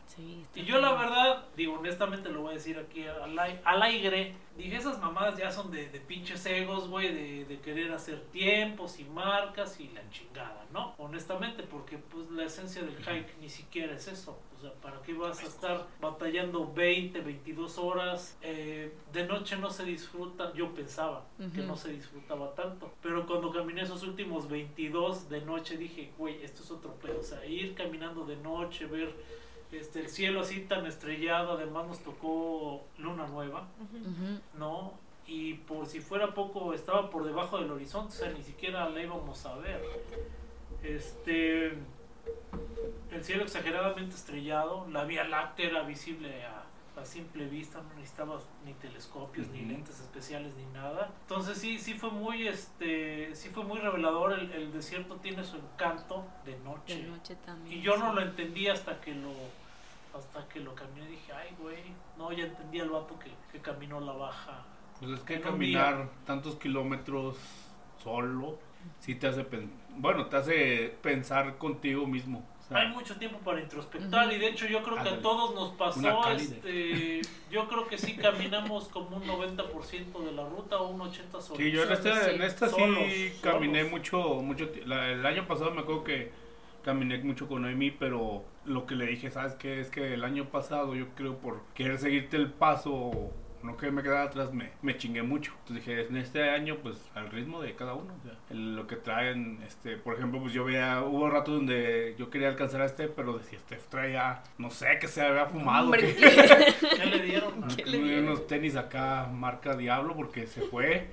Speaker 3: y yo la verdad, digo, honestamente lo voy a decir aquí al, ai- al aire, dije, esas mamadas ya son de, de pinches egos, güey, de, de querer hacer tiempos y marcas y la chingada, ¿no? Honestamente, porque pues la esencia del hike ni siquiera es eso. O sea, ¿para qué vas a estar batallando 20, 22 horas? Eh, de noche no se disfruta, yo pensaba que
Speaker 12: Ujú.
Speaker 3: no se disfrutaba tanto, pero cuando caminé esos últimos 22 de noche dije, güey, esto es otro pedo. O sea, ir caminando de noche, ver este, el cielo así tan estrellado, además nos tocó luna nueva. ¿no? Y por si fuera poco, estaba por debajo del horizonte, o sea, ni siquiera la íbamos a ver. Este. El cielo exageradamente estrellado, la vía láctea era visible a, a simple vista, no necesitabas ni telescopios, ni
Speaker 1: Ujú.
Speaker 3: lentes especiales, ni nada. Entonces, sí, sí fue muy, este, sí fue muy revelador. El, el desierto tiene su encanto de noche.
Speaker 4: De noche también,
Speaker 3: Y yo no
Speaker 4: sí.
Speaker 3: lo entendí hasta que lo, hasta que lo caminé dije, ay, güey. No, ya entendí al vato que, que caminó la baja.
Speaker 1: Pues es que
Speaker 3: En un
Speaker 1: caminar tantos kilómetros solo, sí te hace pen- bueno, te hace pensar contigo mismo. O sea,
Speaker 3: Hay mucho tiempo para introspectar y de hecho yo creo que a
Speaker 1: Ándale.
Speaker 3: todos nos
Speaker 1: Una
Speaker 3: pasó,
Speaker 1: cálida.
Speaker 3: este, yo creo que sí caminamos como un 90% de la ruta o un 80 solos.
Speaker 1: Sí, yo en esta, en esta sí
Speaker 3: Solos,
Speaker 1: caminé
Speaker 3: solos.
Speaker 1: mucho, mucho ti- la- el año pasado me acuerdo que caminé mucho con Noemi, pero lo que le dije, ¿sabes qué? Es que el año pasado yo creo por querer seguirte el paso, no que me quedara atrás, me, me chingué mucho. Entonces dije, en este año pues al ritmo de cada uno, o sea, el- lo que traen, este, por ejemplo, pues yo veía, hubo ratos donde yo quería alcanzar a este, pero decía, este traía, no sé, que se había fumado.
Speaker 12: Hombre,
Speaker 1: que-
Speaker 3: ¿qué le dieron?
Speaker 1: que
Speaker 12: ¿Qué le
Speaker 1: me dieron
Speaker 12: dieron?
Speaker 1: unos tenis acá, marca Diablo, porque se fue.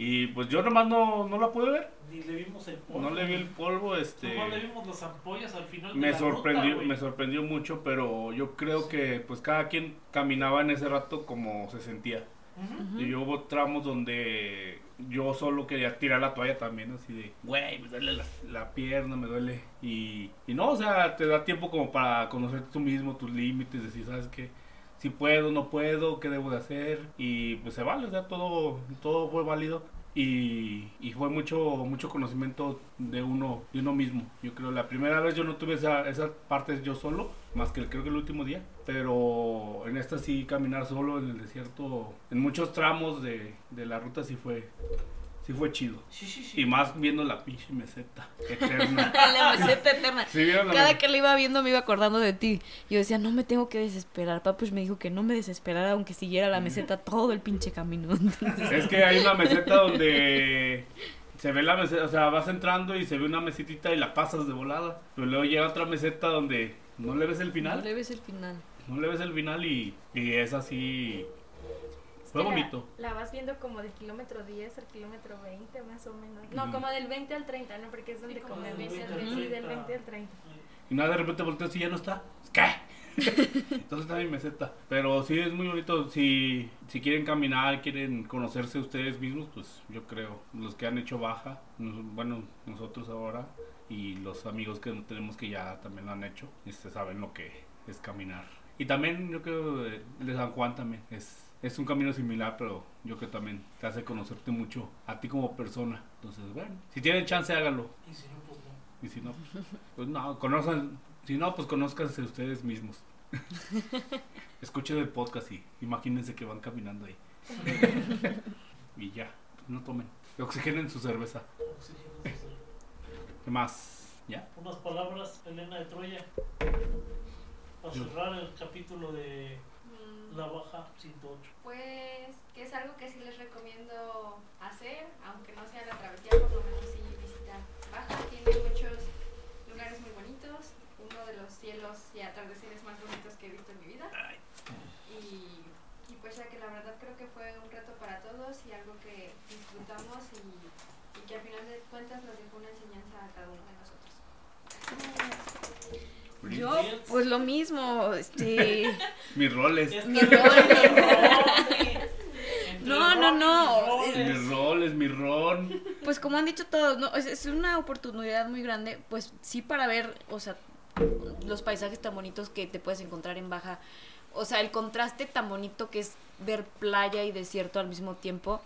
Speaker 1: Y pues yo nomás no, no la pude ver.
Speaker 3: Ni le vimos el polvo.
Speaker 1: No le vi el polvo, este.
Speaker 3: Nomás le vimos las ampollas al final de
Speaker 1: Me
Speaker 3: la
Speaker 1: sorprendió,
Speaker 3: ruta, güey.
Speaker 1: me sorprendió mucho, pero yo creo que pues cada quien caminaba en ese rato como se sentía.
Speaker 3: Ujú.
Speaker 1: Y hubo tramos donde yo solo quería tirar la toalla también, así de, güey, me duele la, la pierna, me duele. Y, y no, o sea, te da tiempo como para conocer tú mismo tus límites, decir, ¿sabes qué? si puedo, no puedo, qué debo de hacer. Y pues se vale, o sea, todo, todo fue válido. Y, y fue mucho, mucho conocimiento de uno, de uno mismo. Yo creo la primera vez yo no tuve esa, esas partes yo solo, más que el- creo que el último día. Pero en esta sí caminar solo en el desierto, en muchos tramos de, de la ruta sí fue, sí fue chido. Y más viendo la pinche meseta eterna.
Speaker 4: La meseta eterna.
Speaker 1: Sí, vieron la
Speaker 4: Cada
Speaker 1: meseta.
Speaker 4: que le iba viendo me iba acordando de ti. Yo decía, no me tengo que desesperar. Papush me dijo que no me desesperara aunque siguiera la meseta todo el pinche camino. Entonces-
Speaker 1: Es que hay una meseta donde se ve la meseta, o sea, vas entrando y se ve una mesetita y la pasas de volada. Pero luego llega otra meseta donde no le ves el
Speaker 4: No
Speaker 1: final,
Speaker 4: le ves el final.
Speaker 1: no le ves el final y, y es así. Fue
Speaker 5: que la-
Speaker 1: bonito.
Speaker 5: La, vas viendo como del kilómetro 10 al kilómetro 20 más o menos.
Speaker 1: Ujú.
Speaker 5: No, como del 20 al 30, ¿no? Porque es donde como del 20 al 30. Sí, del 20 al 30.
Speaker 1: Y nada, de repente volteas y ya no está. ¿Qué? Entonces está mi meseta. Pero sí es muy bonito. Si, si quieren caminar, quieren conocerse ustedes mismos, pues yo creo. Los que han hecho baja, nos- bueno, nosotros ahora y los amigos que tenemos que ya también lo han hecho, este, saben lo que es caminar. Y también yo creo eh, el de San Juan también es. Es un camino similar, pero yo creo también te hace conocerte mucho a ti como persona. Entonces, bueno, si tienen chance, hágalo.
Speaker 3: Y si no, pues no.
Speaker 1: Y si no, pues no, conozcan, si no, pues conózcanse ustedes mismos. Escuchen el podcast y imagínense que van caminando ahí. y ya, pues no tomen. Oxigenen su cerveza. ¿Qué más? ¿Ya?
Speaker 3: Unas palabras, Elena de Troya. Para
Speaker 1: Yo.
Speaker 3: cerrar el capítulo de
Speaker 5: Mm.
Speaker 3: La Baja 108.
Speaker 8: Pues que es algo que sí les recomiendo hacer, aunque no sea la travesía, por lo menos sí visitar Baja. Tiene muchos lugares muy bonitos, uno de los cielos y atardeceres más bonitos que he visto en mi vida. Y, y pues ya que la verdad creo que fue un reto para todos y algo que disfrutamos y, y que al final de cuentas nos dejó una enseñanza a cada uno de nosotros.
Speaker 5: Oh,
Speaker 4: Yo, pues lo mismo. Este.
Speaker 1: Mis
Speaker 5: pues,
Speaker 1: roles.
Speaker 4: Mis roles. No, no, no.
Speaker 1: Mis roles, mi ron.
Speaker 4: Pues como han dicho todos, ¿no? Es, es una oportunidad muy grande, pues sí para ver, o sea, los paisajes tan bonitos que te puedes encontrar en Baja. O sea, el contraste tan bonito que es ver playa y desierto al mismo tiempo,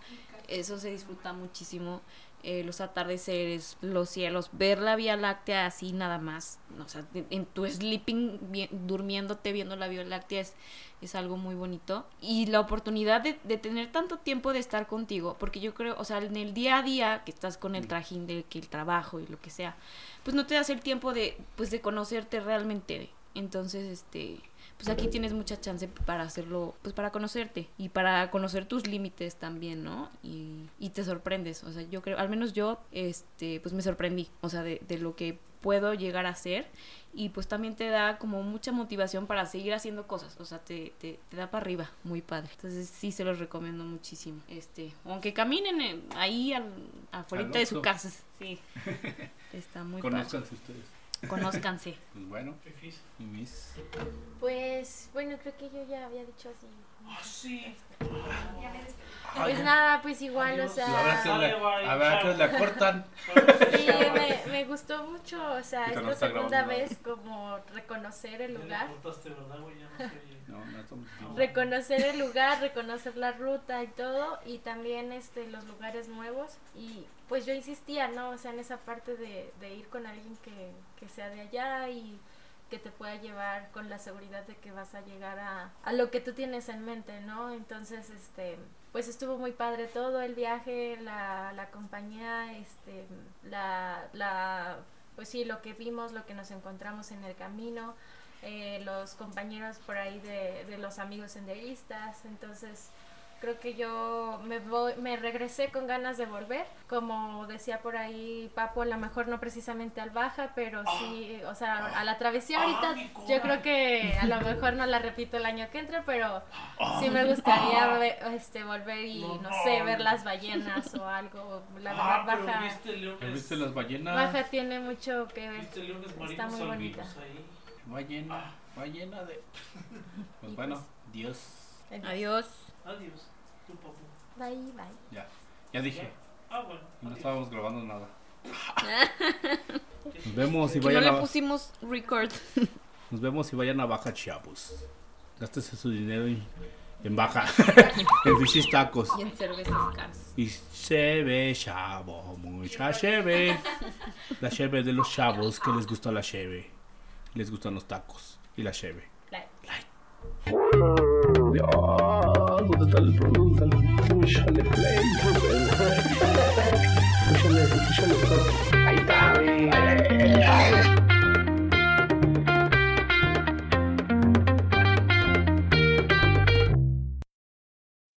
Speaker 4: eso se disfruta muchísimo. Eh, los atardeceres, los cielos, ver la Vía Láctea así nada más, o sea, en- en tu sleeping, vi- durmiéndote viendo la Vía Láctea es, es algo muy bonito. Y la oportunidad de, de tener tanto tiempo de estar contigo, porque yo creo, o sea, en el día a día que estás con el trajín de que el trabajo y lo que sea, pues no te das el tiempo de, pues, de conocerte realmente. Entonces, este, pues aquí tienes mucha chance para hacerlo, pues para conocerte y para conocer tus límites también, ¿no? Y, y te sorprendes, o sea, yo creo, al menos yo, este, pues me sorprendí, o sea, de, de lo que puedo llegar a hacer y pues también te da como mucha motivación para seguir haciendo cosas, o sea, te, te, te da para arriba, muy padre. Entonces sí se los recomiendo muchísimo, este, aunque caminen eh, ahí al, afuera de
Speaker 1: Oxxo.
Speaker 4: su casa, sí, está muy padre.
Speaker 1: Conózcanse ustedes.
Speaker 4: Conózcanse.
Speaker 1: Pues bueno. Y mis.
Speaker 5: Pues bueno, creo que yo ya había dicho así.
Speaker 3: Ah, sí.
Speaker 5: Pues
Speaker 1: Ay,
Speaker 5: nada, pues igual, o sea.
Speaker 1: habrá que la, habrá que la cortan.
Speaker 5: Sí, me, me gustó mucho, o sea,
Speaker 1: Ahorita
Speaker 5: es
Speaker 1: no
Speaker 5: la
Speaker 1: está
Speaker 5: segunda
Speaker 1: grabando.
Speaker 5: vez como reconocer el lugar,
Speaker 3: Cortaste, ¿verdad, güey? Ya no se oye.
Speaker 1: No, no estamos-
Speaker 5: reconocer el lugar, reconocer la ruta y todo, y también este los lugares nuevos. Y pues yo insistía, ¿no? O sea, en esa parte de, de ir con alguien que, que sea de allá y que te pueda llevar con la seguridad de que vas a llegar a, a lo que tú tienes en mente, ¿no? Entonces, este, pues estuvo muy padre todo el viaje, la, la compañía, este, la, la, pues sí, lo que vimos, lo que nos encontramos en el camino, eh, los compañeros por ahí de, de los amigos senderistas, entonces... Creo que yo me, voy, me regresé con ganas de volver. Como decía por ahí Papo, a lo mejor no precisamente al baja, pero sí, o sea, a la travesía ahorita. Yo creo que a lo mejor no la repito el año que entra, pero sí me gustaría ve- este, volver y, no sé, ver las ballenas o algo. La
Speaker 3: Ah,
Speaker 5: verdad,
Speaker 3: pero
Speaker 5: baja,
Speaker 3: viste leones.
Speaker 1: ¿Viste las ballenas?
Speaker 5: baja tiene mucho que ver.
Speaker 3: Viste leones
Speaker 5: Está
Speaker 3: marinos
Speaker 5: muy bonita.
Speaker 3: albinos ahí.
Speaker 1: Ballena, ballena de. Pues
Speaker 5: Y
Speaker 1: bueno, Dios.
Speaker 4: Adiós.
Speaker 3: Adiós. Tu papu.
Speaker 5: Bye, bye.
Speaker 1: Ya, ya dije.
Speaker 3: Ah, bueno.
Speaker 1: No
Speaker 3: adiós.
Speaker 1: estábamos grabando nada. Nos vemos y
Speaker 4: Que no
Speaker 1: vayan
Speaker 4: le
Speaker 1: a,
Speaker 4: pusimos record.
Speaker 1: nos vemos y vayan a Baja Chiapas. Gástese su dinero en, en baja. en fichis tacos.
Speaker 4: Y en cervezas caras.
Speaker 1: Y se ve chavo, mucha cheve. La cheve de los chavos que les gusta la cheve. Les gustan los tacos y la cheve.
Speaker 4: Like.
Speaker 1: ¿Dónde está el producto? Púchale play. Púchale, púchale. Ahí está.